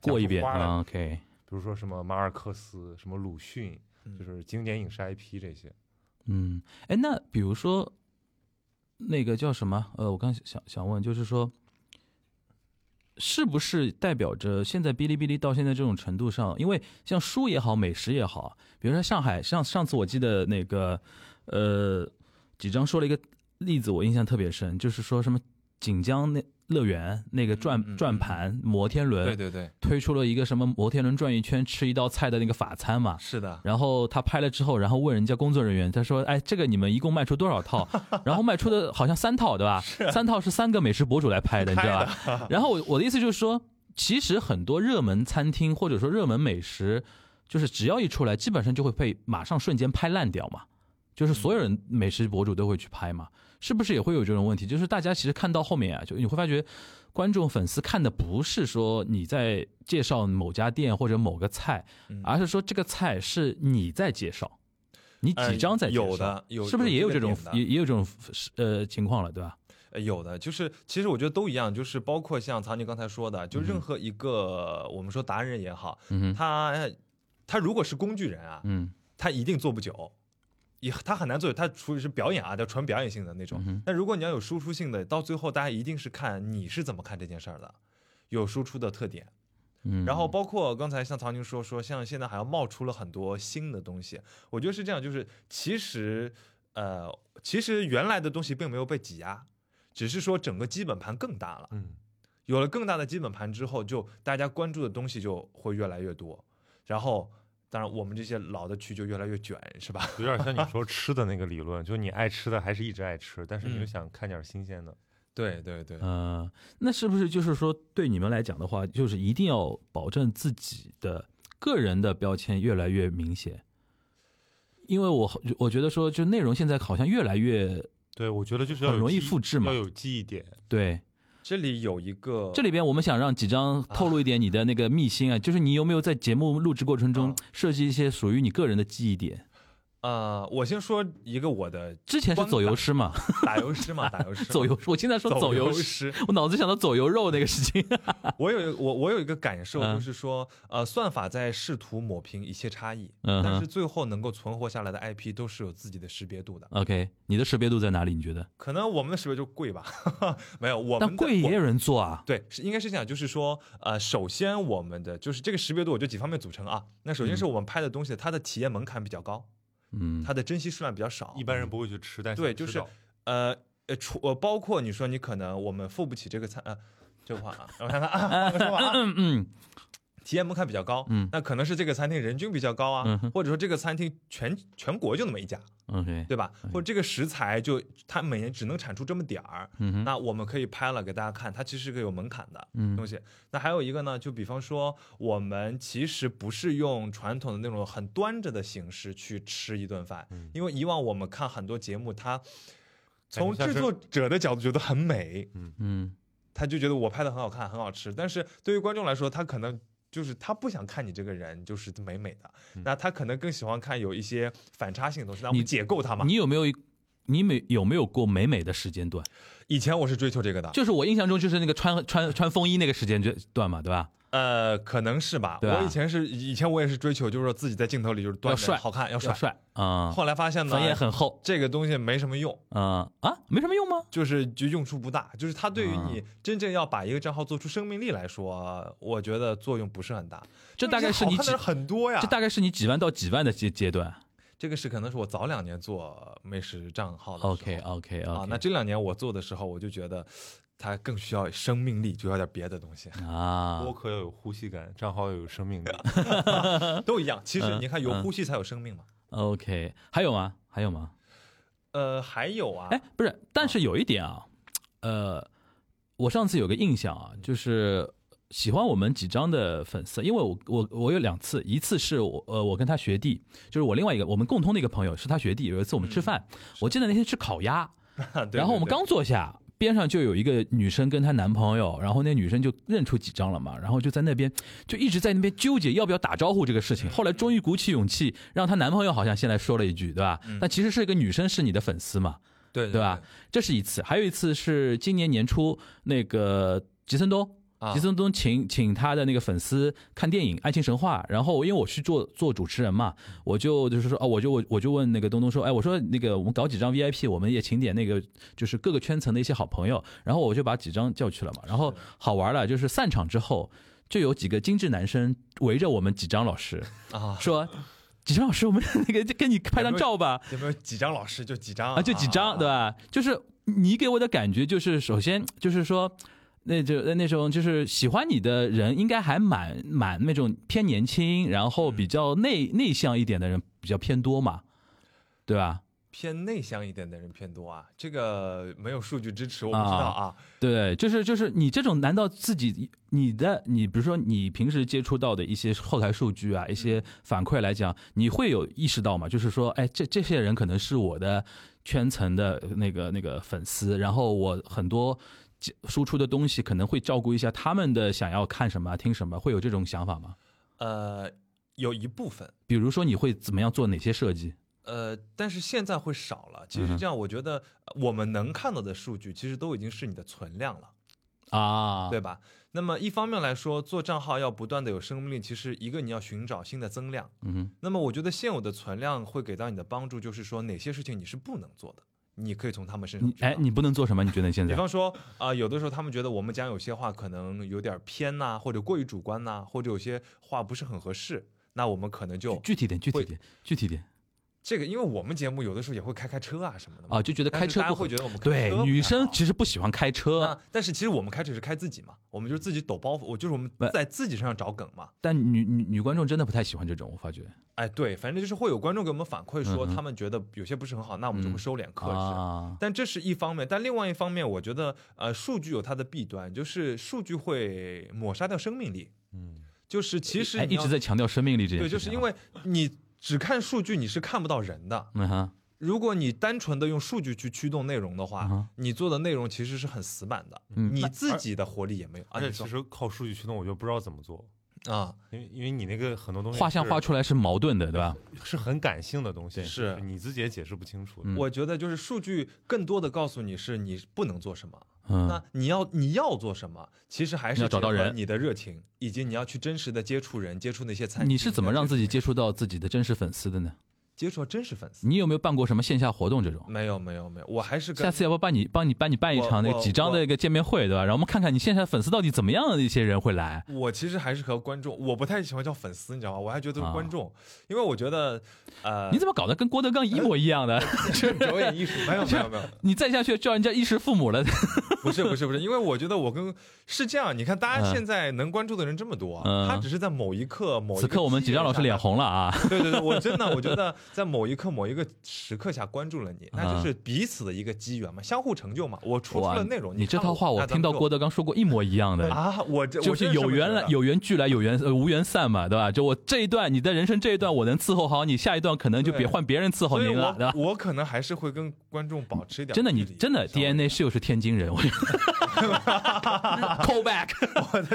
Speaker 2: 讲
Speaker 3: 过一
Speaker 2: 出
Speaker 3: 遍
Speaker 2: 花来
Speaker 3: 啊，OK，
Speaker 2: 比如说什么马尔克斯、什么鲁迅，
Speaker 1: 嗯
Speaker 2: 就是经典影视 IP 这些。
Speaker 3: 嗯，哎，那比如说那个叫什么？呃，我刚想想问，就是说，是不是代表着现在哔哩哔哩到现在这种程度上？因为像书也好，美食也好，比如说上海上上次我记得那个呃几张说了一个例子，我印象特别深，就是说什么锦江那乐园那个转、
Speaker 1: 嗯嗯
Speaker 3: 转
Speaker 1: 嗯
Speaker 3: 盘摩天轮，
Speaker 1: 对对对，
Speaker 3: 推出了一个什么摩天轮转一圈吃一道菜的那个法餐嘛。
Speaker 1: 是的，
Speaker 3: 然后他拍了之后，然后问人家工作人员，他说：“哎，这个你们一共卖出多少套？” 然后卖出的好像三套，对吧？三套是三个美食博主来拍的，你知道吧？然后我我的意思就是说，其实很多热门餐厅或者说热门美食，就是只要一出来，基本上就会被马上瞬间拍烂掉嘛。就是所有人美食博主都会去拍嘛，是不是也会有这种问题？就是大家其实看到后面啊，就你会发觉，观众粉丝看的不是说你在介绍某家店或者某个菜，
Speaker 1: 嗯
Speaker 3: 而是说这个菜是你在介绍，你几张在介绍？
Speaker 1: 呃有的有
Speaker 3: 是不是也有这种
Speaker 1: 点的
Speaker 3: 也也有这种呃情况了，对吧？
Speaker 1: 呃，有的就是，其实我觉得都一样，就是包括像曹宁刚才说的，就
Speaker 3: 嗯
Speaker 1: 任
Speaker 3: 哼
Speaker 1: 何一个、我们说达人也好，
Speaker 3: 嗯哼，
Speaker 1: 他他如果是工具人啊，
Speaker 3: 嗯
Speaker 1: 他一定做不久，也他很难做久，他除非是表演啊，叫纯表演性的那种
Speaker 3: 嗯哼。
Speaker 1: 但如果你要有输出性的，到最后大家一定是看你是怎么看这件事儿的，有输出的特点。
Speaker 3: 嗯，
Speaker 1: 然后包括刚才像曹宁说说，像现在还要冒出了很多新的东西，我觉得是这样，就是其实呃，其实原来的东西并没有被挤压，只是说整个基本盘更大了。
Speaker 2: 嗯，
Speaker 1: 有了更大的基本盘之后，就大家关注的东西就会越来越多，然后当然我们这些老的区就越来越卷，是吧？
Speaker 2: 有点像你说吃的那个理论，就是你爱吃的还是一直爱吃，但是你又
Speaker 1: 嗯
Speaker 2: 想看点新鲜的。
Speaker 1: 对对对，
Speaker 3: 呃，那是不是就是说对你们来讲的话，就是一定要保证自己的个人的标签越来越明显？因为我我觉得说，就内容现在好像越来越
Speaker 2: 对，我觉得就是要
Speaker 3: 很
Speaker 2: 有
Speaker 3: 容易
Speaker 2: 记忆
Speaker 3: 复制嘛
Speaker 2: 要有记忆点。
Speaker 3: 对。
Speaker 1: 这里有一个
Speaker 3: 这里边我们想让几张透露一点你的那个秘辛啊，就是你有没有在节目录制过程中
Speaker 1: 啊
Speaker 3: 设计一些属于你个人的记忆点？
Speaker 1: 呃，我先说一个我 的
Speaker 3: 之前是
Speaker 1: 光
Speaker 3: 走
Speaker 1: 打
Speaker 3: 油 诗嘛，
Speaker 1: 打油诗嘛，打油诗嘛，
Speaker 3: 走油，我现在说走
Speaker 1: 走
Speaker 3: 油诗，
Speaker 1: 诗，
Speaker 3: 我脑子想到走油肉那个事 情。
Speaker 1: 我有一我我有一个感受，
Speaker 3: 嗯
Speaker 1: 就是说，呃，算法在试图抹平一切差异，
Speaker 3: 嗯
Speaker 1: 但是
Speaker 3: 哼
Speaker 1: 最后能够存活下来的 IP 都是有自己的识别度的。
Speaker 3: ，OK，你的识别度在哪里？你觉得？
Speaker 1: 可能我们的识别就贵吧， 没有我们
Speaker 3: 但
Speaker 1: 的
Speaker 3: 贵
Speaker 1: 我
Speaker 3: 也有人做啊，
Speaker 1: 对，是应该是这样，就是说，呃，首先我们的就是这个识别度，我就几方面组成啊。那首先是我们拍的东西，它的体验门槛比较高，
Speaker 3: 嗯
Speaker 1: 它的珍惜数量比较少
Speaker 2: 一。般人不会去吃，但是
Speaker 1: 对
Speaker 2: 想
Speaker 1: 就
Speaker 2: 吃
Speaker 1: 是
Speaker 2: 到
Speaker 1: 呃呃，除呃包括你说你可能我们付不起这个餐，呃，这话啊，我看看啊，我说话啊，
Speaker 3: 嗯嗯
Speaker 1: 体验门槛比较高，
Speaker 3: 嗯
Speaker 1: 那可能是这个餐厅人均比较高啊，
Speaker 3: 嗯哼
Speaker 1: 或者说这个餐厅全全国就那么一家，
Speaker 3: 嗯，OK，
Speaker 1: 对吧？或者这个食材就它每年只能产出这么点儿，
Speaker 3: 嗯哼，
Speaker 1: 那我们可以拍了给大家看，它其实是个有门槛的
Speaker 3: 嗯
Speaker 1: 东西。那还有一个呢，就比方说我们其实不是用传统的那种很端着的形式去吃一顿饭，
Speaker 2: 嗯
Speaker 1: 因为以往我们看很多节目，它从
Speaker 2: 像
Speaker 1: 制
Speaker 2: 是
Speaker 1: 作者的角度觉得很美，
Speaker 3: 嗯
Speaker 1: 他就觉得我拍的很好看，很好吃。但是对于观众来说，他可能就是他不想看你这个人就是美美的，
Speaker 2: 嗯
Speaker 1: 那他可能更喜欢看有一些反差性的东西。那我
Speaker 3: 你
Speaker 1: 们解构它嘛
Speaker 3: 你。有没有一？你美有没有过美美的时间段？
Speaker 1: 以前我是追求这个的，
Speaker 3: 就是我印象中就是那个穿穿穿风衣那个时间段嘛，对吧？
Speaker 1: 呃，可能是吧。
Speaker 3: 对吧啊
Speaker 1: 我以前是以前我也是追求，就是说自己在镜头里就是端
Speaker 3: 要帅
Speaker 1: 着好看，要
Speaker 3: 要
Speaker 1: 帅。
Speaker 3: 帅啊，
Speaker 1: 后来发现呢
Speaker 3: 粉，也很厚，
Speaker 1: 这个东西没什么用。
Speaker 3: 嗯啊，没什么用吗？
Speaker 1: 就是就用处不大，就是它对于
Speaker 3: 啊
Speaker 1: 你真正要把一个账号做出生命力来说，我觉得作用不是很大。
Speaker 3: 这大概是
Speaker 1: 好
Speaker 3: 你
Speaker 1: 看
Speaker 3: 几
Speaker 1: 的人很多呀，
Speaker 3: 这大概是你几万到几万的阶阶段。
Speaker 1: 这个是可能是我早两年做美食账号的时候
Speaker 3: OK OK
Speaker 1: 啊，那
Speaker 3: OK
Speaker 1: 这两年我做的时候，我就觉得它更需要生命力，就要点别的东西，
Speaker 3: 啊
Speaker 2: 播，客要有呼吸感，账号要有生 命力。
Speaker 1: 都一样。其实
Speaker 3: 嗯
Speaker 1: 你看，有
Speaker 3: 嗯
Speaker 1: 呼吸才有生命嘛。
Speaker 3: OK，还有吗？还有吗？
Speaker 1: 呃，还有啊，
Speaker 3: 哎，不是，但是有一点啊，呃，我上次有个印象啊，就是喜欢我们几张的粉丝，因为我我我有两次，一次是我呃我跟他学弟，就是我另外一个我们共同的一个朋友是他学弟，有一次我
Speaker 1: 嗯
Speaker 3: 们吃饭，我记得那天吃烤鸭，
Speaker 1: 对对
Speaker 3: 然后我们
Speaker 1: 对
Speaker 3: 刚坐下，边上就有一个女生跟她男朋友，然后那女生就认出几张了嘛，然后就在那边就一直在那边纠结要不要打招呼这个事情。后来终于鼓起勇气，让她男朋友好像先来说了一句，对吧？
Speaker 1: 嗯
Speaker 3: 但其实是一个女生是你的粉丝嘛，
Speaker 1: 对
Speaker 3: 对吧？？这是一次，还有一次是今年年初那个吉森东。
Speaker 1: 啊
Speaker 3: 吉森东请请他的那个粉丝看电影《爱情神话》，然后因为我去做做主持人嘛，我就就是说哦，我就我我就问那个东东说，哎，我说那个我们搞几张 VIP，我们也请点那个就是各个圈层的一些好朋友，然后我就把几张叫去了嘛，然后好玩了，就是散场之后就有几个精致男生围着我们几张老师
Speaker 1: 啊，
Speaker 3: 说，几张老师，我们那个跟你拍张照吧，
Speaker 1: 有没有几张老师就几张
Speaker 3: 啊，就几张，对？吧？就是你给我的感觉就是，首先就是说，那就那种就是喜欢你的人，应该还蛮蛮那种偏年轻，然后比较内内向一点的人比较偏多嘛，对吧？
Speaker 1: 偏内向一点的人偏多啊，这个没有数据支持，我不知道啊。
Speaker 3: 对，就是就是你这种，难道自己你的你，比如说你平时接触到的一些后台数据啊，一些反馈来讲，你会有意识到吗？就是说，哎，这这些人可能是我的圈层的那个那个粉丝，然后我很多接输出的东西可能会照顾一下他们的想要看什么、听什么，会有这种想法吗？
Speaker 1: 呃，有一部分，
Speaker 3: 比如说，你会怎么样做哪些设计？
Speaker 1: 呃，但是现在会少了。
Speaker 3: 嗯
Speaker 1: 其实是这样，我觉得呃我们能看到的数据，其实都已经是你的存量了。
Speaker 3: 啊，
Speaker 1: 对吧？那么一方面来说，做账号要不断的有生命力，其实一个你要寻找新的增量。
Speaker 3: 嗯
Speaker 1: 那么我觉得现有的存量会给到你的帮助，就是说哪些事情你是不能做的，你可以从他们身
Speaker 3: 哼，
Speaker 1: 上
Speaker 3: 你
Speaker 1: 知道。
Speaker 3: 哎，你不能做什么？你觉得现
Speaker 1: 比
Speaker 3: 在？
Speaker 1: 方说啊、有的时候他们觉得我们讲有些话可能有点偏呐、或者过于主观呐、或者有些话不是很合适，那我们可能就
Speaker 3: 具体点，具体
Speaker 1: 会
Speaker 3: 点，具体点
Speaker 1: 这个，因为我们节目有的时候也会开开车啊什么的嘛
Speaker 3: 啊，，就觉得
Speaker 1: 但
Speaker 3: 开
Speaker 1: 是
Speaker 3: 车
Speaker 1: 大家
Speaker 3: 不
Speaker 1: 会
Speaker 3: 合
Speaker 1: 觉得我们开
Speaker 3: 对
Speaker 1: 车不
Speaker 3: 女
Speaker 1: 太
Speaker 3: 生
Speaker 1: 好
Speaker 3: 其实不喜欢开车，
Speaker 1: 那但是其实我们开车也是开自己嘛，我们就是自己抖包袱，我就是我们
Speaker 3: 不
Speaker 1: 在自己身上找梗嘛。
Speaker 3: 但女女女观众真的不太喜欢这种，我发觉
Speaker 1: 哎，对，反正就是会有观众给我们反馈说，
Speaker 3: 嗯哼嗯
Speaker 1: 他们觉得有些不是很好，那我们就会收敛克制。
Speaker 3: 啊，
Speaker 1: 但这是一方面，但另外一方面，我觉得呃，数据有它的弊端，就是数据会抹杀掉生命力。
Speaker 2: 嗯，
Speaker 1: 就是其实
Speaker 3: 哎
Speaker 1: 你
Speaker 3: 一
Speaker 1: 要
Speaker 3: 直在强调生命力这件
Speaker 1: 对，就
Speaker 3: 事情啊，
Speaker 1: 是因为你只看数据，你是看不到人的。
Speaker 3: 嗯哼
Speaker 1: 如果你单纯的用数据去驱动内容的话，
Speaker 3: 嗯哼
Speaker 1: 你做的内容其实是很死板的，
Speaker 3: 嗯
Speaker 1: 你自己的活力也没有。
Speaker 2: 而
Speaker 1: 啊
Speaker 2: 且
Speaker 1: 你
Speaker 2: 其
Speaker 1: 说
Speaker 2: 实靠数据驱动，我就不知道怎么做，
Speaker 1: 啊，
Speaker 2: 因为因为你那个很多东西
Speaker 3: 画像
Speaker 2: 是
Speaker 3: 画出来是矛盾的，对吧？
Speaker 2: 是很感性的东西，
Speaker 3: 对
Speaker 1: 是
Speaker 2: 你自己也解释不清楚的。
Speaker 3: 嗯
Speaker 1: 我觉得就是数据更多的告诉你是你不能做什么，
Speaker 3: 嗯
Speaker 1: 那你要你要做什么，其实还是
Speaker 3: 你要找到
Speaker 1: 结合
Speaker 3: 人
Speaker 1: 你的热情，以及你要去真实的接触人，接触那些餐厅。
Speaker 3: 你是怎么让自己接
Speaker 1: 接
Speaker 3: 触到自己的真实粉丝的呢？
Speaker 1: 接触到真实粉丝？
Speaker 3: 你有没有办过什么线下活动这种？
Speaker 1: 没有没有没有，我还是跟
Speaker 3: 下次要不要帮你帮你帮你办一
Speaker 1: 我
Speaker 3: 场那
Speaker 1: 我
Speaker 3: 个几张的一个见面会，对吧？然后我们看看你线下粉丝到底怎么样的一些人会来。
Speaker 1: 我其实还是和观众，我不太喜欢叫粉丝，你知道吗？我还觉得是
Speaker 3: 啊
Speaker 1: 观众，因为我觉得呃
Speaker 3: 你，怎么搞得跟郭德纲一模一 样的？
Speaker 1: 表演 艺术没有没有没有，
Speaker 3: 你再下去叫人家衣食父母了，
Speaker 1: 不是不是不是，因为我觉得我跟是这样，你看大家
Speaker 3: 嗯
Speaker 1: 现在能关注的人这么多，
Speaker 3: 嗯
Speaker 1: 他只是在某一刻某一
Speaker 3: 此
Speaker 1: 个
Speaker 3: 刻我们
Speaker 1: 机
Speaker 3: 几
Speaker 1: 缘
Speaker 3: 张老
Speaker 1: 下
Speaker 3: 师脸
Speaker 1: 他
Speaker 3: 红了啊！
Speaker 1: 对对对，我真的我觉得在某一刻某一个时刻下关注了你，那就
Speaker 3: 啊
Speaker 1: 是彼此的一个机缘嘛，相互成就嘛。我输出
Speaker 3: 哇
Speaker 1: 了内容，
Speaker 3: 你这
Speaker 1: 看
Speaker 3: 套
Speaker 1: 我哎
Speaker 3: 话我听到郭
Speaker 1: 那
Speaker 3: 德纲说过一模一样的
Speaker 1: 咱们就啊，我这
Speaker 3: 就是有缘来，有缘聚来，有缘呃无缘散嘛，对吧？就我这一段，你的人生这一段我能伺候好你，下一段可能就
Speaker 1: 对
Speaker 3: 别换别人伺候
Speaker 1: 我真是这么觉得所以
Speaker 3: 您了，对吧？
Speaker 1: 我我可能还是会跟观众保持一点
Speaker 3: 真的，你
Speaker 1: 距离
Speaker 3: 真的
Speaker 1: 稍微
Speaker 3: DNA 是又是天津人，我 call back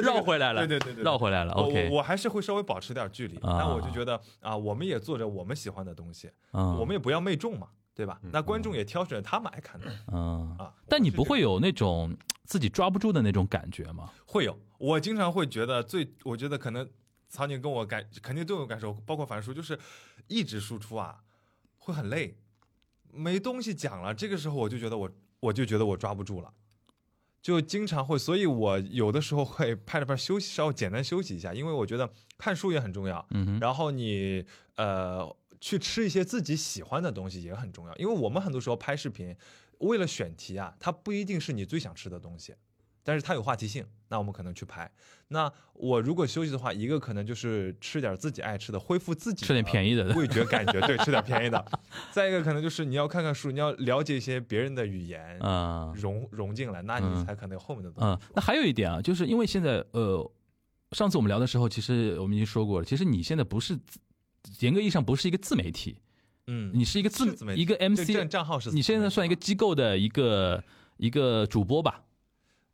Speaker 3: 绕回来了，
Speaker 1: 对对对对对
Speaker 3: 绕回来了。
Speaker 1: 我
Speaker 3: OK，
Speaker 1: 我我还是会稍微保持点距离，
Speaker 3: 啊
Speaker 1: 但我就觉得啊，我们也做着我们喜欢的东西，
Speaker 3: 嗯
Speaker 1: 我们也不要媚众嘛，对吧？那观众也挑选他们爱看的
Speaker 3: 嗯，
Speaker 1: 啊。
Speaker 3: 但你
Speaker 1: 我是
Speaker 3: 不
Speaker 1: 这个
Speaker 3: 会有那种自己抓不住的那种感觉吗？
Speaker 1: 会有，我经常会觉得最，我觉得可能曹宁跟我感肯定都有感受，包括樊叔，就是一直输出啊，会很累，没东西讲了。这个时候我就觉得我我就觉得我抓不住了，就经常会，所以我有的时候会拍着拍休息，稍微简单休息一下，因为我觉得看书也很重要，
Speaker 3: 嗯哼，
Speaker 1: 然后你呃去吃一些自己喜欢的东西也很重要，因为我们很多时候拍视频，为了选题啊，它不一定是你最想吃的东西，但是它有话题性，那我们可能去拍。那我如果休息的话，一个可能就是吃点自己爱吃的，恢复自己
Speaker 3: 吃点
Speaker 1: 宜。
Speaker 3: 便宜的，
Speaker 1: 味觉感觉对，吃点便 宜的。再一个可能就是你要看看书，你要了解一些别人的语言，
Speaker 3: 嗯
Speaker 1: 融融进来，那
Speaker 3: 嗯
Speaker 1: 你才可能有后面的东西。
Speaker 3: 嗯，那还有一点啊，就是因为现在呃，上次我们聊的时候，其实我们已经说过了，其实你现在不是自严格意义上不是一个自媒体，
Speaker 1: 嗯，
Speaker 3: 你是一个自
Speaker 1: 是自媒体
Speaker 3: 一个
Speaker 1: 这这
Speaker 3: MC，
Speaker 1: 账号是
Speaker 3: 你现在算一个机构的一个一个主播吧？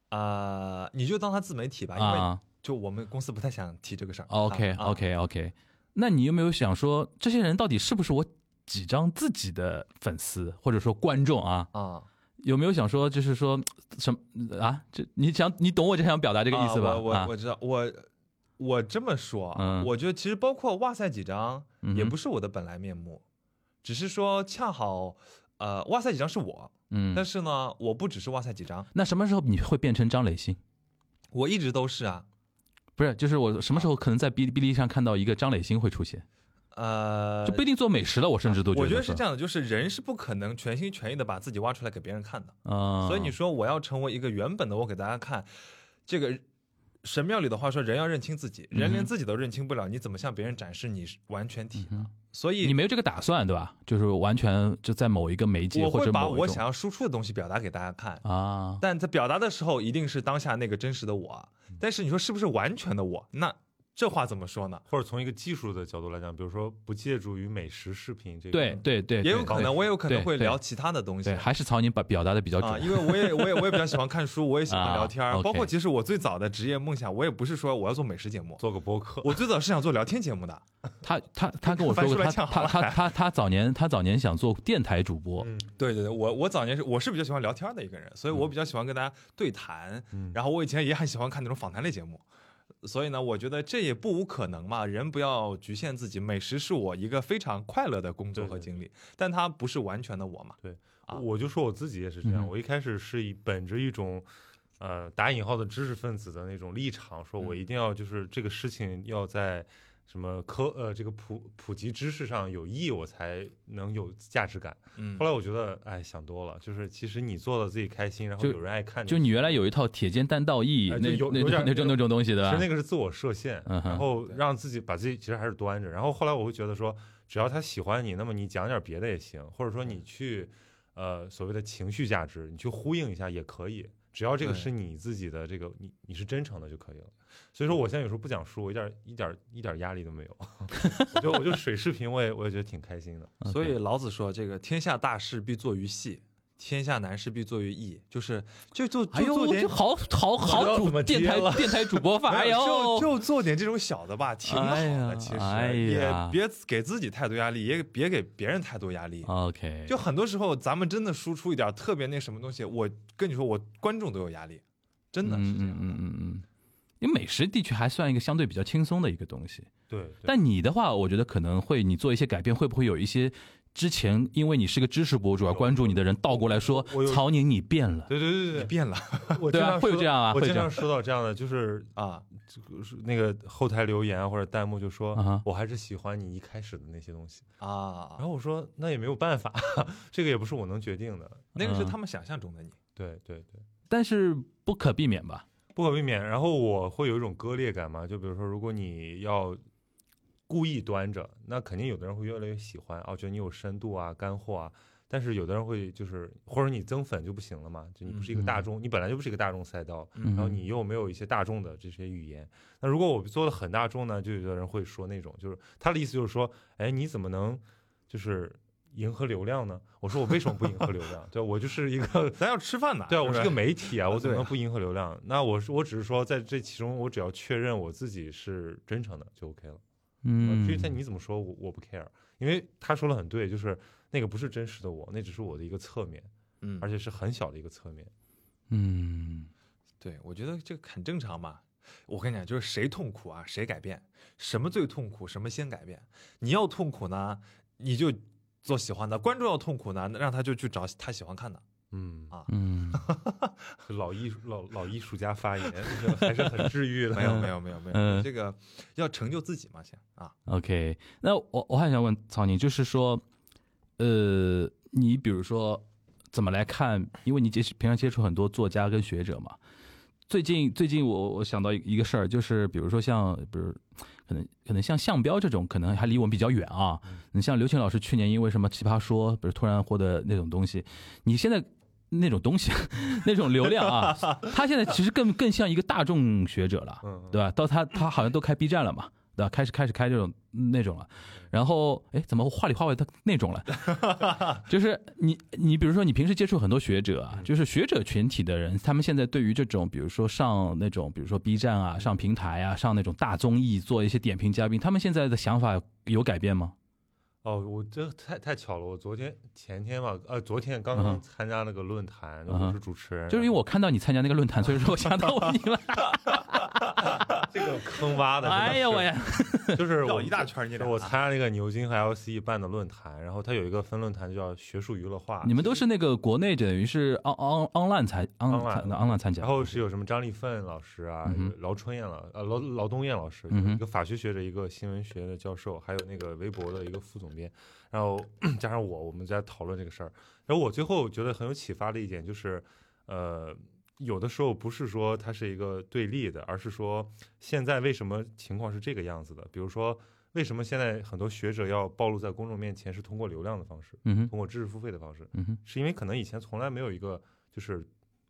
Speaker 1: 啊，你就当他自媒体吧，因为
Speaker 3: 啊
Speaker 1: 就我们公司不太想提这个事儿。
Speaker 3: ，OK
Speaker 1: 啊
Speaker 3: OK OK，那你有没有想说，这些人到底是不是我几张自己的粉丝或者说观众啊？
Speaker 1: 啊，
Speaker 3: 有没有想说，就是说什么啊？这你想你懂我就想表达这
Speaker 1: 这
Speaker 3: 个意思吧？
Speaker 1: 我
Speaker 3: 啊
Speaker 1: 我我知道，我我这么说啊，
Speaker 3: 嗯
Speaker 1: 我觉得其实包括哇塞几张
Speaker 3: 嗯哼
Speaker 1: 也不是我的本来面目，只是说恰好呃哇塞几张是我，
Speaker 3: 嗯
Speaker 1: 但，是呢，我不只是哇塞几张，
Speaker 3: 那什么时候你会变成张磊鑫？
Speaker 1: 我一直都是啊。
Speaker 3: 不是，就是我什么时候可能在哔哩哔哩上看到一个张磊鑫会出现，
Speaker 1: 呃
Speaker 3: 就，不一定做美食了，我甚至都
Speaker 1: 我
Speaker 3: 觉
Speaker 1: 觉
Speaker 3: 得
Speaker 1: 得是这样的，就是人是不可能全心全意的把自己挖出来给别人看的，
Speaker 3: 样啊。
Speaker 1: 所以你说我要成为一个原本的我给大家看，这个神庙里的话说，人要认清自己，人
Speaker 3: 嗯
Speaker 1: 连
Speaker 3: 哼
Speaker 1: 自己都认清不了，你怎么向别人展示你是完全体呢？所以
Speaker 3: 嗯你没有这个打算对吧？就是完全就在某一个媒介
Speaker 1: 我
Speaker 3: 或
Speaker 1: 会
Speaker 3: 者
Speaker 1: 把
Speaker 3: 某
Speaker 1: 我
Speaker 3: 一
Speaker 1: 想
Speaker 3: 种
Speaker 1: 要输出的东西表达给大家看，
Speaker 3: 啊，
Speaker 1: 但在表达的时候一定是当下那个真实的我。
Speaker 3: 嗯
Speaker 1: 但是你说是不是完全的我？那这话怎么说呢？
Speaker 2: 或者从一个技术的角度来讲，比如说不借助于美食视频这个，
Speaker 3: 对对对，
Speaker 1: 也有
Speaker 3: 对
Speaker 1: 可能，我也有可能
Speaker 3: 对
Speaker 1: 会
Speaker 3: 对
Speaker 1: 聊其他的东西
Speaker 3: 对，。还是曹宁把表达的比较
Speaker 1: 啊，
Speaker 3: 准。
Speaker 1: 因为我也我也我也比较喜欢看书，我也喜欢聊天儿
Speaker 3: 啊，，OK
Speaker 1: 包括其实我最早的职业梦想，我也不是说我要做美食节目，
Speaker 2: 做个播客，
Speaker 1: 我最早是想做聊天节目的。
Speaker 3: 他他他跟我 说
Speaker 1: 翻
Speaker 3: 过，
Speaker 1: 出来
Speaker 3: 他
Speaker 1: 呛好
Speaker 3: 他
Speaker 1: 了
Speaker 3: 他他他早年他早年想做电台主播，
Speaker 2: 嗯
Speaker 1: 对对对，我我早年是我是比较喜欢聊天的一个人，所以我比较喜欢跟大家对谈。
Speaker 2: 嗯
Speaker 1: 然后我以前也很喜欢看那种访谈类节目，所以呢，我觉得这也不无可能嘛。人不要局限自己，美食是我一个非常快乐的工作
Speaker 2: 对对
Speaker 1: 和
Speaker 2: 对
Speaker 1: 经历，但它不是完全的我嘛。啊
Speaker 2: 我就说我自己也是这样，
Speaker 3: 嗯
Speaker 2: 我一开始是以本着一种。呃，打引号的知识分子的那种立场，说我
Speaker 1: 嗯
Speaker 2: 一定要就是这个事情要在什么科呃这个普普及知识上有益，我才能有价值感。
Speaker 1: 嗯
Speaker 2: 后来我觉得，哎，想多了，就是其实你做的自己开心，然后
Speaker 3: 就
Speaker 2: 有人爱看，
Speaker 3: 就你原来有一啊套铁肩担道义
Speaker 2: 哎
Speaker 3: 那
Speaker 2: 就有
Speaker 3: 那
Speaker 2: 有
Speaker 3: 那
Speaker 2: 点
Speaker 3: 那种那种东西对
Speaker 2: 其实那个
Speaker 3: 吧？
Speaker 2: 是自我设限，
Speaker 3: 嗯哼
Speaker 2: 然后让自己把自己其实还是端着。然后后来我会觉得说，只要他喜欢你，那么你讲点别的也行，或者说你去
Speaker 3: 嗯
Speaker 2: 呃所谓的情绪价值，你去呼应一下也可以，只要这个
Speaker 1: 对
Speaker 2: 是你自己的这个你你是真诚的就可以了。所以说我现在有时候不讲书，我一点一点一点压力都没有， 我就我就水视频，我也我也觉得挺开心的。
Speaker 1: 所
Speaker 3: OK
Speaker 1: 以老子说：“这个天下大事必作于细，天下难事必作于易。”就是就就
Speaker 3: 哎
Speaker 1: 就做
Speaker 3: 呦，
Speaker 1: 点
Speaker 3: 就好好
Speaker 2: 我
Speaker 3: 好
Speaker 2: 要怎
Speaker 3: 主
Speaker 2: 么
Speaker 3: 电
Speaker 2: 接
Speaker 3: 台
Speaker 2: 了
Speaker 3: 电台主播范，哎
Speaker 1: 没
Speaker 3: 呦
Speaker 1: 有，就，就做点这种小的吧，挺好
Speaker 3: 哎呀
Speaker 1: 的。其实、
Speaker 3: 哎呀
Speaker 1: 也别给自己太多压力，也别给别人太多压力。
Speaker 3: OK，
Speaker 1: 就很多时候，咱们真的输出一点特别那什么东西，我跟你说，我观众都有压力，真的是
Speaker 3: 嗯
Speaker 1: 这样
Speaker 3: 嗯
Speaker 1: 的。
Speaker 3: 嗯嗯嗯，因为美食的确还算一个相对比较轻松的一个东西。
Speaker 2: 对，对
Speaker 3: 但你的话，我觉得可能会你做一些改变，会不会有一些之前因为你是个知识博主而关注你的人倒过来说
Speaker 2: 我有
Speaker 3: 曹宁你变了，
Speaker 2: 对对对
Speaker 1: 你
Speaker 2: 对
Speaker 1: 变了
Speaker 2: 对，我
Speaker 3: 对
Speaker 2: 经
Speaker 3: 吧
Speaker 2: 常
Speaker 3: 会有
Speaker 2: 收到
Speaker 3: 这样啊
Speaker 2: 我
Speaker 3: 会
Speaker 2: 经
Speaker 3: 这样
Speaker 2: 常收到这样的，就是
Speaker 1: 啊！
Speaker 2: 就是那个后台留言或者弹幕就说
Speaker 3: 啊哈，
Speaker 2: 我还是喜欢你一开始的那些东西。然
Speaker 1: 啊，
Speaker 2: 后我说那也没有办法， 这个也不是我能决定的。
Speaker 1: 那个是
Speaker 3: 嗯
Speaker 1: 他们想象中的你。
Speaker 2: 对对对，
Speaker 3: 但是不可避免吧？
Speaker 2: 不可避免。然后我会有一种割裂感嘛，就比如说如果你要故意端着，那肯定有的人会越来越喜欢，哦，觉得你有深度啊、干货啊。但是有的人会就是，或者你增粉就不行了嘛，就你不是一个大众，你本来就不是一个大众赛道，
Speaker 3: 嗯
Speaker 2: 然后你又没有一些大众的这些语言。那如果我做的很大众呢，就有的人会说那种，就是他的意思就是说，哎，你怎么能就是迎合流量呢？我说我为什么不迎合流量？ 对我就是一个。
Speaker 1: 咱要吃饭呢，
Speaker 2: 对啊，我
Speaker 1: 是
Speaker 2: 是
Speaker 1: 不
Speaker 2: 个
Speaker 1: 是
Speaker 2: 媒体啊，我怎么
Speaker 1: 对啊
Speaker 2: 能不迎合流量？那我是我只是说，在这其中，我只要确认我自己是真诚的就 OK 了。呃
Speaker 3: 嗯
Speaker 2: 至于他你怎么说，我我不 care，因为他说的很对，就是那个不是真实的我，那只是我的一个侧面，
Speaker 1: 嗯，
Speaker 2: 而且是很小的一个侧面。
Speaker 3: 嗯，
Speaker 1: 对，我觉得这个很正常嘛。我跟你讲，就是谁痛苦啊，谁改变，什么最痛苦，什么先改变。你要痛苦呢，你就做喜欢的；观众要痛苦呢，那让他就去找他喜欢看的。
Speaker 2: 嗯
Speaker 1: 啊
Speaker 3: 嗯，
Speaker 2: 老艺术老老艺术家发言就是还是很治愈的。
Speaker 1: 没有，没有，没有，没有，
Speaker 3: 嗯
Speaker 1: 这个要成就自己嘛，先啊。
Speaker 3: OK，那我我还想问曹宁，就是说，呃，你比如说怎么来看？因为你接平常接触很多作家跟学者嘛。最近最近我我想到一一个事儿，就是比如说像，比如可能可能像项彪这种，可能还离我们比较远啊。你像刘琴老师去年因为什么《奇葩说》，比如突然获得那种东西，你现在那种东西， 那种流量啊，他现在其实更更像一个大众学者了，
Speaker 2: 嗯，
Speaker 3: 对吧？到他他好像都开 B 站了嘛，对吧？开始开始开这种嗯那种了，然后哎，怎么话里话外他那种了？ 就是你你比如说你平时接触很多学者
Speaker 2: 嗯
Speaker 3: 啊，就是学者群体的人，他们现在对于这种比如说上那种比如说 B 站啊、上平台啊、上那种大综艺做一些点评嘉宾，他们现在的想法有改变吗？
Speaker 2: 哦，我这太太巧了，我昨天前天吧，呃，昨天刚
Speaker 3: 嗯
Speaker 2: 刚
Speaker 3: 哼
Speaker 2: 参加那个论坛，
Speaker 3: 嗯
Speaker 2: 我
Speaker 3: 哼
Speaker 2: 是主持人，
Speaker 3: 就是因为我看到你参加那个论坛，所以说我想到你 了。
Speaker 2: 这个坑挖的，
Speaker 3: 哎呀，我
Speaker 2: 也
Speaker 3: 呀，
Speaker 2: 就是我
Speaker 1: 绕一大圈儿，你
Speaker 2: 就是
Speaker 1: 俩
Speaker 2: 我参加那个牛津和 LC 办的论坛，然后它有一个分论坛就叫学术娱乐化，
Speaker 3: 你们都是那个国内等于是 on on online 才 on
Speaker 2: Online
Speaker 3: online 参加，
Speaker 2: 然后是有什么张立奋老师啊，
Speaker 3: 嗯哼
Speaker 2: 有劳春燕老呃劳劳东燕老师，
Speaker 3: 嗯哼
Speaker 2: 一个法学学者，一个新闻学的教授，还有那个微博的一个副总编，然后 加上我，我们在讨论这个事儿。然后我最后觉得很有启发的一点就是，呃，有的时候不是说它是一个对立的，而是说现在为什么情况是这个样子的？比如说，为什么现在很多学者要暴露在公众面前是通过流量的方式，
Speaker 3: 嗯哼
Speaker 2: 通过知识付费的方式？
Speaker 3: 嗯哼
Speaker 2: 是因为可能以前从来没有一个就是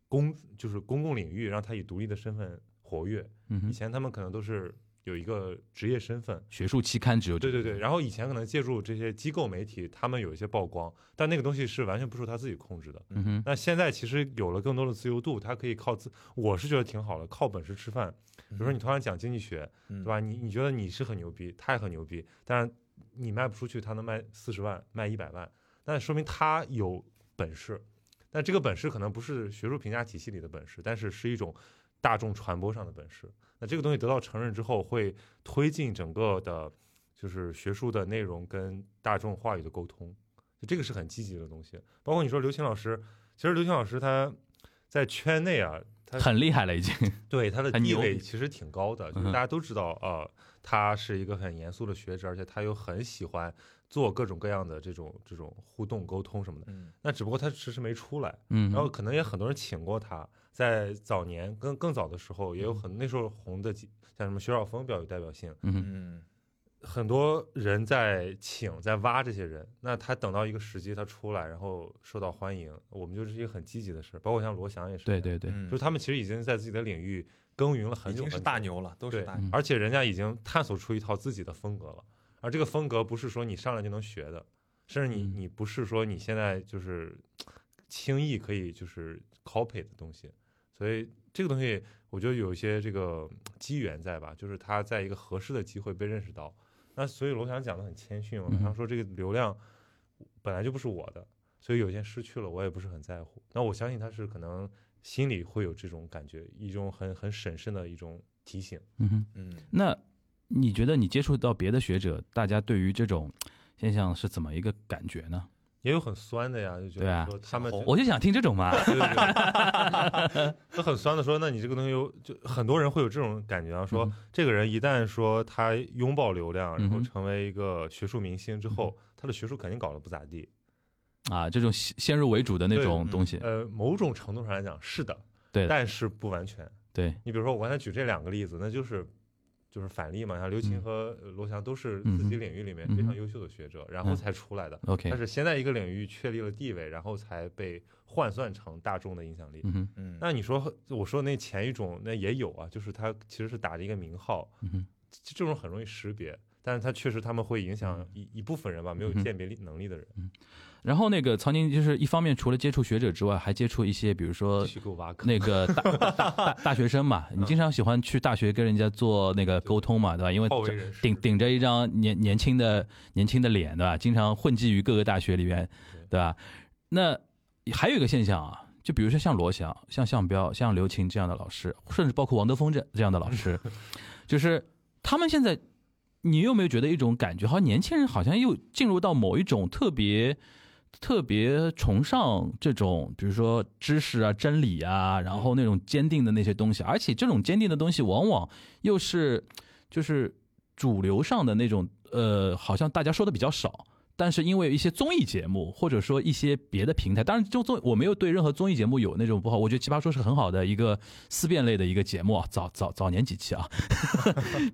Speaker 2: 公就是公共领域让他以独立的身份活跃，
Speaker 3: 嗯
Speaker 2: 以
Speaker 3: 哼，
Speaker 2: 前他们可能都是有一个职业身份。
Speaker 3: 学术期刊只有这
Speaker 2: 对
Speaker 3: 个
Speaker 2: 对对，然后以前可能借助这些机构媒体，他们有一些曝光，但那个东西是完全不受他自己控制的。
Speaker 3: 嗯哼
Speaker 2: 那现在其实有了更多的自由度，他可以靠自，我是觉得挺好的，靠本事吃饭。比如说你突然讲经济学，
Speaker 1: 嗯
Speaker 2: 对吧？你你觉得你是很牛逼，他也很牛逼，但是你卖不出去，他能卖四十万，卖一百万，那说明他有本事。但这个本事可能不是学术评价体系里的本事，但是是一种大众传播上的本事。那这个东西得到承认之后，会推进整个的，就是学术的内容跟大众话语的沟通，就这个是很积极的东西。包括你说刘青老师，其实刘青老师他在圈内啊，他
Speaker 3: 很厉害了已 经，
Speaker 2: 对他的
Speaker 3: 很
Speaker 2: 地
Speaker 3: 牛
Speaker 2: 位其实挺高的，就是
Speaker 3: 嗯哼
Speaker 2: 大家都知道，呃，他是一个很严肃的学者，而且他又很喜欢做各种各样的这种这种互动沟通什么的。
Speaker 1: 嗯
Speaker 2: 那只不过他迟迟没出来，
Speaker 3: 嗯哼，
Speaker 2: 然后可能也很多人请过他，在早年更更早的时候，也有很那时候红的几像什么薛兆丰比较有代表性，
Speaker 3: 嗯哼
Speaker 1: 嗯
Speaker 2: 很多人在请在挖这些人。那他等到一个时机他出来，然后受到欢迎，我们就是一个很积极的事。包括像罗翔也是这
Speaker 3: 对
Speaker 2: 样，
Speaker 3: 对对，
Speaker 1: 嗯，
Speaker 2: 就是他们其实已经在自己的领域耕耘了很
Speaker 1: 已
Speaker 2: 久，
Speaker 1: 经是
Speaker 2: 很久
Speaker 1: 大牛了，都是
Speaker 2: 对
Speaker 1: 大
Speaker 3: 嗯
Speaker 1: 牛，
Speaker 2: 而且人家已经探索出一套自己的风格了，而这个风格不是说你上来就能学的，甚至你
Speaker 3: 嗯
Speaker 2: 你不是说你现在就是轻易可以就是 copy 的东西，所以这个东西我觉得有一些这个机缘在吧，就是他在一个合适的机会被认识到。那所以罗翔讲的很谦逊，我
Speaker 3: 嗯
Speaker 2: 刚刚说这个流量本来就不是我的，所以有些失去了我也不是很在乎。那我相信他是可能心里会有这种感觉，一种很很审慎的一种提醒。
Speaker 3: 嗯哼，
Speaker 1: 嗯
Speaker 3: 那你觉得你接触到别的学者，大家对于这种现象是怎么一个感觉呢？
Speaker 2: 也有很酸的呀，就觉
Speaker 3: 对啊
Speaker 2: 得说他们
Speaker 1: 想红
Speaker 3: 我就想听这 种嘛，
Speaker 2: 对对对， 都很酸的说，那你这个东西有，就很多人会有这种感觉啊，说
Speaker 3: 嗯
Speaker 2: 这个人一旦说他拥抱流量，然
Speaker 3: 嗯
Speaker 2: 后
Speaker 3: 哼嗯
Speaker 2: 成为一个学术明星之后，他的学术肯定搞得不咋地。
Speaker 3: 啊，这种先先入为主的那
Speaker 2: 对
Speaker 3: 种
Speaker 1: 嗯
Speaker 3: 东西，
Speaker 2: 呃，某种程度上来讲是的，
Speaker 3: 对的
Speaker 2: 但是不完全。
Speaker 3: 对，
Speaker 2: 你比如说我刚才举这两个例子，那就是。就是反例嘛，像刘
Speaker 3: 嗯
Speaker 2: 琴和呃罗翔都是自己
Speaker 3: 嗯哼
Speaker 2: 领域里面
Speaker 3: 嗯哼
Speaker 2: 非常优秀的学者，然后
Speaker 3: 嗯
Speaker 2: 才出来的。
Speaker 3: OK，
Speaker 2: 但是先在一个领域确立了地位，然后才被换算成大众的影响力。
Speaker 3: 嗯哼，
Speaker 1: 嗯，
Speaker 2: 那你说，我说那前一种那也有啊，就是他其实是打着一个名号，
Speaker 3: 嗯哼，
Speaker 2: 这这种很容易识别，但是他确实他们会影响
Speaker 3: 嗯
Speaker 2: 一一部分人吧，没有
Speaker 3: 嗯哼
Speaker 2: 鉴别力能力的人，
Speaker 3: 然后那个曹宁就是一方面除了接触学者之外，还接触一些比如说
Speaker 2: 虚构挖坑。
Speaker 3: 那个大大大大学生嘛，你经常喜欢去大学跟人家做那个沟通嘛，对吧？因为
Speaker 2: 好为人师
Speaker 3: 顶顶着一张年年轻的年轻的脸，对吧？经常混迹于各个大学里面，对吧？那还有一个现象啊，就比如说像罗翔、像向彪、像刘琴这样的老师，甚至包括王德峰这这样的老师，就是他们现在，你有没有觉得一种感觉，好像年轻人好像又进入到某一种特别。特别崇尚这种，比如说知识啊、真理啊，然后那种坚定的那些东西，而且这种坚定的东西往往又是就是主流上的那种，呃，好像大家说的比较少。但是因为一些综艺节目，或者说一些别的平台，当然这种综我没有对任何综艺节目有那种不好，我觉得《奇葩说》是很好的一个思辨类的一个 节目啊，早早早年几期啊，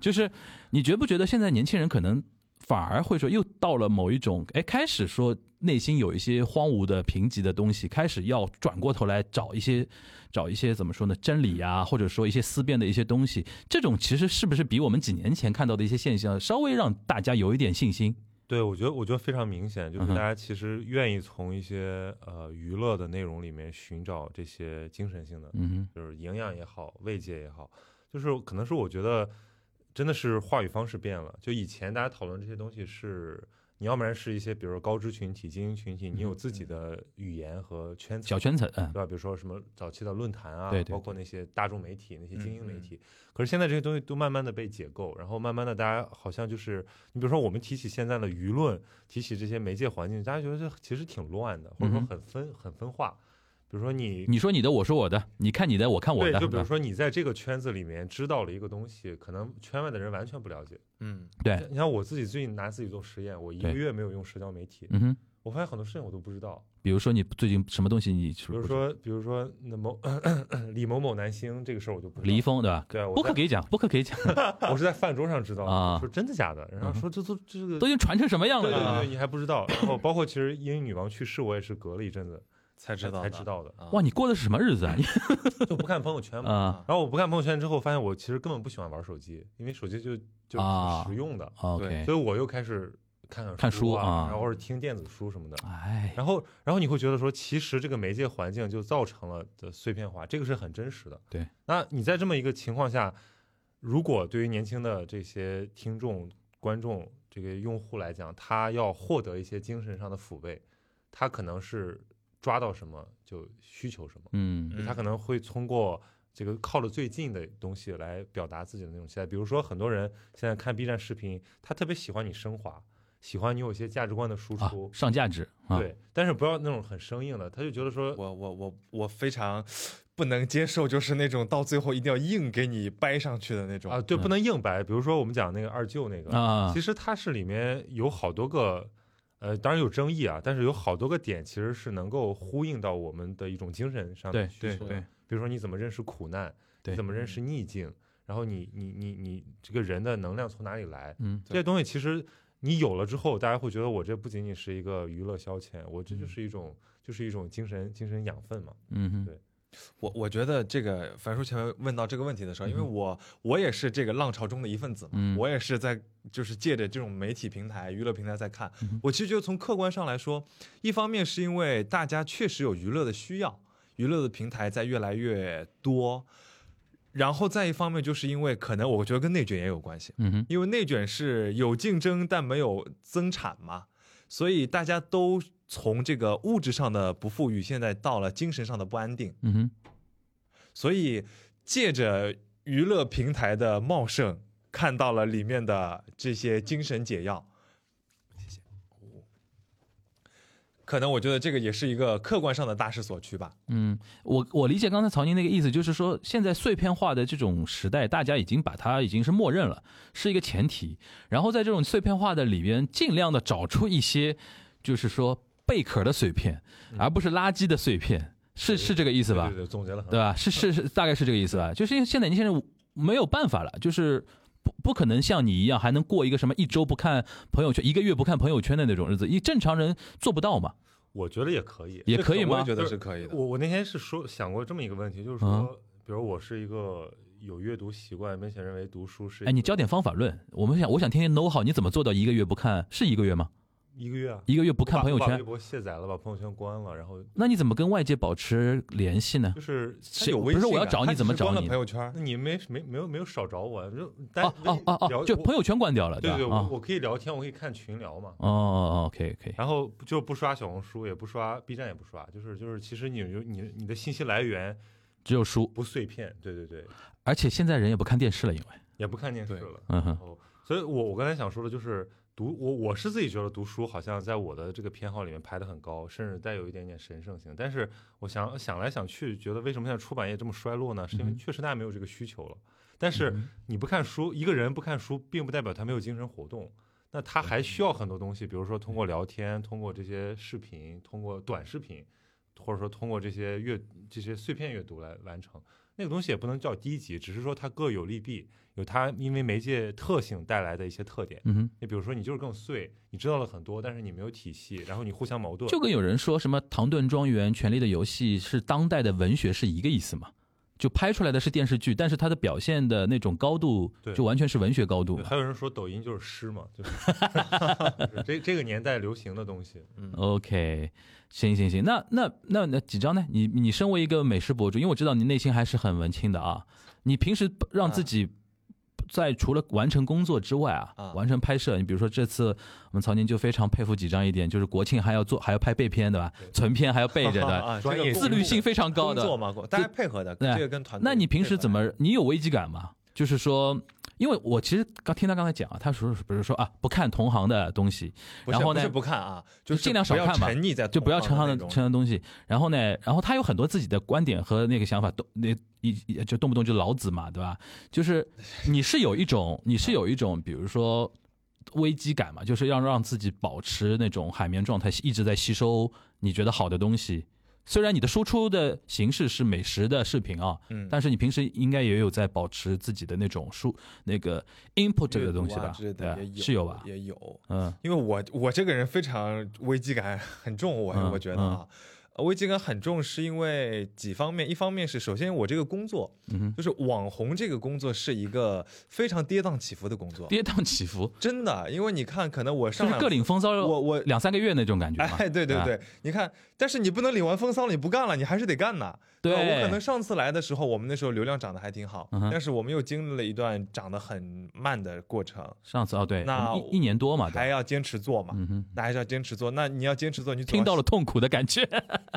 Speaker 3: 就是你觉不觉得现在年轻人可能反而会说又到了某一种，哎，开始说内心有一些荒芜的贫瘠的东西，开始要转过头来找一些，找一些怎么说呢，真理啊，或者说一些思辨的一些东西。这种其实是不是比我们几年前看到的一些现象，稍微让大家有一点信心？
Speaker 2: 对，我觉得我觉得非常明显，就是
Speaker 3: 嗯哼
Speaker 2: 大家其实愿意从一些呃娱乐的内容里面寻找这些精神性的，
Speaker 3: 嗯
Speaker 2: 就是营养也好，慰藉也好，就是可能是我觉得真的是话语方式变了。就以前大家讨论这些东西是，你要不然是一些比如说高知群体、精英群体，你有自己的语言和圈
Speaker 3: 哼，
Speaker 2: 层
Speaker 3: 嗯小，圈层，嗯
Speaker 2: 对，吧？比如说什么早期的论坛啊，
Speaker 3: 对对
Speaker 2: 包括那些大众媒体、那些精英媒
Speaker 1: 嗯
Speaker 2: 体。可是现在这些东西都慢慢的被解构，然后慢慢的大家好像就是，你比如说我们提起现在的舆论，提起这些媒介环境，大家觉得这其实挺乱的，或者说
Speaker 3: 嗯哼
Speaker 2: 很分、很分化。比如说你
Speaker 3: 你说你的，我说我的，你看你的，我看我
Speaker 2: 对，
Speaker 3: 的，
Speaker 2: 就比如
Speaker 3: 吧
Speaker 2: 说你在这个圈子里面知道了一个东西，可能圈外的人完全不了解。
Speaker 1: 嗯，
Speaker 3: 对，
Speaker 2: 你像我自己最近拿自己做实验，我一个
Speaker 3: 对
Speaker 2: 月没有用社交媒体，
Speaker 3: 嗯哼，
Speaker 2: 我发现很多事情我都不知道。
Speaker 3: 比如说你最近什么东西你，
Speaker 2: 比如说，比如说那某 李某某男星这个事儿我就不知道
Speaker 3: 李易。峰对吧？
Speaker 2: 对，啊我
Speaker 3: 播客
Speaker 2: 在
Speaker 3: 给讲，播客 给讲，
Speaker 2: 我是在饭桌上知道的，
Speaker 3: 啊嗯
Speaker 2: 我说真的假的，然后说这都这个
Speaker 3: 都已经传成什么样
Speaker 2: 对
Speaker 3: 了？啊
Speaker 2: 对对，
Speaker 3: 吧
Speaker 2: 你还不知道。然后包括其实英女王去世，我也是隔了一阵子
Speaker 1: 才知
Speaker 2: 才
Speaker 1: 道
Speaker 2: 才
Speaker 1: 的
Speaker 2: 知 道的，
Speaker 1: 啊
Speaker 3: 哇，你过的是什么日子啊？你
Speaker 2: 就不看朋友圈嘛。
Speaker 3: 啊
Speaker 2: 然后我不看朋友圈之后，发现我其实根本不喜欢玩手机，因为手机就就
Speaker 3: 啊
Speaker 2: 挺实用的。
Speaker 3: ，OK，
Speaker 2: 所以我又开始看看
Speaker 3: 哎看书
Speaker 2: 啊
Speaker 3: 啊，
Speaker 2: 然后或者听电子书什么的。
Speaker 3: 哎，
Speaker 2: 然后，然后你会觉得说，其实这个媒介环境就造成了的碎片化，这个是很真实的。
Speaker 3: 对，
Speaker 2: 那你在这么一个情况下，如果对于年轻的这些听众、观众、这个用户来讲，他要获得一些精神上的抚慰，他可能是抓到什么就需求什么。
Speaker 3: 嗯
Speaker 2: 就他可能会通过这个靠的最近的东西来表达自己的那种期待。比如说，很多人现在看 B 站视频，他特别喜欢你升华，喜欢你有一些价值观的输
Speaker 3: 啊，
Speaker 2: 出，
Speaker 3: 上价值啊，
Speaker 2: 对，但是不要那种很生硬的，他就觉得说。
Speaker 1: 我我我我非常不能接受，就是那种到最后一定要硬给你掰上去的那种
Speaker 2: 啊，对，
Speaker 3: 嗯
Speaker 2: 不能硬掰。比如说我们讲那个二舅那个，
Speaker 3: 啊
Speaker 2: 其，实它是里面有好多个，呃，当然有争议啊，但是有好多个点其实是能够呼应到我们的一种精神上的
Speaker 3: 对
Speaker 2: 需求的。
Speaker 1: 对对
Speaker 2: 比如说你怎么认识苦难，
Speaker 3: 对
Speaker 2: 你怎么认识
Speaker 1: 嗯
Speaker 2: 逆境，然后你你你你这个人的能量从哪里来，
Speaker 3: 嗯，
Speaker 2: 这些东西其实你有了之后，大家会觉得我这不仅仅是一个娱乐消遣，我
Speaker 1: 嗯
Speaker 2: 这就是一种、就是一种精神精神养分嘛。
Speaker 3: 嗯哼，
Speaker 2: 对
Speaker 1: 我我觉得这个樊叔前面问到这个问题的时候，因为我我也是这个浪潮中的一份子嘛，
Speaker 3: 嗯
Speaker 1: 我也是在就是借着这种媒体平台、娱乐平台在看。我其实觉得从客观上来说，一方面是因为大家确实有娱乐的需要，娱乐的平台在越来越多，然后再一方面就是因为可能我觉得跟内卷也有关系，
Speaker 3: 嗯哼，
Speaker 1: 因为内卷是有竞争但没有增产嘛，所以大家都从这个物质上的不富裕，现在到了精神上的不安定。
Speaker 3: 嗯哼，
Speaker 1: 所以借着娱乐平台的茂盛，看到了里面的这些精神解药。谢谢。可能我觉得这个也是一个客观上的大势所趋吧。
Speaker 3: 嗯，我我理解刚才曹宁那个意思，就是说现在碎片化的这种时代，大家已经把它已经是默认了，是一个前提。然后在这种碎片化的里边，尽量的找出一些，就是说贝壳的碎片，而不是垃圾的碎片，是是这个意思吧
Speaker 2: 嗯对？对对，总结了很
Speaker 3: 对吧？是是是，大概是这个意思吧？就是因为现在你现在没有办法了，就是不不可能像你一样还能过一个什么一周不看朋友圈、一个月不看朋友圈的那种日子，一正常人做不到嘛，
Speaker 2: 我觉得也可以，
Speaker 3: 也可以
Speaker 1: 这个我
Speaker 3: 吗
Speaker 1: 也？觉得是可以的。
Speaker 2: 我我那天是说想过这么一个问题，就是说，
Speaker 3: 嗯
Speaker 2: 比如我是一个有阅读习惯，并且认为读书是一
Speaker 3: 哎，你
Speaker 2: 个
Speaker 3: 教点方法论，我们想我想听听 know how，你怎么做到一个月不看？是一个月吗？
Speaker 2: 一个月啊，
Speaker 3: 一个月不
Speaker 2: 不
Speaker 3: 看朋友
Speaker 2: 微
Speaker 3: 圈，
Speaker 2: 博卸载了，把朋友圈关了，然后
Speaker 3: 那你怎么跟外界保持联系呢？
Speaker 2: 就是
Speaker 1: 他
Speaker 3: 是
Speaker 1: 有
Speaker 3: 不
Speaker 1: 微信啊、
Speaker 3: 是我要找你
Speaker 1: 他只
Speaker 3: 怎么
Speaker 1: 是
Speaker 3: 找
Speaker 1: 关了
Speaker 3: 你
Speaker 1: 朋友圈
Speaker 2: 那，你没没没有没有少找我，啊就但
Speaker 3: 哦哦哦
Speaker 2: 聊
Speaker 3: 哦，就
Speaker 2: 我
Speaker 3: 朋友圈关掉了，
Speaker 2: 哎对对，
Speaker 3: 吧？
Speaker 2: 我
Speaker 3: 啊，
Speaker 2: 我可以聊天，我可以看群聊嘛。
Speaker 3: 哦哦，OK OK，
Speaker 2: 然后就不刷小红书，也不刷 B 站，也不刷，就是就是，其实你有你你的信息来源
Speaker 3: 只有书，
Speaker 2: 不碎片，对对对，
Speaker 3: 而且现在人也不看电视了，因为，
Speaker 2: 也不看电视
Speaker 1: 对
Speaker 2: 了。
Speaker 3: 嗯哼
Speaker 2: 然，后，所以我我刚才想说的就是读我我是自己觉得读书好像在我的这个偏好里面排得很高，甚至带有一点点神圣性。但是我想想来想去，觉得为什么现在出版业这么衰落呢？是因为
Speaker 3: 嗯哼
Speaker 2: 确实大家没有这个需求了。但是你不看书，一个人不看书，并不代表他没有精神活动。那他还需要很多东西，比如说通过聊天，通过这些视频，通过短视频，或者说通过这些阅这些碎片阅读来完成。那个东西也不能叫低级，只是说它各有利弊，有它因为媒介特性带来的一些特点。
Speaker 4: 嗯哼。
Speaker 2: 你比如说，你就是更碎，你知道了很多，但是你没有体系，然后你互相矛盾。
Speaker 3: 就跟有人说什么《唐顿庄园》《权力的游戏》是当代的文学是一个意思嘛？就拍出来的是电视剧，但是它的表现的那种高度
Speaker 2: 对
Speaker 3: 就完全是文学高度
Speaker 2: 对
Speaker 3: 嘛。
Speaker 2: 还有人说抖音就是诗嘛， 就是就是这这个年代流行的东西。
Speaker 3: OK，行行行，那那那那几张呢？你你身为一个美食博主，因为我知道你内心还是很文青的啊，你平时让自己
Speaker 1: 嗯
Speaker 3: 在除了完成工作之外啊，
Speaker 1: 啊
Speaker 3: 完成拍摄，你比如说这次我们曹宁就非常佩服几张一点，就是国庆还要做还要拍备片对吧？ 存片还要备着的，
Speaker 1: 啊，
Speaker 2: 专
Speaker 1: 这个
Speaker 2: 业
Speaker 3: 自律性非常高的
Speaker 1: 工。作嘛，工大家配合的，
Speaker 3: 对
Speaker 1: 这个跟团队。
Speaker 3: 那你平时怎？么？你有危机感吗？就是说，因为我其实刚听他刚才讲啊，他说比如说啊，不看同行的东西，
Speaker 1: 不是
Speaker 3: 然后呢
Speaker 1: 不是不看啊，就是
Speaker 3: 尽量少
Speaker 1: 不要
Speaker 3: 看吧
Speaker 1: 沉溺在
Speaker 3: 就不要
Speaker 1: 同
Speaker 3: 陈
Speaker 1: 行
Speaker 3: 航
Speaker 1: 的
Speaker 3: 的
Speaker 1: 哦那种
Speaker 3: 陈航的东西。然后呢，然后他有很多自己的观点和那个想法，动那一一就动不动就老子嘛，对吧？ 就是你是有一种，你是有一种，比如说危机感嘛，就是要让自己保持那种海绵状态，一直在吸收你觉得好的东西。虽然你的输出的形式是美食的视频啊，
Speaker 1: 嗯
Speaker 3: 但是你平时应该也有在保持自己的那种输那个 input 这
Speaker 1: 阅
Speaker 3: 个
Speaker 1: 读
Speaker 3: 东西
Speaker 1: 啊
Speaker 3: 吧
Speaker 1: 之类？
Speaker 3: 对
Speaker 1: 的
Speaker 3: 吧
Speaker 1: 也，有
Speaker 3: 是有吧？
Speaker 1: 也有。
Speaker 3: 嗯
Speaker 1: 因为我我这个人非常危机感很重，我、
Speaker 3: 嗯
Speaker 1: 我觉得啊，呃危机感很重是因为几方面，一方面是首先我这个工作，
Speaker 3: 嗯哼，
Speaker 1: 就是网红这个工作是一个非常跌宕起伏的工作，
Speaker 3: 跌宕起伏，
Speaker 1: 真的，因为你看，可能我
Speaker 3: 就
Speaker 1: 上
Speaker 3: 是
Speaker 1: 来
Speaker 3: 各领风骚，
Speaker 1: 我我
Speaker 3: 两三个月那种感觉嘛。
Speaker 1: 哎，对对
Speaker 3: 啊
Speaker 1: 对，你看，但是你不能领完风骚了，你不干了，你还是得干呐。
Speaker 3: 对
Speaker 1: 吧我可能上次来的时候，我们那时候流量涨得还挺好，
Speaker 3: 嗯哼
Speaker 1: 但是我们又经历了一段涨得很慢的过程，
Speaker 3: 上次哦，对，
Speaker 1: 那
Speaker 3: 我们一一年多嘛，
Speaker 1: 还
Speaker 3: 对吧，
Speaker 1: 要坚持做嘛。
Speaker 3: 嗯哼，
Speaker 1: 那还是要坚持做，那你要坚持做，你总
Speaker 3: 听
Speaker 1: 要
Speaker 3: 到了痛苦的 感觉，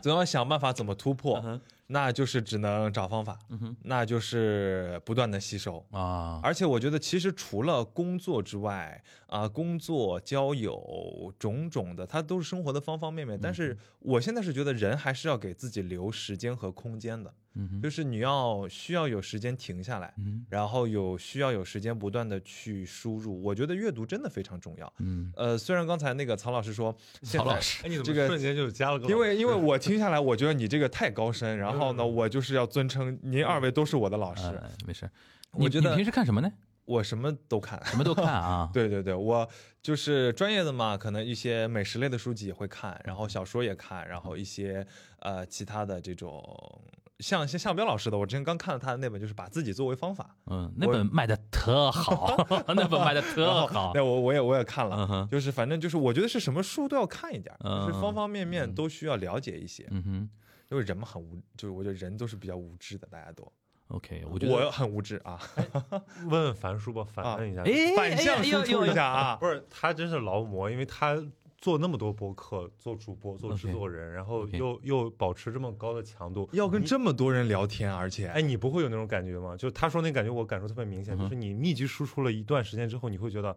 Speaker 1: 总要想办法怎么突破，那就是只能找方法，
Speaker 3: 嗯哼
Speaker 1: 那就是不断的吸收。
Speaker 3: 啊，
Speaker 1: 而且我觉得，其实除了工作之外，啊、工作、交友种种的，它都是生活的方方
Speaker 3: 嗯
Speaker 1: 面面。但是我现在是觉得，人还是要给自己留时间和空间的，
Speaker 3: 嗯哼，
Speaker 1: 就是你要需要有时间停下来，
Speaker 3: 嗯
Speaker 1: 然后有需要有时间不断的去输入。我觉得阅读真的非常重要。
Speaker 3: 嗯，
Speaker 1: 呃，虽然刚才那个曹老师说，现在
Speaker 3: 师，
Speaker 2: 哎，你怎
Speaker 1: 这
Speaker 2: 么
Speaker 1: 个
Speaker 2: 瞬间就加了个老？
Speaker 1: 因为因为我听下来，我觉得你这个太高深，然
Speaker 3: 嗯
Speaker 1: 后呢，我就是要尊称您二位都是我的老师，
Speaker 3: 呃，没事儿，
Speaker 1: 我
Speaker 3: 你
Speaker 1: 觉
Speaker 3: 你
Speaker 1: 得
Speaker 3: 平时看什么呢？
Speaker 1: 我什么都 看。，
Speaker 3: 什么都看啊
Speaker 1: 对对对，我就是专业的嘛，可能一些美食类的书籍也会看，然后小说也看，然后一些呃其他的这种，像像向彪老师的，我之前刚看了他的那本，就是把自己作为方法，
Speaker 3: 嗯，那本卖的特好， 那本卖的特好，
Speaker 1: 那我我也我也看了，
Speaker 3: 啊嗯哼，
Speaker 1: 就是反正就是我觉得是什么书都要看一点儿，
Speaker 3: 嗯
Speaker 1: 就是方方面面都需要了解一些，
Speaker 3: 嗯哼
Speaker 1: 因为人嘛很无，就是我觉得人都是比较无知的，大家都，
Speaker 3: ，OK，我 觉得，
Speaker 1: 我很无知啊。
Speaker 2: 问问樊叔吧，
Speaker 1: 啊
Speaker 2: 反问一下，
Speaker 3: 哎，
Speaker 1: 反向输出一下啊。
Speaker 2: 不是他真是劳模，因为他做那么多播客，做主播，做
Speaker 3: OK
Speaker 2: 制作人，然后
Speaker 3: OK
Speaker 2: 又又保持这么高的强度，
Speaker 1: 要跟
Speaker 2: 你
Speaker 1: 这么多人聊天，而且
Speaker 2: 哎，你不会有那种感觉吗？就他说那感觉，我感受特别明显，
Speaker 3: 嗯哼
Speaker 2: 就是你密集输出了一段时间之后，你会觉得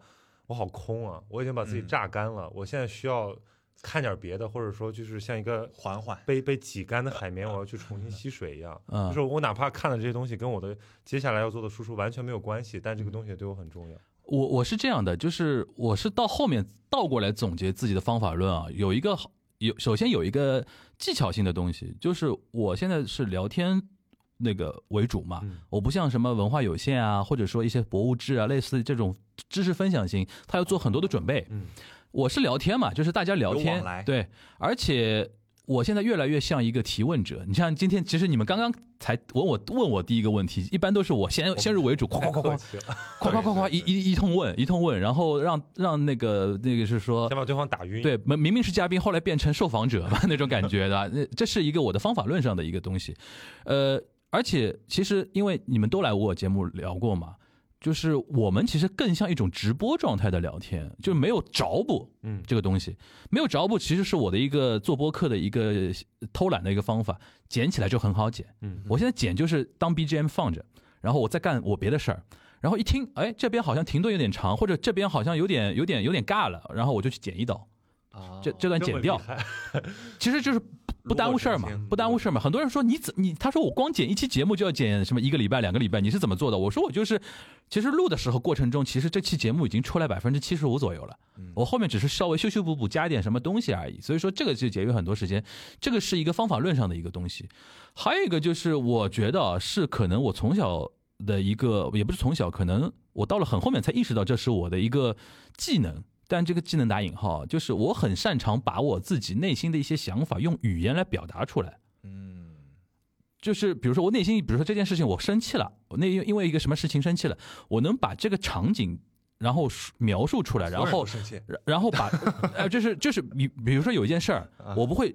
Speaker 2: 我好空啊，我已经把自己
Speaker 1: 嗯
Speaker 2: 榨干了，我现在需要看点别的，或者说就是像一个
Speaker 1: 缓缓，
Speaker 2: 被被挤干的海绵，我要去重新吸水一样。
Speaker 3: 嗯
Speaker 2: 就是我哪怕看了这些东西跟我的接下来要做的输出完全没有关系，但这
Speaker 3: 嗯
Speaker 2: 个东西对我很重要。
Speaker 3: 我我是这样的，就是我是到后面倒过来总结自己的方法论啊，有一个好有首先有一个技巧性的东西，就是我现在是聊天那个为主嘛，
Speaker 2: 嗯
Speaker 3: 我不像什么文化有限啊，或者说一些博物志啊，类似这种知识分享型，他要做很多的准备。
Speaker 2: 嗯，
Speaker 3: 我是聊天嘛，就是大家聊
Speaker 1: 有
Speaker 3: 天
Speaker 1: 往来，
Speaker 3: 对，而且我现在越来越像一个提问者。你像今天，其实你们刚刚才问我问我第一个问题，一般都是我先先入为主，哐哐哐哐
Speaker 2: 客气了
Speaker 3: 夸夸 夸夸一一一通问一通问，然后让让那个那个是说
Speaker 2: 先。把对方打晕。
Speaker 3: 对，明明明是嘉宾，后来变成受访者吧，那种感觉的，那这是一个我的方法论上的一个东西，呃，而且其实因为你们都来我节目聊过嘛，就是我们其实更像一种直播状态的聊天，就没有着补，
Speaker 2: 嗯
Speaker 3: 这个东西没有着补，其实是我的一个做播客的一个偷懒的一个方法，剪起来就很好剪，
Speaker 2: 嗯
Speaker 3: 我现在剪就是当 BGM 放着，然后我再干我别的事儿，然后一听，哎，这边好像停顿有点长，或者这边好像有点有哦点有点尬了，然后我就去剪一刀，
Speaker 1: 啊
Speaker 3: 这这段剪掉，其实就是
Speaker 1: 如
Speaker 3: 不
Speaker 1: 果
Speaker 3: 耽误事儿嘛
Speaker 1: 成型，
Speaker 3: 不耽误事儿嘛。很多人说你怎你，他说我光剪一期节目就要剪什么一个礼拜、两个礼拜，你是怎么做的？我说我就是，其实录的时候过程中，其实这期节目已经出来百分之七十五左右了
Speaker 1: 嗯，
Speaker 3: 我后面只是稍微修修补补加一点什么东西而已。所以说这个就节约很多时间，这个是一个方法论上的一个东西。还有一个就是，我觉得啊是可能我从小的一个，也不是从小，可能我到了很后面才意识到这是我的一个技能。但这个技能打引号，啊就是我很擅长把我自己内心的一些想法用语言来表达出来。
Speaker 1: 嗯
Speaker 3: 就是比如说我内心，比如说这件事情我生气了，我那因为一个什么事情生气了，我能把这个场景然后描述出来，然
Speaker 1: 所有人
Speaker 3: 后
Speaker 1: 都生气，
Speaker 3: 然然后 把呃就是就是比比如说有一件事儿，
Speaker 1: 啊
Speaker 3: 我不会。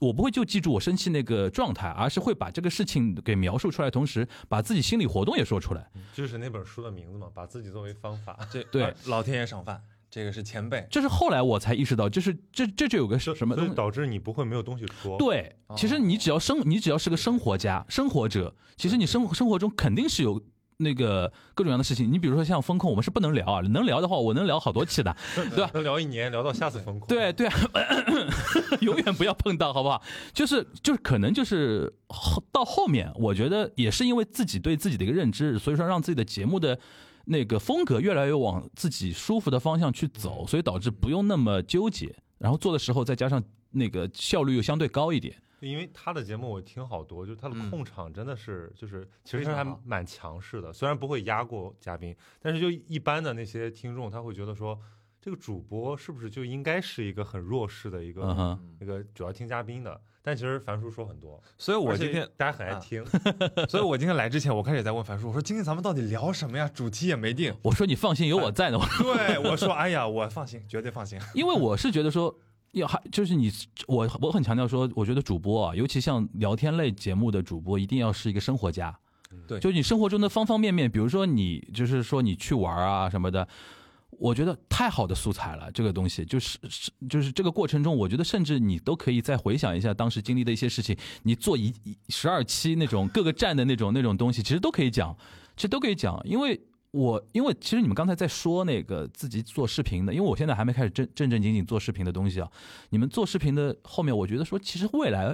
Speaker 3: 我不会就记住我生气那个状态，而是会把这个事情给描述出来，同时把自己心理活动也说出来。
Speaker 2: 就是那本书的名字嘛，把自己作为方法。
Speaker 1: 这
Speaker 3: 对
Speaker 1: 啊老天爷赏饭，这个是前辈，
Speaker 3: 这是后来我才意识到，就是这这就有个什什么
Speaker 2: 所
Speaker 3: 东
Speaker 2: 以
Speaker 3: 西。
Speaker 2: 导致你不会没有东西说。，
Speaker 3: 对，其实你只要生，你只要是个生活家、生活者，其实你生生活中肯定是有那个各种各样的事情。你比如说像风控，我们是不能聊啊，能聊的话，我能聊好多期的。对吧
Speaker 2: 能聊一年，聊到下次风控。
Speaker 3: 对，对， 永远不要碰到，好不好？就是就是，可能就是后到后面，我觉得也是因为自己对自己的一个认知，所以说让自己的节目的那个风格越来越往自己舒服的方向去走，所以导致不用那么纠结。然后做的时候再加上那个效率又相对高一点。
Speaker 2: 因为他的节目我听好多，就是他的
Speaker 3: 嗯
Speaker 2: 控场真的是，就是其
Speaker 1: 非
Speaker 2: 实
Speaker 1: 常
Speaker 2: 还
Speaker 1: 好
Speaker 2: 蛮强势的，虽然不会压过嘉宾，但是就一般的那些听众，他会觉得说，这个主播是不是就应该是一个很弱势的一
Speaker 3: 嗯
Speaker 2: 个
Speaker 3: 哼，
Speaker 2: 那个主要听嘉宾的？但其实樊叔说很多，
Speaker 1: 所以我
Speaker 2: 而且
Speaker 1: 今天，
Speaker 2: 大家很爱
Speaker 1: 啊
Speaker 2: 听，
Speaker 1: 所以我今天来之前，我开始也在问樊叔，我说今天咱们到底聊什么呀？主题也没 定。
Speaker 3: 我说你放心，有我在呢。我
Speaker 1: 对，我说，哎呀，我放心，绝对放心。
Speaker 3: 因为我是觉得说，要还就是你我我很强调说，我觉得主播啊，尤其像聊天类节目的主播，一定要是一个生活家。
Speaker 1: 对
Speaker 3: 就你生活中的方方面面，比如说你就是说你去玩啊什么的，我觉得太好的素材了。这个东西就是是就是这个过程中，我觉得甚至你都可以再回想一下当时经历的一些事情，你做一十二期那种各个站的那种那种东西，其实都可以讲，其实都可以讲，因为。我因为其实你们刚才在说那个自己做视频的，因为我现在还没开始正正正经经做视频的东西啊。你们做视频的后面，我觉得说其实未来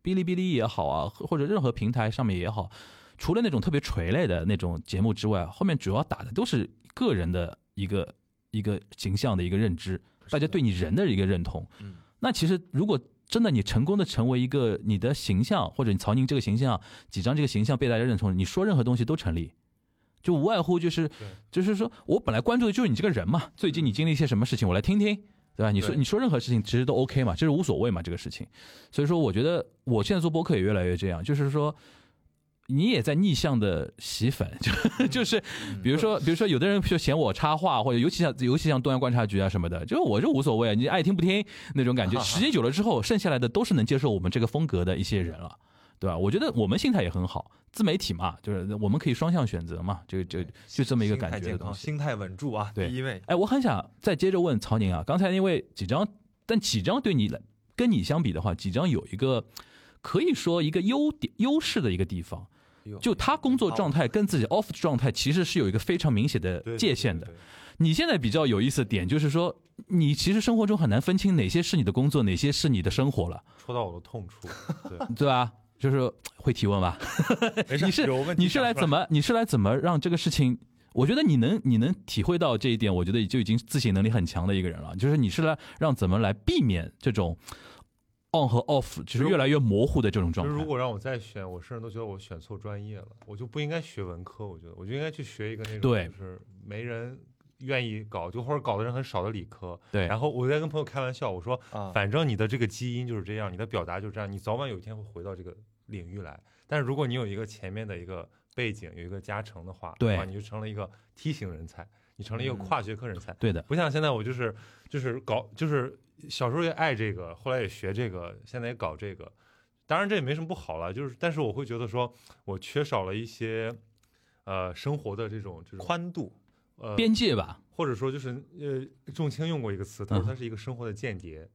Speaker 3: 哔哩哔哩也好啊，或者任何平台上面也好，除了那种特别垂类的那种节目之外，后面主要打的都是个人的一个一个形象的一个认知，大家对你人的一个认同。
Speaker 1: 嗯，
Speaker 3: 那其实如果真的你成功的成为一个你的形象，或者你曹宁这个形象、几张这个形象被大家认同，你说任何东西都成立。就无外乎就是，就是说我本来关注的就是你这个人嘛，最近你经历一些什么事情，我来听听，对吧？你说
Speaker 1: 对
Speaker 3: 你说任何事情其实都 OK 嘛，这是无所谓嘛，这个事情。所以说，我觉得我现在做播客也越来越这样，就是说，你也在逆向的洗粉，
Speaker 1: 嗯
Speaker 3: 就就是比如说，比如说有的人就嫌我插话，或者尤其像尤其像东阳观察局啊什么的，就是我就无所谓，你爱听不听那种 感觉。时间久了之后，剩下来的都是能接受我们这个风格的一些人了。对吧？我觉得我们心态也很好，自媒体嘛，就是我们可以双向选择嘛，这个就就这么一个
Speaker 1: 心
Speaker 3: 感
Speaker 1: 态
Speaker 3: 觉的
Speaker 1: 健
Speaker 3: 东
Speaker 1: 康，
Speaker 3: 西。
Speaker 1: 心态稳住啊，
Speaker 3: 对
Speaker 1: 第一位。
Speaker 3: 哎，我很想再接着问曹宁啊，刚才因为几张，但几张对你来跟你相比的话，几张有一个可以说一个优点优势的一个地方，就他工作状态跟自己 off 状态其实是有一个非常明显的
Speaker 2: 对
Speaker 3: 界限的。。
Speaker 2: 对对对
Speaker 3: 你现在比较有意思的点就是说，你其实生活中很难分清哪些是你的工作，哪些是你的生活了，
Speaker 2: 戳到我的痛处，对，
Speaker 3: 对吧？就是会提问吧？
Speaker 1: 没事
Speaker 3: 你是
Speaker 1: 有 问题
Speaker 3: 你是来怎么？你是来怎么让这个事情？我觉得你能你能体会到这一点，我觉得就已经自省能力很强的一个人了。就是你是来让怎么来避免这种 on 和 off，就是越来越模糊的这种
Speaker 2: 就
Speaker 3: 状
Speaker 2: 是
Speaker 3: 态。
Speaker 2: 如果让我再选，我甚至都觉得我选错专业了，我就不应该学文科，我觉得我就应该去学一个那种
Speaker 3: 对
Speaker 2: 就是没人愿意搞，就或者搞的人很少的理科。
Speaker 3: 对，嗯
Speaker 2: 然后我在跟朋友开玩笑，我说，
Speaker 1: 啊？
Speaker 2: 反正你的这个基因就是这样，你的表达就是这样，你早晚有一天会回到这个领域来。但是如果你有一个前面的一个背景，有一个加成的话，
Speaker 3: 对
Speaker 2: 哇你就成了一个梯形人才，你成了一个
Speaker 1: 嗯
Speaker 2: 跨学科人才。
Speaker 3: 对的，
Speaker 2: 不像现在我就是就是搞就是小时候也爱这个，后来也学这个，现在也搞这个。当然这也没什么不好了，就是但是我会觉得说我缺少了一些呃生活的这种这种
Speaker 1: 宽度，
Speaker 2: 呃，
Speaker 3: 边界吧，嗯
Speaker 2: 或者说就是呃仲卿用过一个词，他说他是一个生活的间谍。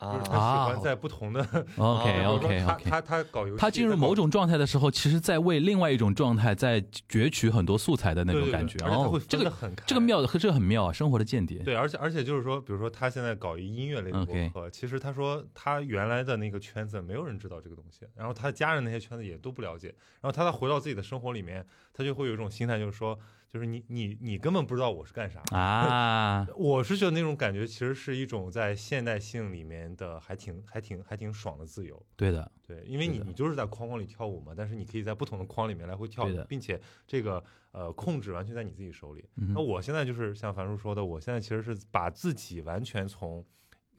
Speaker 2: 就
Speaker 1: 啊
Speaker 2: 是他喜欢在不同的，
Speaker 3: OK
Speaker 2: 比如啊说
Speaker 3: OK
Speaker 2: 他
Speaker 3: OK。
Speaker 2: 他他搞游戏，
Speaker 3: 他进入
Speaker 2: 搞
Speaker 3: 某种状态的时候，其实在为另外一种状态在攫取很多素材的那
Speaker 2: 对
Speaker 3: 种
Speaker 2: 对
Speaker 3: 感
Speaker 2: 对
Speaker 3: 觉。
Speaker 2: 而且他会
Speaker 3: 哦，这
Speaker 2: 分得
Speaker 3: 个
Speaker 2: 很开
Speaker 3: 这个妙，这个很妙啊！生活的间谍。
Speaker 2: 对，而且而且就是说，比如说他现在搞一音乐类的博
Speaker 3: OK
Speaker 2: 客，其实他说他原来的那个圈子没有人知道这个东西，然后他家人那些圈子也都不了解，然后他再回到自己的生活里面，他就会有一种心态，就是说，就是你你你根本不知道我是干啥。
Speaker 3: 啊，
Speaker 2: 我是觉得那种感觉其实是一种在现代性里面的还挺还挺还挺爽的自由，
Speaker 3: 对的，
Speaker 2: 对，因为你
Speaker 3: 是的
Speaker 2: 你就是在框框里跳舞嘛，但是你可以在不同的框里面来回跳
Speaker 3: 对
Speaker 2: 舞
Speaker 3: 的，
Speaker 2: 并且这个呃控制完全在你自己手里。
Speaker 3: 嗯
Speaker 2: 那我现在就是像樊叔说的，我现在其实是把自己完全从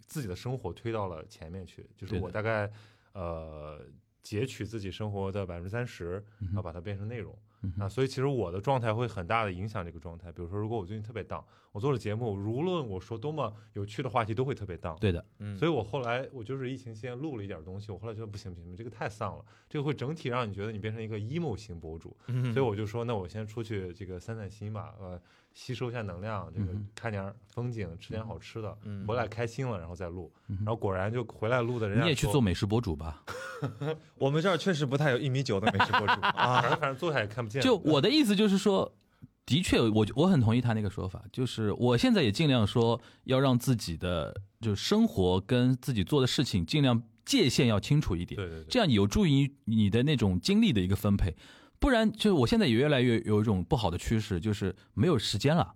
Speaker 2: 自己的生活推到了前面去，就是
Speaker 3: 对的
Speaker 2: 我大概呃截取自己生活的百分之三十，然后把它变成内容。
Speaker 3: 嗯
Speaker 2: 啊，所以其实我的状态会很大的影响这个状态。比如说，如果我最近特别 down，我做了节目，无论我说多么有趣的话题，都会特别 down。
Speaker 3: 对的，
Speaker 1: 嗯
Speaker 2: 所以我后来我就是疫情期间录了一点东西，我后来觉得不行不行，不行这个太丧了，这个会整体让你觉得你变成一个 emo 型博主，
Speaker 1: 嗯
Speaker 2: 所以我就说那我先出去这个散散心吧，呃，吸收一下能量，这个
Speaker 3: 嗯哼
Speaker 2: 看点儿风景，吃点好吃的，
Speaker 1: 嗯
Speaker 2: 回来开心了然后再录，
Speaker 3: 嗯
Speaker 2: 然
Speaker 3: 哼
Speaker 2: 后果然就回来录的人家
Speaker 3: 你也去
Speaker 2: 说
Speaker 3: 做，美食博主吧？
Speaker 1: 我们这儿确实不太有一米九的美食博 主
Speaker 2: 反
Speaker 1: 啊，
Speaker 2: 正反正坐下也看不见，
Speaker 3: 就我的意思就是说，的确，我我很同意他那个说法，就是我现在也尽量说要让自己的就是生活跟自己做的事情尽量界限要清楚一点，
Speaker 2: 对对对，
Speaker 3: 这样有助于你的那种精力的一个分配。不然，就是我现在也越来越有一种不好的趋势，就是没有时间了，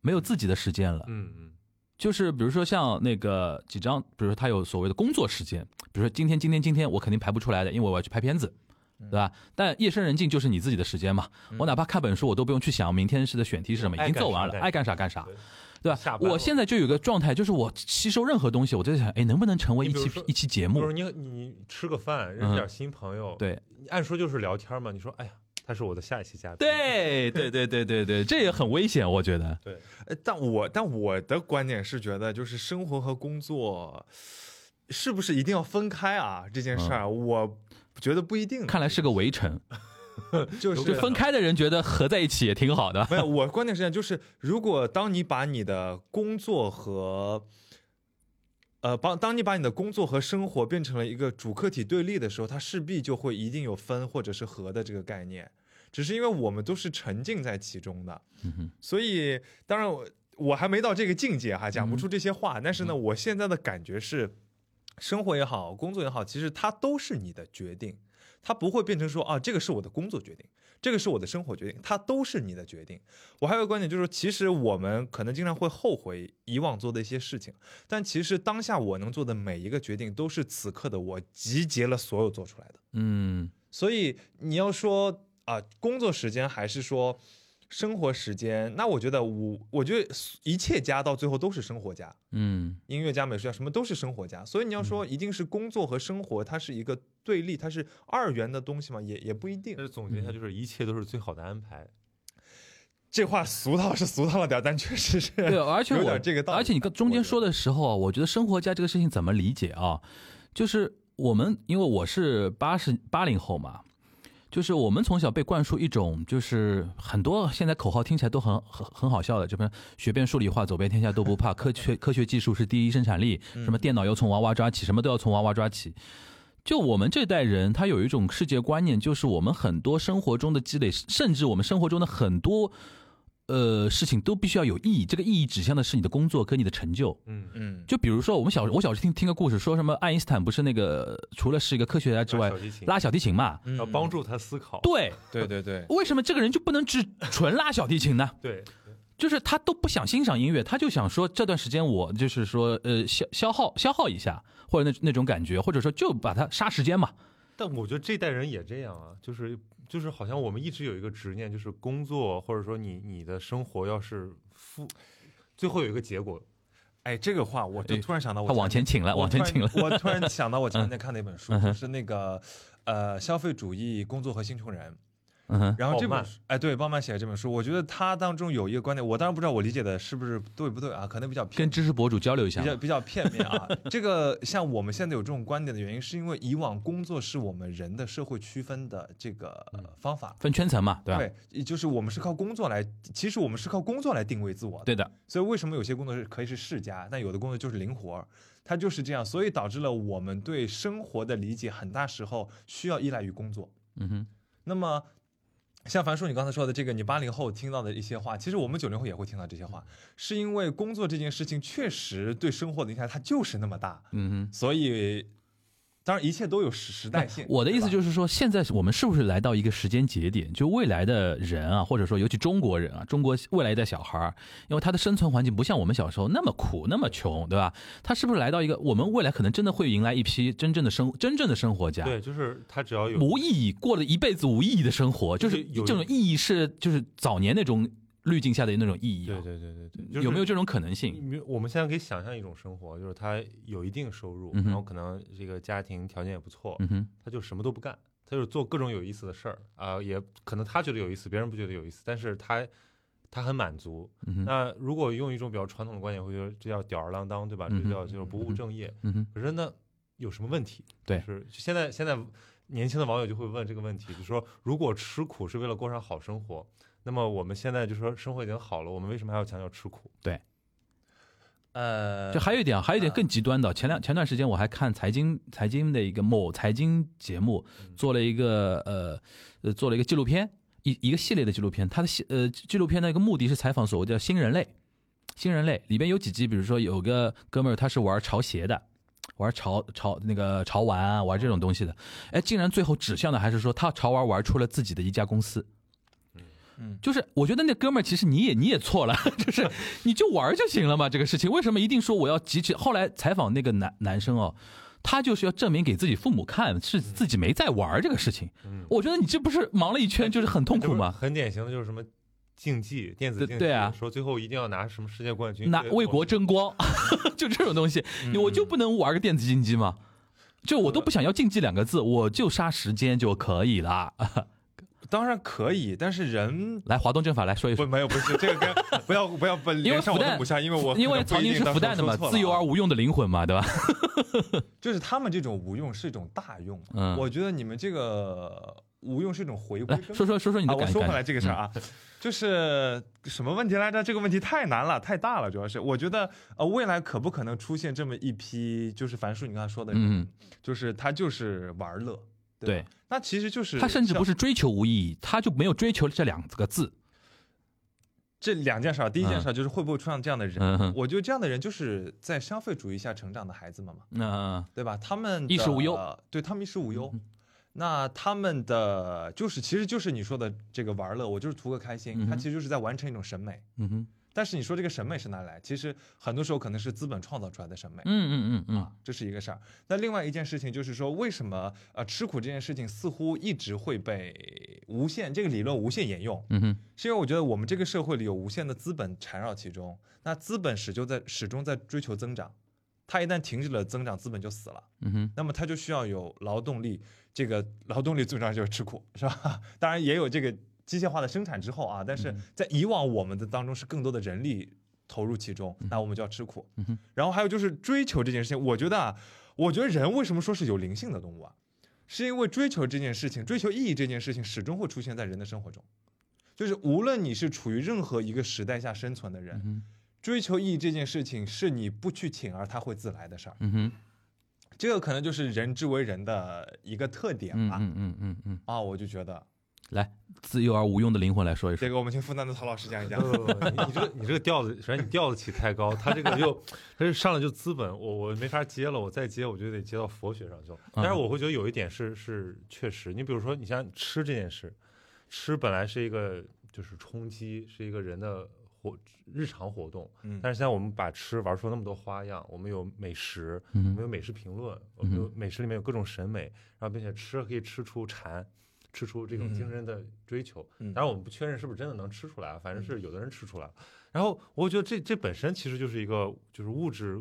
Speaker 3: 没有自己的时间了。
Speaker 2: 嗯嗯
Speaker 3: 就是比如说像那个几张，比如说他有所谓的工作时间，比如说今天、今天、今天，我肯定排不出来的，因为我要去拍片子，对吧？但夜深人静就是你自己的时间嘛，我哪怕看本书，我都不用去想明天是的选题是什么，已经做完了，爱干啥干啥，对
Speaker 2: 下
Speaker 3: 吧？
Speaker 2: 班了
Speaker 3: 我现在就有个状态，就是我吸收任何东西，我就在想，哎，能不能成为一
Speaker 2: 你比
Speaker 3: 期
Speaker 2: 如说
Speaker 3: 一期节
Speaker 2: 就是
Speaker 3: 目？嗯
Speaker 2: 你你你吃个饭，认识点新朋友，
Speaker 3: 对
Speaker 2: 按说就是聊天嘛，你说哎呀，他是我的下一期嘉宾，
Speaker 3: 对对对对对对，这也很危险，我觉得。
Speaker 2: 对，
Speaker 1: 呃但我但我的观点是觉得，就是生活和工作是不是一定要分开啊？这件事儿，我觉得不一定。
Speaker 3: 嗯看来是个围城，
Speaker 1: 嗯就是
Speaker 3: 就分开的人觉得合在一起也挺好 的。
Speaker 1: 没有，我观点是这样，就是如果当你把你的工作和呃，帮当你把你的工作和生活变成了一个主客体对立的时候，它势必就会一定有分或者是合的这个概念，只是因为我们都是沉浸在其中的，
Speaker 3: 嗯
Speaker 1: 所以当然我我还没到这个境界哈，讲不出这些话，但是呢，我现在的感觉是，生活也好，工作也好，其实它都是你的决定，它不会变成说啊，这个是我的工作决定，这个是我的生活决定，它都是你的决定。我还有一个观点就是，其实我们可能经常会后悔以往做的一些事情，但其实当下我能做的每一个决定，都是此刻的我集结了所有做出来的。
Speaker 3: 嗯，
Speaker 1: 所以你要说啊、工作时间还是说生活时间，那我觉得我我觉得一切家到最后都是生活家，
Speaker 3: 嗯
Speaker 1: 音乐家、美术家什么都是生活家。所以你要
Speaker 2: 嗯
Speaker 1: 说一定是工作和生活，它是一个对立，它是二元的东西嘛，也也不一定
Speaker 2: 但。是总结一下，
Speaker 3: 嗯
Speaker 2: 就是一切都是最好的安排。
Speaker 1: 这话俗套是俗套了点儿，但确实是
Speaker 3: 对，
Speaker 2: 哦
Speaker 3: 而且
Speaker 1: 有
Speaker 3: 我
Speaker 1: 点这个道理。
Speaker 3: 而且你跟中间说的时候啊，我觉得生活家这个事情怎么理解啊？就是我们因为我是八十八零后嘛，就是我们从小被灌输一种，就是很多现在口号听起来都很很很好笑的，就比如学遍数理化，走遍天下都不怕，科学科学技术是第一生产力，什
Speaker 2: 嗯
Speaker 3: 么电脑要从娃娃抓起，什么都要从娃娃抓起。就我们这代人，他有一种世界观念，就是我们很多生活中的积累，甚至我们生活中的很多呃事情都必须要有意义，这个意义指向的是你的工作跟你的成就。
Speaker 2: 嗯，
Speaker 1: 嗯，
Speaker 3: 就比如说，我们小我小时候听听个故事，说什么爱因斯坦不是那个除了是一个科学家之外
Speaker 2: 拉小提琴
Speaker 3: 拉小提琴嘛？
Speaker 1: 嗯
Speaker 2: 要帮助他思考。
Speaker 3: 对，
Speaker 1: 对对对，
Speaker 3: 为什么这个人就不能只纯拉小提琴呢？
Speaker 2: 对，
Speaker 3: 就是他都不想欣赏音乐，他就想说这段时间我就是说呃消消耗消耗一下，或者那那种感觉，或者说就把它杀时间嘛。
Speaker 2: 但我觉得这代人也这样啊，就是就是好像我们一直有一个执念，就是工作或者说你你的生活要是负，最后有一个结果。
Speaker 1: 哎，这个话我就突然想到我
Speaker 3: 他往前请了，
Speaker 1: 我
Speaker 3: 往前
Speaker 1: 突然
Speaker 3: 请了。嗯
Speaker 1: 我突然想到我前两天看的一本书，就是那个呃《消费主义工作和新穷人》，
Speaker 3: 嗯哼，
Speaker 1: 然后这
Speaker 2: 鲍
Speaker 1: 本
Speaker 2: 曼
Speaker 1: 书，哎，对，鲍曼写的这本书，我觉得他当中有一个观点，我当然不知道我理解的是不是对不对啊，可能比较偏
Speaker 3: 跟知识博主交流一下
Speaker 1: 比较
Speaker 3: 嘛。
Speaker 1: 比较片面啊。这个像我们现在有这种观点的原因，是因为以往工作是我们人的社会区分的这个呃方法。
Speaker 3: 分圈层嘛，对吧？啊
Speaker 1: 对，也就是我们是靠工作来，其实我们是靠工作来定位自我的。
Speaker 3: 对的，
Speaker 1: 所以为什么有些工作是可以是世家，但有的工作就是灵活儿，它就是这样，所以导致了我们对生活的理解很大时候需要依赖于工作。
Speaker 3: 嗯哼，
Speaker 1: 那么，像樊叔你刚才说的这个，你八零后听到的一些话，其实我们九零后也会听到这些话，是因为工作这件事情确实对生活的影响它就是那么大，
Speaker 3: 嗯哼。
Speaker 1: 所以当然一切都有时时代性。
Speaker 3: 我的意思
Speaker 1: 是，
Speaker 3: 就是说，现在我们是不是来到一个时间节点？就未来的人啊，或者说尤其中国人啊，中国未来的小孩儿，因为他的生存环境不像我们小时候那么苦、那么穷，对吧？他是不是来到一个我们未来可能真的会迎来一批真正的生、真正的生活家？
Speaker 2: 对，就是他只要有
Speaker 3: 无意义过了一辈子无意义的生活，就是
Speaker 2: 就是有
Speaker 3: 这种意义是就是早年那种滤镜下的那种意义、啊
Speaker 2: 对。对对对对，就是
Speaker 3: 有没有这种可能性？
Speaker 2: 你我们现在可以想象一种生活，就是他有一定收入，
Speaker 3: 嗯哼
Speaker 2: 然后可能这个家庭条件也不错，
Speaker 3: 嗯哼，
Speaker 2: 他就什么都不干，他就做各种有意思的事儿啊、也可能他觉得有意思，别人不觉得有意思，但是他他很满足。
Speaker 3: 嗯哼，
Speaker 2: 那如果用一种比较传统的观点，会觉得这叫吊儿郎当，对吧？
Speaker 3: 嗯哼
Speaker 2: 这叫就是不务正业。
Speaker 3: 嗯哼，
Speaker 2: 可是呢，有什么问题？
Speaker 3: 对
Speaker 2: 就是现在现在年轻的网友就会问这个问题，就说如果吃苦是为了过上好生活，那么我们现在就说生活已经好了，我们为什么还要强调吃苦？
Speaker 1: 呃，
Speaker 3: 就还有一点啊，还有一点
Speaker 1: 啊
Speaker 3: 更极端的。前两前段时间我还看财经财经的一个某财经节目，
Speaker 1: 嗯
Speaker 3: 做了一个呃呃做了一个纪录片，一一个系列的纪录片。它的系呃纪录片的一个目的是采访所谓叫新人类，新人类里边有几集，比如说有个哥们儿他是玩潮鞋的。玩潮潮那个潮玩啊，玩这种东西的，哎，竟然最后指向的还是说他潮玩玩出了自己的一家公司，
Speaker 1: 嗯
Speaker 3: 就是我觉得那哥们儿其实你也你也错了，就是你就玩儿就行了嘛，这个事情为什么一定说我要集齐？后来采访那个男男生哦，他就是要证明给自己父母看是自己没在玩儿这个事情。
Speaker 2: 嗯，
Speaker 3: 我觉得你这不是忙了一圈就是很痛
Speaker 2: 这
Speaker 3: 苦
Speaker 2: 不是
Speaker 3: 吗？
Speaker 2: 很典型的就是什么竞技，电子
Speaker 3: 对
Speaker 2: 竞技，
Speaker 3: 对啊
Speaker 2: 说最后一定要拿什么世界冠军，
Speaker 3: 拿
Speaker 2: 对
Speaker 3: 为国
Speaker 2: 我
Speaker 3: 争光，就这种东
Speaker 1: 嗯
Speaker 3: 西，我就不能玩个电子竞技吗？就我都不想要“竞技”两个字，我就杀时间就可以了。
Speaker 1: 嗯当然可以，但是人。
Speaker 3: 来，华东政法来说一
Speaker 1: 不，
Speaker 3: 说，
Speaker 1: 没有，不是这个 跟不要不要不
Speaker 3: 因为
Speaker 1: 连上我
Speaker 3: 复
Speaker 1: 的
Speaker 3: 旦
Speaker 1: 母校，因为我
Speaker 3: 因
Speaker 1: 可
Speaker 3: 为
Speaker 1: 能不
Speaker 3: 曾
Speaker 1: 一
Speaker 3: 经
Speaker 1: 定
Speaker 3: 是
Speaker 1: 到
Speaker 3: 复
Speaker 1: 时候
Speaker 3: 旦的
Speaker 1: 说
Speaker 3: 嘛，
Speaker 1: 错了
Speaker 3: 自由
Speaker 1: 啊
Speaker 3: 而无用的灵魂嘛，对吧？
Speaker 1: 就是他们这种无用是一种大用，
Speaker 3: 嗯
Speaker 1: 我觉得你们这个无用是一种回归
Speaker 3: 来
Speaker 1: 根本。
Speaker 3: 说说说说你
Speaker 1: 啊，
Speaker 3: 的
Speaker 1: 我
Speaker 3: 感
Speaker 1: 说回来
Speaker 3: 感。嗯
Speaker 1: 这个事儿啊，就是什么问题来着？这个问题太难了，太大了，主要是我觉得呃，未来可不可能出现这么一批，就是樊叔你刚才说的，
Speaker 3: 嗯，
Speaker 1: 就是他就是玩乐，对
Speaker 3: 对
Speaker 1: 吧，那其实就是
Speaker 3: 他甚至不
Speaker 1: 像
Speaker 3: 是追求无意义，他就没有追求这两个字。
Speaker 1: 这两件事儿，第一件事儿就是会不会出现这样的人，
Speaker 3: 嗯哼
Speaker 1: 我觉得这样的人就是在消费主义下成长的孩子们嘛。
Speaker 3: 那
Speaker 1: 对吧？他们
Speaker 3: 衣食无忧嗯
Speaker 1: 的，对他们衣食无忧。 那他们的就是，其实就是你说的这个玩乐，我就是图个开心，他其实就是在完成一种审美。
Speaker 3: 嗯哼，
Speaker 1: 但是你说这个审美是哪来？其实很多时候可能是资本创造出来的审美，
Speaker 3: 嗯嗯嗯嗯，
Speaker 1: 这是一个事儿。那另外一件事情就是说，为什么呃吃苦这件事情似乎一直会被无限这个理论无限沿用？
Speaker 3: 嗯哼，
Speaker 1: 是因为我觉得我们这个社会里有无限的资本缠绕其中，那资本始终在始终在追求增长，它一旦停止了增长，资本就死了。
Speaker 3: 嗯哼，
Speaker 1: 那么它就需要有劳动力，这个劳动力最重要就是吃苦，是吧？ 当然也有这个机械化的生产之后啊，但是在以往我们的当中是更多的人力投入其中，那我们就要吃苦。然后还有就是追求这件事情，我觉得啊，我觉得人为什么说是有灵性的动物啊？是因为追求这件事情，追求意义这件事情，始终会出现在人的生活中。就是无论你是处于任何一个时代下生存的人，追求意义这件事情是你不去请而它会自来的事儿。
Speaker 3: 嗯哼，
Speaker 1: 这个可能就是人之为人的一个特点
Speaker 3: 嗯
Speaker 1: 吧。
Speaker 3: 嗯嗯嗯嗯，
Speaker 1: 啊，我就觉得
Speaker 3: 来，自由而无用的灵魂来说一说。
Speaker 1: 这个我们听复旦的曹老师讲一讲。
Speaker 2: 呃你你这个你这个调子，首先你调子起太高，他这个又他是上来就资本，我我没法接了，我再接我就得接到佛学上去了。但是我会觉得有一点是是确实，你比如说你像吃这件事，吃本来是一个就是充饥，是一个人的活日常活动，
Speaker 1: 嗯
Speaker 2: 但是现在我们把吃玩出那么多花样，我们有美食，我
Speaker 3: 嗯
Speaker 2: 们有美食评论，我
Speaker 1: 嗯
Speaker 2: 们有美食里面有各种审美，然后并且吃可以吃出馋，吃出这种精神的追求。
Speaker 1: 嗯
Speaker 2: 当然我们不确认是不是真的能吃出来啊，反正是有的人吃出来了。然后我觉得这这本身其实就是一个就是物质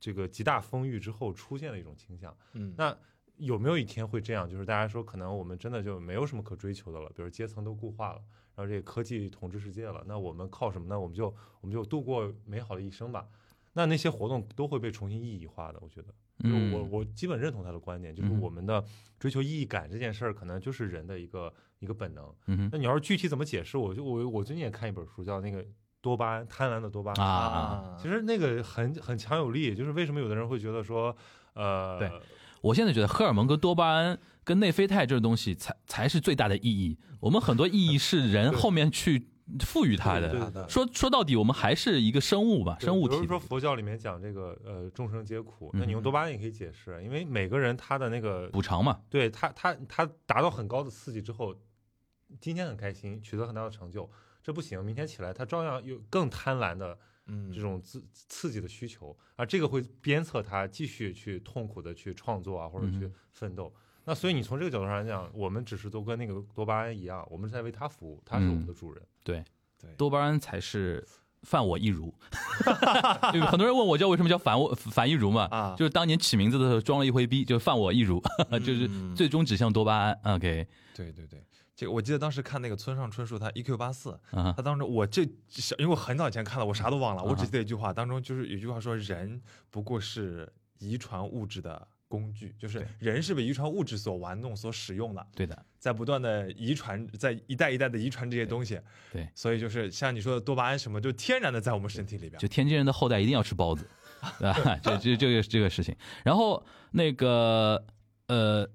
Speaker 2: 这个极大丰裕之后出现的一种倾向。
Speaker 1: 嗯
Speaker 2: 那有没有一天会这样？就是大家说，可能我们真的就没有什么可追求的了，比如阶层都固化了，然后这个科技统治世界了，那我们靠什么呢？我们就我们就度过美好的一生吧。那那些活动都会被重新意义化的，我觉得，就是我
Speaker 3: 嗯
Speaker 2: 我基本认同他的观点，就是
Speaker 3: 嗯
Speaker 2: 我们的追求意义感这件事儿，可能就是人的一个一个本能。
Speaker 3: 嗯
Speaker 2: 那你要是具体怎么解释，我就我我最近也看一本书，叫那个多巴胺贪婪的多巴胺
Speaker 3: 哼啊，
Speaker 2: 其实那个很很强有力，就是为什么有的人会觉得说，呃，
Speaker 3: 对我现在觉得荷尔蒙跟多巴胺跟内啡肽这种东西才才是最大的意义。我们很多意义是人
Speaker 2: 对
Speaker 3: 后面去赋予它
Speaker 2: 对对
Speaker 3: 的。
Speaker 2: 对对
Speaker 3: 说说到底，我们还是一个生物吧，
Speaker 2: 对
Speaker 3: 生物
Speaker 2: 比
Speaker 3: 体
Speaker 2: 如说
Speaker 3: 的。
Speaker 2: 佛教里面讲这个呃众生皆苦，
Speaker 3: 嗯
Speaker 2: 那你用多巴胺也可以解释，啊因为每个人他的那个
Speaker 3: 补偿嘛，
Speaker 2: 对他他他达到很高的刺激之后，今天很开心，取得很大的成就，这不行，明天起来他照样有更贪婪的
Speaker 1: 嗯
Speaker 2: 这种刺刺激的需求啊，这个会鞭策他继续去痛苦的去创作啊，或者去
Speaker 3: 嗯
Speaker 2: 奋斗。那所以你从这个角度上来讲，我们只是都跟那个多巴胺一样，我们是在为他服务，他是我们的
Speaker 3: 嗯
Speaker 2: 主人。
Speaker 1: 对
Speaker 3: 多巴胺才是犯我一如。 因为很多人问我叫为什么叫反我反一如嘛，
Speaker 1: 啊，
Speaker 3: 就是当年起名字的时候装了一回逼，就犯我一如， 就是
Speaker 1: 嗯
Speaker 3: 最终指向多巴胺。OK，
Speaker 1: 对对对，这个我记得当时看那个村上春树，他 EQ 八四，
Speaker 3: 嗯哼
Speaker 1: 他当时我这小，因为我很早以前看了，我啥都忘了，我只记得一句话，当中就是有一句话说，人不过是遗传物质的工具，就是人是被遗传物质所玩弄、所使用的，
Speaker 3: 对的，
Speaker 1: 在不断的遗传，在一代一代的遗传这些东西。
Speaker 3: 对
Speaker 1: 所以就是像你说的多巴胺什么，就天然的在我们身体里边
Speaker 3: 就。天津人的后代一定要吃包子， 对吧？这这这个这个事情。然后那个呃，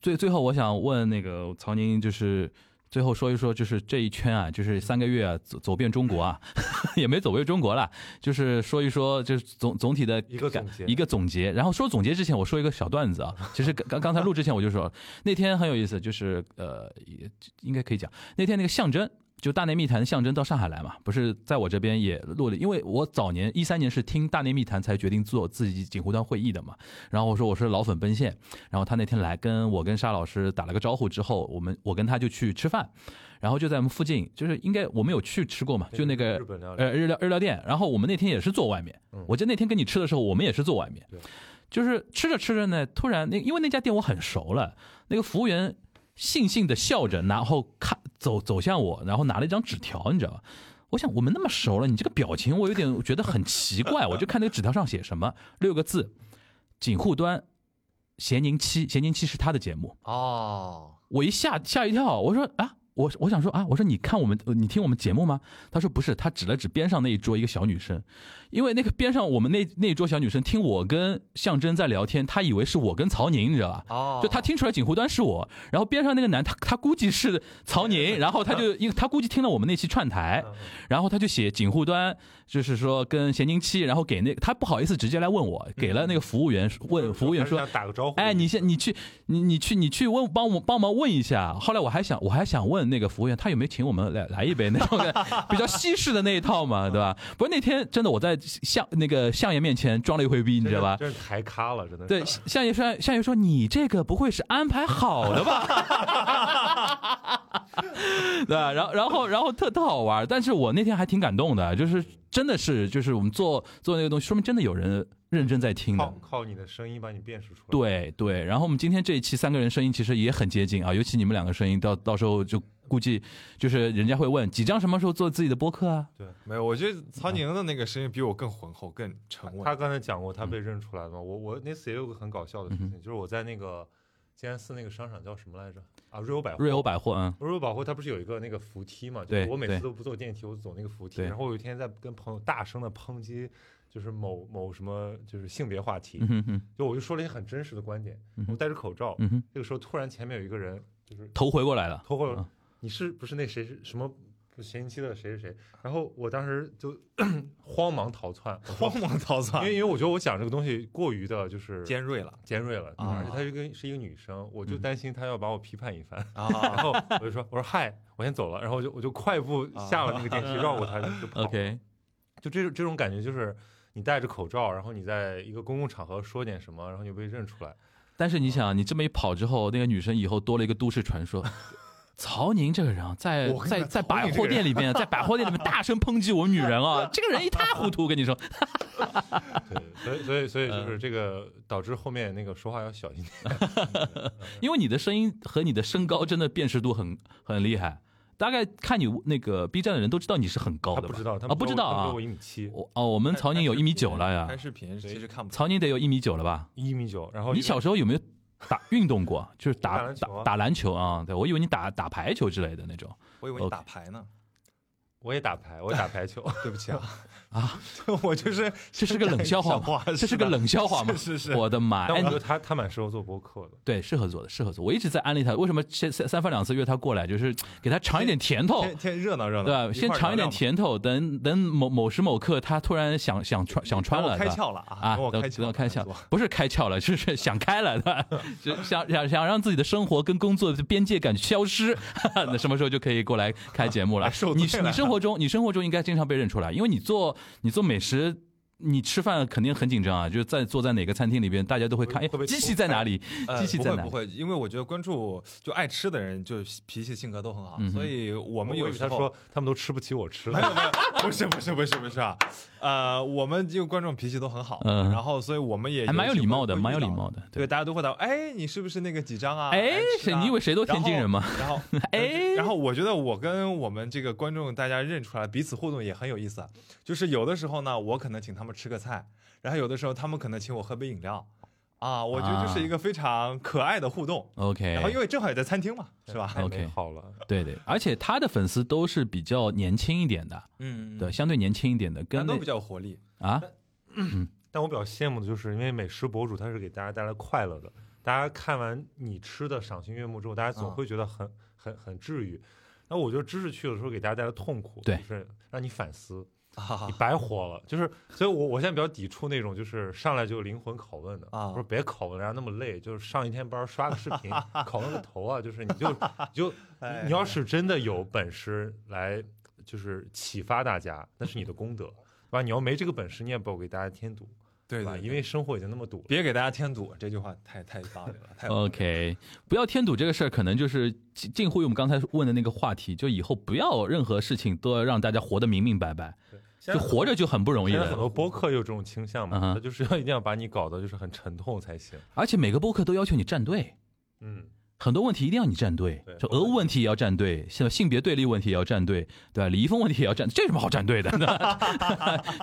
Speaker 3: 最最后我想问那个曹宁，就是最后说一说，就是这一圈啊，就是三个月啊，走走遍中国啊， 也没走遍中国啦，就是说一说，就是总总体的
Speaker 2: 一个
Speaker 3: 感
Speaker 2: 总结
Speaker 3: 一个总结。然后说总结之前，我说一个小段子啊，其实刚刚刚才录之前我就说，那天很有意思，就是呃，也应该可以讲，那天那个象征。就大内密谈的象征到上海来嘛，不是在我这边也录了，因为我早年一三年是听大内密谈才决定做自己锦湖端会议的嘛，然后我说我是老粉奔现，然后他那天来跟我跟沙老师打了个招呼之后，我们我跟他就去吃饭，然后就在我们附近，就是应该我们有去吃过嘛，就那个
Speaker 2: 日本料理，
Speaker 3: 呃日料日料店，然后我们那天也是坐外面
Speaker 2: 嗯，
Speaker 3: 我记得那天跟你吃的时候，我们也是坐外面
Speaker 2: 对，
Speaker 3: 就是吃着吃着呢，突然那因为那家店我很熟了，那个服务员悻悻的笑着，然后看走走向我，然后拿了一张纸条，你知道吧？我想我们那么熟了，你这个表情我有点觉得很奇怪，我就看那个纸条上写什么六个字，锦户端咸宁七，咸宁七是他的节目，
Speaker 1: 哦，
Speaker 3: 我一吓吓一跳，我说啊，我我想说啊，我说你看我们，呃你听我们节目吗？他说不是，他指了指边上那一桌一个小女生，因为那个边上我们那那一桌小女生听我跟象征在聊天，她以为是我跟曹宁，你知道吧？
Speaker 1: 哦
Speaker 3: 就他听出来锦湖端是我，然后边上那个男他他估计是曹宁，然后他就因为他估计听了我们那期串台，然后他就写锦户端，就是说跟咸宁七，然后给那他不好意思直接来问我，给了那个服务员问服务员说
Speaker 2: 还是想打个招呼，
Speaker 3: 哎，你先，你去，你你去，你去问帮我帮忙问一下。后来我还想，我还想问那个服务员，他有没有请我们来来一杯那种的 比较西式的那一套嘛，对吧？不是那天真的我在相那个相爷面前装了一回逼，你
Speaker 2: 真
Speaker 3: 知
Speaker 2: 是
Speaker 3: 道吧？
Speaker 2: 真是抬咖了，真的是。
Speaker 3: 对，相爷说，相爷说你这个不会是安排好的吧？ 对吧，然后然后然后特特好玩，但是我那天还挺感动的，就是真的是就是我们做做那个东西，说明真的有人认真在听的
Speaker 2: 靠。靠你的声音把你辨识出来。，
Speaker 3: 对对，然后我们今天这一期三个人声音其实也很接近啊，尤其你们两个声音到到时候就估计就是人家会问几张什么时候做自己的播客啊？
Speaker 1: 没有，我觉得曹宁的那个声音比我更浑厚、更沉
Speaker 2: 他
Speaker 1: 稳。
Speaker 2: 刚才讲过
Speaker 3: 嗯
Speaker 2: 他被认出来了嘛，我我那次也有个很搞笑的事情，就是我在那个静安寺那个商场叫什么来着？啊，瑞欧百货。
Speaker 3: 瑞欧百货，嗯
Speaker 2: 如果百货它不是有一个那个扶梯嘛？
Speaker 3: 对
Speaker 2: 就是我每
Speaker 3: 对
Speaker 2: 次都不坐电梯，我走那个扶梯。
Speaker 3: 对
Speaker 2: 然后我有一天在跟朋友大声的抨击，就是某某什么就是性别话题
Speaker 3: 嗯，哼哼
Speaker 2: 就我就说了一些很真实的观点。我戴着口罩，
Speaker 3: 嗯哼，
Speaker 2: 这个时候突然前面有一个人就是
Speaker 3: 头回过来了，
Speaker 2: 偷过来
Speaker 3: 啊，
Speaker 2: 你是不是那谁是什么？嫌弃的谁是谁？然后我当时就 慌忙逃窜，我说
Speaker 1: 慌忙逃窜
Speaker 2: 因为，因为我觉得我讲这个东西过于的就是
Speaker 1: 尖锐了
Speaker 2: 尖锐了，
Speaker 1: 啊
Speaker 2: 而且她是个是一个女生，我就
Speaker 3: 嗯
Speaker 2: 担心她要把我批判一番，然
Speaker 1: 啊！
Speaker 2: 后我就说我说嗨，我先走了，然后我就我就快步下了那个电梯，绕过她 就跑。
Speaker 3: 啊，OK，
Speaker 2: 就这种这种感觉就是。你戴着口罩，然后你在一个公共场合说点什么，然后你被认出来，
Speaker 3: 但是你想，你这么一跑之后，那个女生以后多了一个都市传说， 曹宁这个人啊，在
Speaker 1: 我跟你
Speaker 3: 在
Speaker 1: 讲曹
Speaker 3: 在
Speaker 1: 宁
Speaker 3: 百
Speaker 1: 这个
Speaker 3: 货
Speaker 1: 人
Speaker 3: 店里面，在百货店里面大声抨击我女人啊，这个人一塌糊涂，我跟你说，
Speaker 2: 对，所以所以所
Speaker 3: 嗯
Speaker 2: 以就是这个导致后面那个说话要小心点。
Speaker 3: 因为你的声音和你的身高真的辨识度很很厉害，大概看你那个 B 站的人都知道你是很高
Speaker 2: 他
Speaker 3: 的吧？
Speaker 2: 不知道，他
Speaker 3: 啊，
Speaker 2: 们
Speaker 3: 不知道
Speaker 2: 他们
Speaker 3: 啊
Speaker 2: 说我，一米七，
Speaker 3: 我哦，我们曹宁有一米九了 呀
Speaker 1: 拍，视频其实看不出来
Speaker 3: 曹宁得有一米九了吧？
Speaker 2: 一米九，然后
Speaker 3: 你
Speaker 2: 一个
Speaker 3: 小时候有没有打运动过？就是
Speaker 2: 哦打
Speaker 3: 打
Speaker 2: 篮球
Speaker 3: 打
Speaker 2: 啊
Speaker 3: 打篮球啊？对我以为你打打排球之类的那种。
Speaker 1: 我以
Speaker 3: 哦
Speaker 1: 为你打牌呢。
Speaker 2: 我也打牌，我也打排 球，
Speaker 3: 哎
Speaker 1: 对不起啊啊， 我就是
Speaker 3: 这是个冷笑话吗？这是个冷笑话吗？
Speaker 1: 呃 是是
Speaker 3: 我的妈！
Speaker 2: 但我
Speaker 3: 哎
Speaker 2: 觉，得他他蛮适合做播客的。
Speaker 3: 对，适合做的，适合做。我一直在安利他，为什么先三三番两次约他过来，就是给他尝一点甜头，
Speaker 1: 天天热闹热闹，
Speaker 3: 对吧？先
Speaker 1: 块儿
Speaker 3: 尝一点
Speaker 1: 聊聊嘛。
Speaker 3: 甜头，等等某某时某刻他突然想想穿想穿
Speaker 1: 等
Speaker 3: 了，
Speaker 1: 我开
Speaker 3: 对吧
Speaker 1: 窍了啊！
Speaker 3: 啊，
Speaker 1: 等我
Speaker 3: 等
Speaker 1: 开窍
Speaker 3: 等
Speaker 1: 了，
Speaker 3: 我开窍
Speaker 1: 左，
Speaker 3: 不是开窍了， 就是想开了，对吧？ 就想想想让自己的生活跟工作的边界感消失， 那什么时候就可以过来开节 目
Speaker 1: 来
Speaker 3: 了
Speaker 1: 啊受？
Speaker 3: 你
Speaker 1: 罪
Speaker 3: 你
Speaker 1: 了
Speaker 3: 生活中你生活中应该经常被认出来，因为你做你做美食。你吃饭肯定很紧张啊，就是在坐在哪个餐厅里边，大家都会看，
Speaker 2: 会
Speaker 3: 哎
Speaker 2: 不会，
Speaker 3: 机器在哪里？
Speaker 1: 呃
Speaker 3: 机器
Speaker 1: 不
Speaker 3: 在
Speaker 1: 会
Speaker 3: 哪
Speaker 1: 不
Speaker 3: 里？
Speaker 1: 会，因为我觉得关注就爱吃的人，就脾气性格都很好
Speaker 3: 嗯，哼
Speaker 1: 所以我
Speaker 2: 我
Speaker 1: 们
Speaker 2: 以
Speaker 1: 有
Speaker 2: 为
Speaker 1: 时
Speaker 2: 他
Speaker 1: 候
Speaker 2: 说他们都吃不起我吃 的
Speaker 1: 没，有没有，不是不是不是不是啊，呃，我们因为观众脾气都很好，
Speaker 3: 嗯
Speaker 1: 然后所以我们也
Speaker 3: 还蛮有
Speaker 1: 时
Speaker 3: 礼
Speaker 1: 会
Speaker 3: 貌的，
Speaker 1: 会
Speaker 3: 蛮有
Speaker 1: 遇
Speaker 3: 礼
Speaker 1: 到
Speaker 3: 貌的。
Speaker 1: 对，，大家都会打，哎，你是不是那个几张啊？
Speaker 3: 哎
Speaker 1: 爱吃啊
Speaker 3: 谁你以为谁都天津人吗？
Speaker 1: 然后，然后
Speaker 3: 哎
Speaker 1: 然后我觉得我跟我们这个观众大家认出来，彼此互动也很有意思。就是有的时候呢，我可能请他们吃个菜，然后有的时候他们可能请我喝杯饮料，啊，我觉得这是一个非常可爱的互动。然后因
Speaker 3: OK
Speaker 1: 为正好也在餐厅嘛，是吧？
Speaker 2: 太美
Speaker 3: OK
Speaker 2: 好了。
Speaker 3: 对对，而且他的粉丝都是比较年轻一点的，
Speaker 1: 嗯，
Speaker 3: 对，，相对年轻一点的，跟
Speaker 1: 但
Speaker 3: 那
Speaker 1: 都比较有活力。
Speaker 3: 啊，
Speaker 2: 但我比较羡慕的就是，因为美食博主他是给大家带来快乐的，大家看完你吃的赏心悦目之后，大家
Speaker 1: 嗯
Speaker 2: 总会觉得很、很很治愈。那我觉得知识去有时候给大家带来痛苦，
Speaker 3: 对
Speaker 2: 就是让你反思，
Speaker 1: 啊
Speaker 2: 你白活了。就是，所以我我现在比较抵触那种就是上来就灵魂拷问的
Speaker 1: 啊
Speaker 2: 我说别拷问了，人家那么累，就是上一天班刷个视 频拷问个头啊，就是你就你就
Speaker 1: 哎
Speaker 2: 你要是真的有本事来，就是启发大家，那是你的功德，对吧？你要没这个本事，你也不要给大家添堵，
Speaker 1: 对
Speaker 2: 吧？
Speaker 1: 对，
Speaker 2: 因为生活已经那么堵了。
Speaker 1: 别给大家添堵，这句话太太道理了，太有
Speaker 2: 哎
Speaker 1: 道理了
Speaker 3: OK，不要添堵这个事儿，可能就是近近乎于我们刚才问的那个话题，就以后不要任何事情都要让大家活得明明白白，
Speaker 2: 现
Speaker 3: 就
Speaker 2: 在
Speaker 3: 活着就很不容易
Speaker 2: 现在很
Speaker 3: 了。
Speaker 2: 多播客有这种倾向
Speaker 3: 嗯
Speaker 2: 嘛，
Speaker 3: 哼
Speaker 2: 他就是要一定要把你搞得就是很沉痛才行。
Speaker 3: 而且每个播客都要求你站队，
Speaker 2: 嗯，
Speaker 3: 很多问题一定要你站队
Speaker 2: 对，
Speaker 3: 就俄乌问题也要站队，像性别对立问题也要站队，对吧？李易峰问题也要站，这有什么好站队的？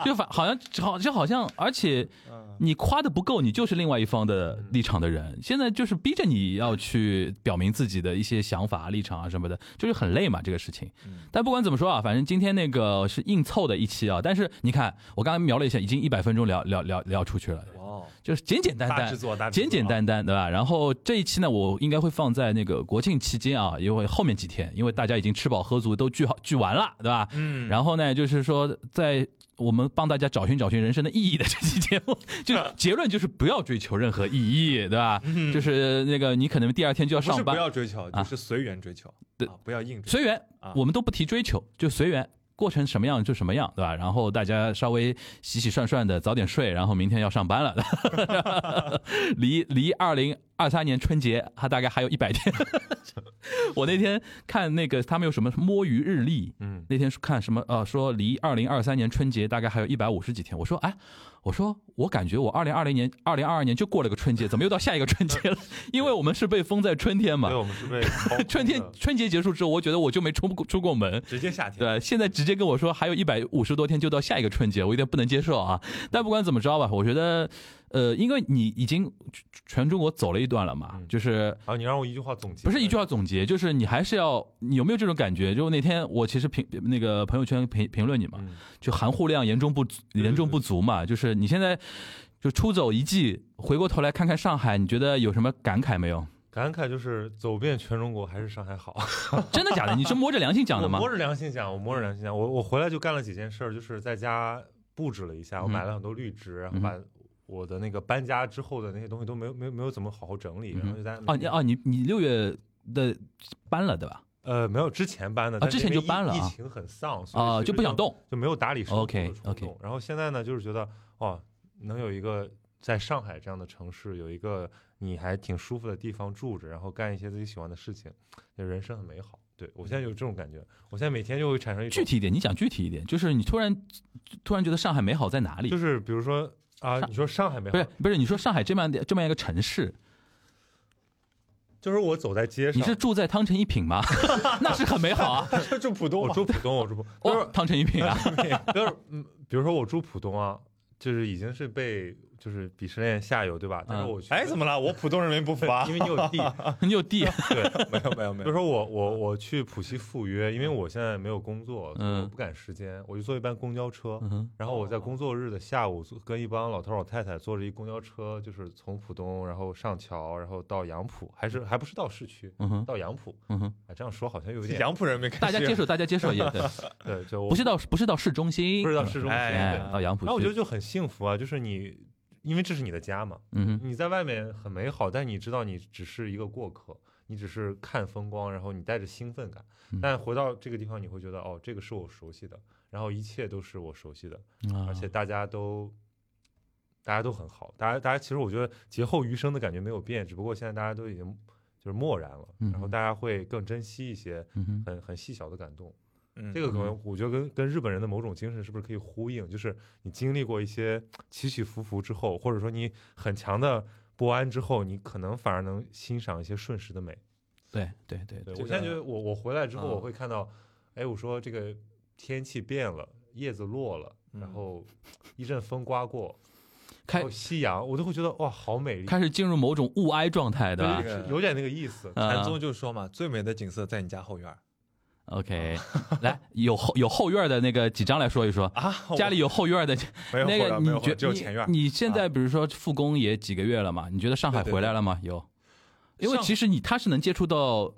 Speaker 3: 就反好像好就好像，而且
Speaker 1: 嗯
Speaker 3: 你夸的不够，你就是另外一方的立场的
Speaker 2: 嗯
Speaker 3: 人。现在就是逼着你要去表明自己的一些想法、立场啊什么的，就是很累嘛这个事情。但不管怎么说啊，反正今天那个是硬凑的一期啊，但是你看我刚刚瞄了一下，已经一百分钟聊聊聊聊出去了，
Speaker 1: 哇哦，
Speaker 3: 就是简简单
Speaker 1: 大
Speaker 3: 单
Speaker 1: 制。作，大制作
Speaker 2: 啊
Speaker 3: 哎简简单单，对吧？然后这一期呢，我应该会放在那个国庆期间啊，因为后面几天，因为大家已经吃饱喝足，都聚好聚完了，对吧？
Speaker 1: 嗯，
Speaker 3: 然后呢，就是说在。我们帮大家找寻找寻人生的意义的这期节目， 就是结论就是不要追求任何意义，对吧？
Speaker 1: 嗯
Speaker 3: 就是那个你可能第二天就要
Speaker 1: 不是
Speaker 3: 上
Speaker 1: 不
Speaker 3: 班，
Speaker 1: 要追求，
Speaker 3: 啊
Speaker 1: 就是随缘追求，
Speaker 3: 对
Speaker 1: 啊，不要硬追求。
Speaker 3: 随缘
Speaker 1: 啊，
Speaker 3: 我们都不提追求，就随缘，过程什么样就什么样，对吧？然后大家稍微洗洗涮涮的，早点睡，然后明天要上班了， 离离二零二三年春节还大概还有一百天。 我那天看那个他们有什么摸鱼日历，
Speaker 2: 嗯，
Speaker 3: 那天看什么呃说离二零二三年春节大概还有一百五十几天，我说哎。我说，我感觉我二零二零年、二零二二年就过了个春节，怎么又到下一个春节了？ 因为我们是被封在春天嘛
Speaker 2: 所以，我们是被掏空的
Speaker 3: 春天春节结束之后，我觉得我就没出过出过门。
Speaker 1: 直接夏天，
Speaker 3: 对，现在直接跟我说还有一百五十多天就到下一个春节，我有点不能接受啊。但不管怎么着吧，我觉得，呃，因为你已经全中国走了一段了嘛，
Speaker 2: 嗯
Speaker 3: 就是
Speaker 2: 啊！你让我一句话总结，
Speaker 3: 不是一句话总结，就是你还是要，你有没有这种感觉？就那天我其实评那个朋友圈评评论你嘛，
Speaker 2: 嗯
Speaker 3: 就含糊量严重不足
Speaker 2: 对对
Speaker 3: 严重不足嘛，就是你现在就出走一季，回过头来看看上海，你觉得有什么感慨没有？
Speaker 2: 感慨就是走遍全中国还是上海好。
Speaker 3: 真的假的？你是摸着良心讲的吗
Speaker 2: 我？摸着良心讲，我摸着良心讲，我我回来就干了几件事儿，就是在家布置了一下，我
Speaker 3: 嗯
Speaker 2: 买了很多绿植，然后
Speaker 3: 嗯
Speaker 2: 把我的那个搬家之后的那些东西都没有没有没有怎么好好整理，
Speaker 3: 嗯哼
Speaker 2: 然后就在
Speaker 3: 哦，你哦，你你六月的搬了对吧？
Speaker 2: 呃没有之前搬的，但是
Speaker 3: 之前
Speaker 2: 因为
Speaker 3: 就搬了啊
Speaker 2: 疫疫情很丧，所以
Speaker 3: 啊、
Speaker 2: 其实
Speaker 3: 就不想动。
Speaker 2: 就没有打理生活的
Speaker 3: OK，
Speaker 2: 冲动
Speaker 3: OK
Speaker 2: 然后现在呢，就是觉得哦，能有一个在上海这样的城市有一个你还挺舒服的地方住着，然后干一些自己喜欢的事情，就人生很美好。对我现在有这种感觉，我现在每天就会产生一种
Speaker 3: 具体一点，你讲具体一点，就是你突然突然觉得上海美好在哪里
Speaker 2: 就？是比如说啊，
Speaker 3: 上
Speaker 2: 你说上海没
Speaker 3: 不
Speaker 2: 好
Speaker 3: 是，不是，你说上海这么样的这么样一个城市，
Speaker 2: 就是我走在街上，
Speaker 3: 你是住在汤臣一 品吗？ 那是很美好啊！
Speaker 1: 这 就浦东
Speaker 2: 我
Speaker 1: 嘛，
Speaker 2: 住浦东，我住浦，就
Speaker 3: 哦
Speaker 2: 是，
Speaker 3: 汤臣一品啊，
Speaker 2: 就是嗯，比如说我住浦东啊，就是已经是被就是鄙视链下游对吧？但是
Speaker 3: 嗯
Speaker 2: 我去，
Speaker 1: 哎，怎么了？我浦东人民不服啊
Speaker 2: 因？为你有地，
Speaker 3: 你 有地，啊
Speaker 2: 对，
Speaker 1: 没有没有没
Speaker 2: 比如
Speaker 1: 有，
Speaker 2: 说我我我去浦西赴约，因为我现在没有工作，所以我
Speaker 3: 嗯
Speaker 2: 不赶时间，我就坐一班公交车。
Speaker 3: 嗯哼
Speaker 2: 然后我在工作日的下午，坐跟一帮老头老太太坐着一公交车，就是从浦东，然后上桥，然后到杨浦，还是还不是到市区，
Speaker 3: 嗯哼
Speaker 2: 到杨浦。
Speaker 3: 嗯哼，
Speaker 2: 哎，这样说好像有一点，
Speaker 1: 杨浦人民
Speaker 3: 大家接
Speaker 1: 受，
Speaker 3: 受，大家接 受也对，
Speaker 2: 对，就我
Speaker 3: 不是到不是到市中心，
Speaker 2: 不是到市中心。
Speaker 1: 哎
Speaker 3: 哎
Speaker 2: 对，
Speaker 3: 到杨浦
Speaker 2: 然后我觉得
Speaker 3: 区，
Speaker 2: 就很幸福啊，就是你，因为这是你的家嘛，
Speaker 3: 嗯哼，
Speaker 2: 你在外面很美好，但你知道你只是一个过客，你只是看风光，然后你带着兴奋感
Speaker 3: 嗯。
Speaker 2: 但回到这个地方，你会觉得哦，这个是我熟悉的，然后一切都是我熟悉的，
Speaker 3: 啊
Speaker 2: 而且大家都。大家都很好，大家大家其实我觉得劫后余生的感觉没有变，只不过现在大家都已经就是漠然了，
Speaker 3: 嗯
Speaker 2: 然后大家会更珍惜一些
Speaker 3: 嗯哼，
Speaker 2: 很很细小的感动。
Speaker 1: 嗯
Speaker 2: 这个可能我觉得跟跟日本人的某种精神是不是可以呼应？就是你经历过一些起起伏伏之后，或者说你很强的不安之后，你可能反而能欣赏一些瞬时的美。
Speaker 3: 对对对
Speaker 2: 对
Speaker 3: 对，
Speaker 2: 我
Speaker 1: 这
Speaker 2: 现在觉
Speaker 1: 个
Speaker 2: 得我我回来之后，
Speaker 1: 嗯
Speaker 2: 我会看到，哎，我说这个天气变了，叶子落了，然
Speaker 1: 嗯
Speaker 2: 后一阵风刮过，然
Speaker 3: 开
Speaker 2: 后夕阳，我都会觉得哇，好美丽，
Speaker 3: 开始进入某种物哀状态，对
Speaker 2: 对
Speaker 3: 吧
Speaker 1: 这？个
Speaker 2: 有点那个 意思。
Speaker 1: 禅
Speaker 3: 啊
Speaker 1: 宗就说嘛，最美的景色在你家后院儿
Speaker 3: OK，来有后有后院的那个几张来说一说，
Speaker 1: 啊，我
Speaker 3: 家里有后院的
Speaker 1: 没有
Speaker 3: 那
Speaker 1: 后
Speaker 3: 个
Speaker 1: 院
Speaker 3: 你
Speaker 1: 没有后
Speaker 3: 觉
Speaker 1: 院只有前院儿啊
Speaker 3: 你你现在比如说复工也几个月了嘛？你觉得上海
Speaker 1: 对对
Speaker 3: 回来了吗？有，因为
Speaker 1: 上
Speaker 3: 其实你他是能接触到，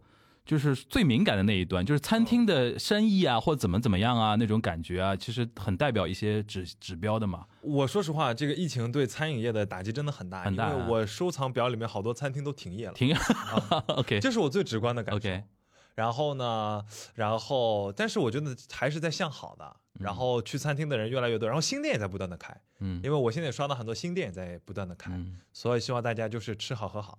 Speaker 3: 就是最敏感的那一端，就是餐厅的生意啊，或怎么怎么样啊那种感觉啊，其实很代表一些指指标的嘛。
Speaker 1: 我说实话，这个疫情对餐饮业的打击真的很大，
Speaker 3: 很大啊
Speaker 1: 因为我收藏表里面好多餐厅都停业了，啊
Speaker 3: 停 ，OK
Speaker 1: 这是我最直观的感受。
Speaker 3: OK，
Speaker 1: 然后呢，然后但是我觉得还是在向好的，然后去餐厅的人越来越多，然后新店也在不断的开，
Speaker 3: 嗯
Speaker 1: 因为我现在也刷到很多新店也在不断的开，
Speaker 3: 嗯
Speaker 1: 所以希望大家就是吃好喝好，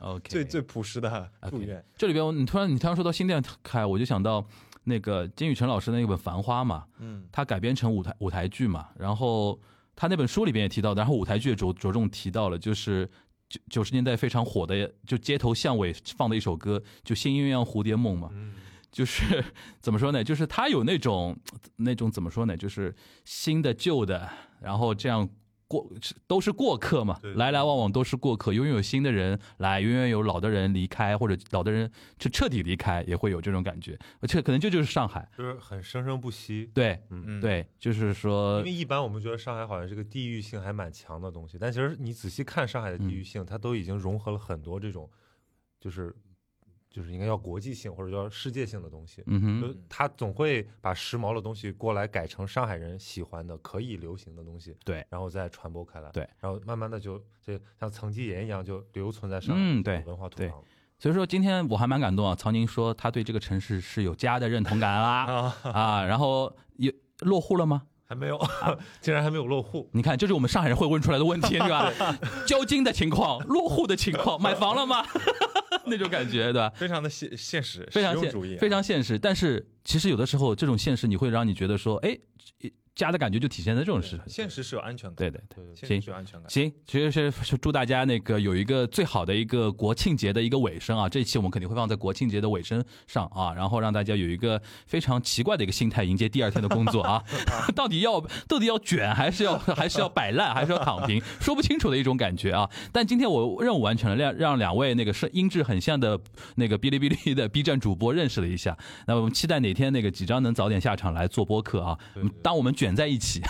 Speaker 3: ，OK，
Speaker 1: 最最朴实的祝愿。
Speaker 3: 这里边我你突然你突然说到新店开，我就想到那个金宇澄老师那本《繁花》嘛，
Speaker 1: 嗯
Speaker 3: 他改编成舞台舞台剧嘛，然后他那本书里边也提到，然后舞台剧也着着重提到了，就是九九十年代非常火的，就街头巷尾放的一首歌，就《新鸳鸯蝴蝶梦》嘛，
Speaker 2: 嗯，
Speaker 3: 就是怎么说呢，就是他有那种呃那种怎么说呢，就是新的旧的，然后这样。过都是过客嘛
Speaker 2: 对，
Speaker 3: 来来往往都是过客，永远有新的人来，永远有老的人离开，或者老的人就彻底离开，也会有这种感觉。而且可能这就是上海，
Speaker 2: 就是很生生不息。
Speaker 3: 对
Speaker 1: 嗯，，
Speaker 3: 对，就是说
Speaker 2: 呃因为一般我们觉得上海好像是个地域性还蛮强的东西，但其实你仔细看上海的地域性，它都已经融合了很多这种，就是就是应该叫国际性或者叫世界性的东西。
Speaker 3: 嗯哼，
Speaker 2: 就它总会把时髦的东西过来改成上海人喜欢的、可以流行的东西，
Speaker 3: 对，
Speaker 2: 然后再传播开来，
Speaker 3: 对，
Speaker 2: 然后慢慢的就就像层级岩一样，就留存在上海
Speaker 3: 嗯
Speaker 2: 这种
Speaker 3: 对
Speaker 2: 文化土
Speaker 3: 对
Speaker 2: 壤了。
Speaker 3: 所以说今天我还蛮感动啊，曹宁说他对这个城市是有家的认同感啦啊，然后也落户了吗？
Speaker 2: 还没有，竟然还没有落户，
Speaker 3: 你看，这是我们上海人会问出来的问题，对吧？交金的情况、落户的情况、买房了吗？ 那种感觉，对吧？
Speaker 1: 非常的现现实，
Speaker 3: 非常
Speaker 1: 实用
Speaker 3: 现
Speaker 1: 主义啊，
Speaker 3: 非常现实。但是其实有的时候，这种现实你会让你觉得说，哎，家的感觉就体现在这种事
Speaker 1: 啊对。现实是有安全感，
Speaker 3: 对对
Speaker 2: 对
Speaker 3: 对。
Speaker 2: 对对
Speaker 1: 现实是有安全感。
Speaker 3: 行，其实是是祝大家那个有一个最好的一个国庆节的一个尾声啊，这一期我们肯定会放在国庆节的尾声上啊，然后让大家有一个非常奇怪的一个心态迎接第二天的工 作啊， 到底要到底要卷还是要还是要摆烂还是要躺平，说不清楚的一种感觉啊。但今天我任务完成了，让让两位那个声音质很像的那个哔哩哔哩的 B 站主播认识了一下，那我们期待哪天那个几张能早点下场来做播客啊
Speaker 2: 对对，
Speaker 3: 当我们卷在 一起，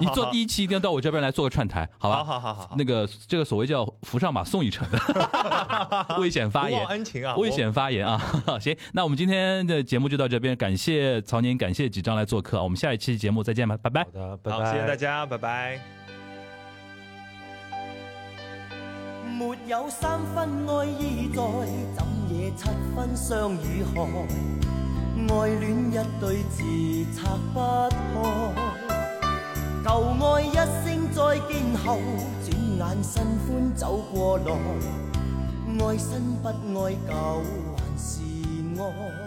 Speaker 3: 你做第一期一定要到我这边来做个串台，好吧？
Speaker 1: 好好好好好，
Speaker 3: 那个这个所谓叫扶上马送一程 的危险发
Speaker 1: 不忘
Speaker 3: 言。
Speaker 1: 恩情啊，
Speaker 3: 危
Speaker 1: 我
Speaker 3: 险发言啊！行，那我们今天的节目就到这边，感谢曹宁，感谢几张来做客，啊我们下一期节目再见吧，拜拜
Speaker 2: 好。的，拜
Speaker 1: 好，
Speaker 2: 拜，
Speaker 1: 谢谢大家，拜拜。
Speaker 5: 没有三分爱意在，怎惹七分相與害？愛戀一對字拆不開，舊愛一聲再見後，轉眼新歡走過來，愛新不愛舊還是愛。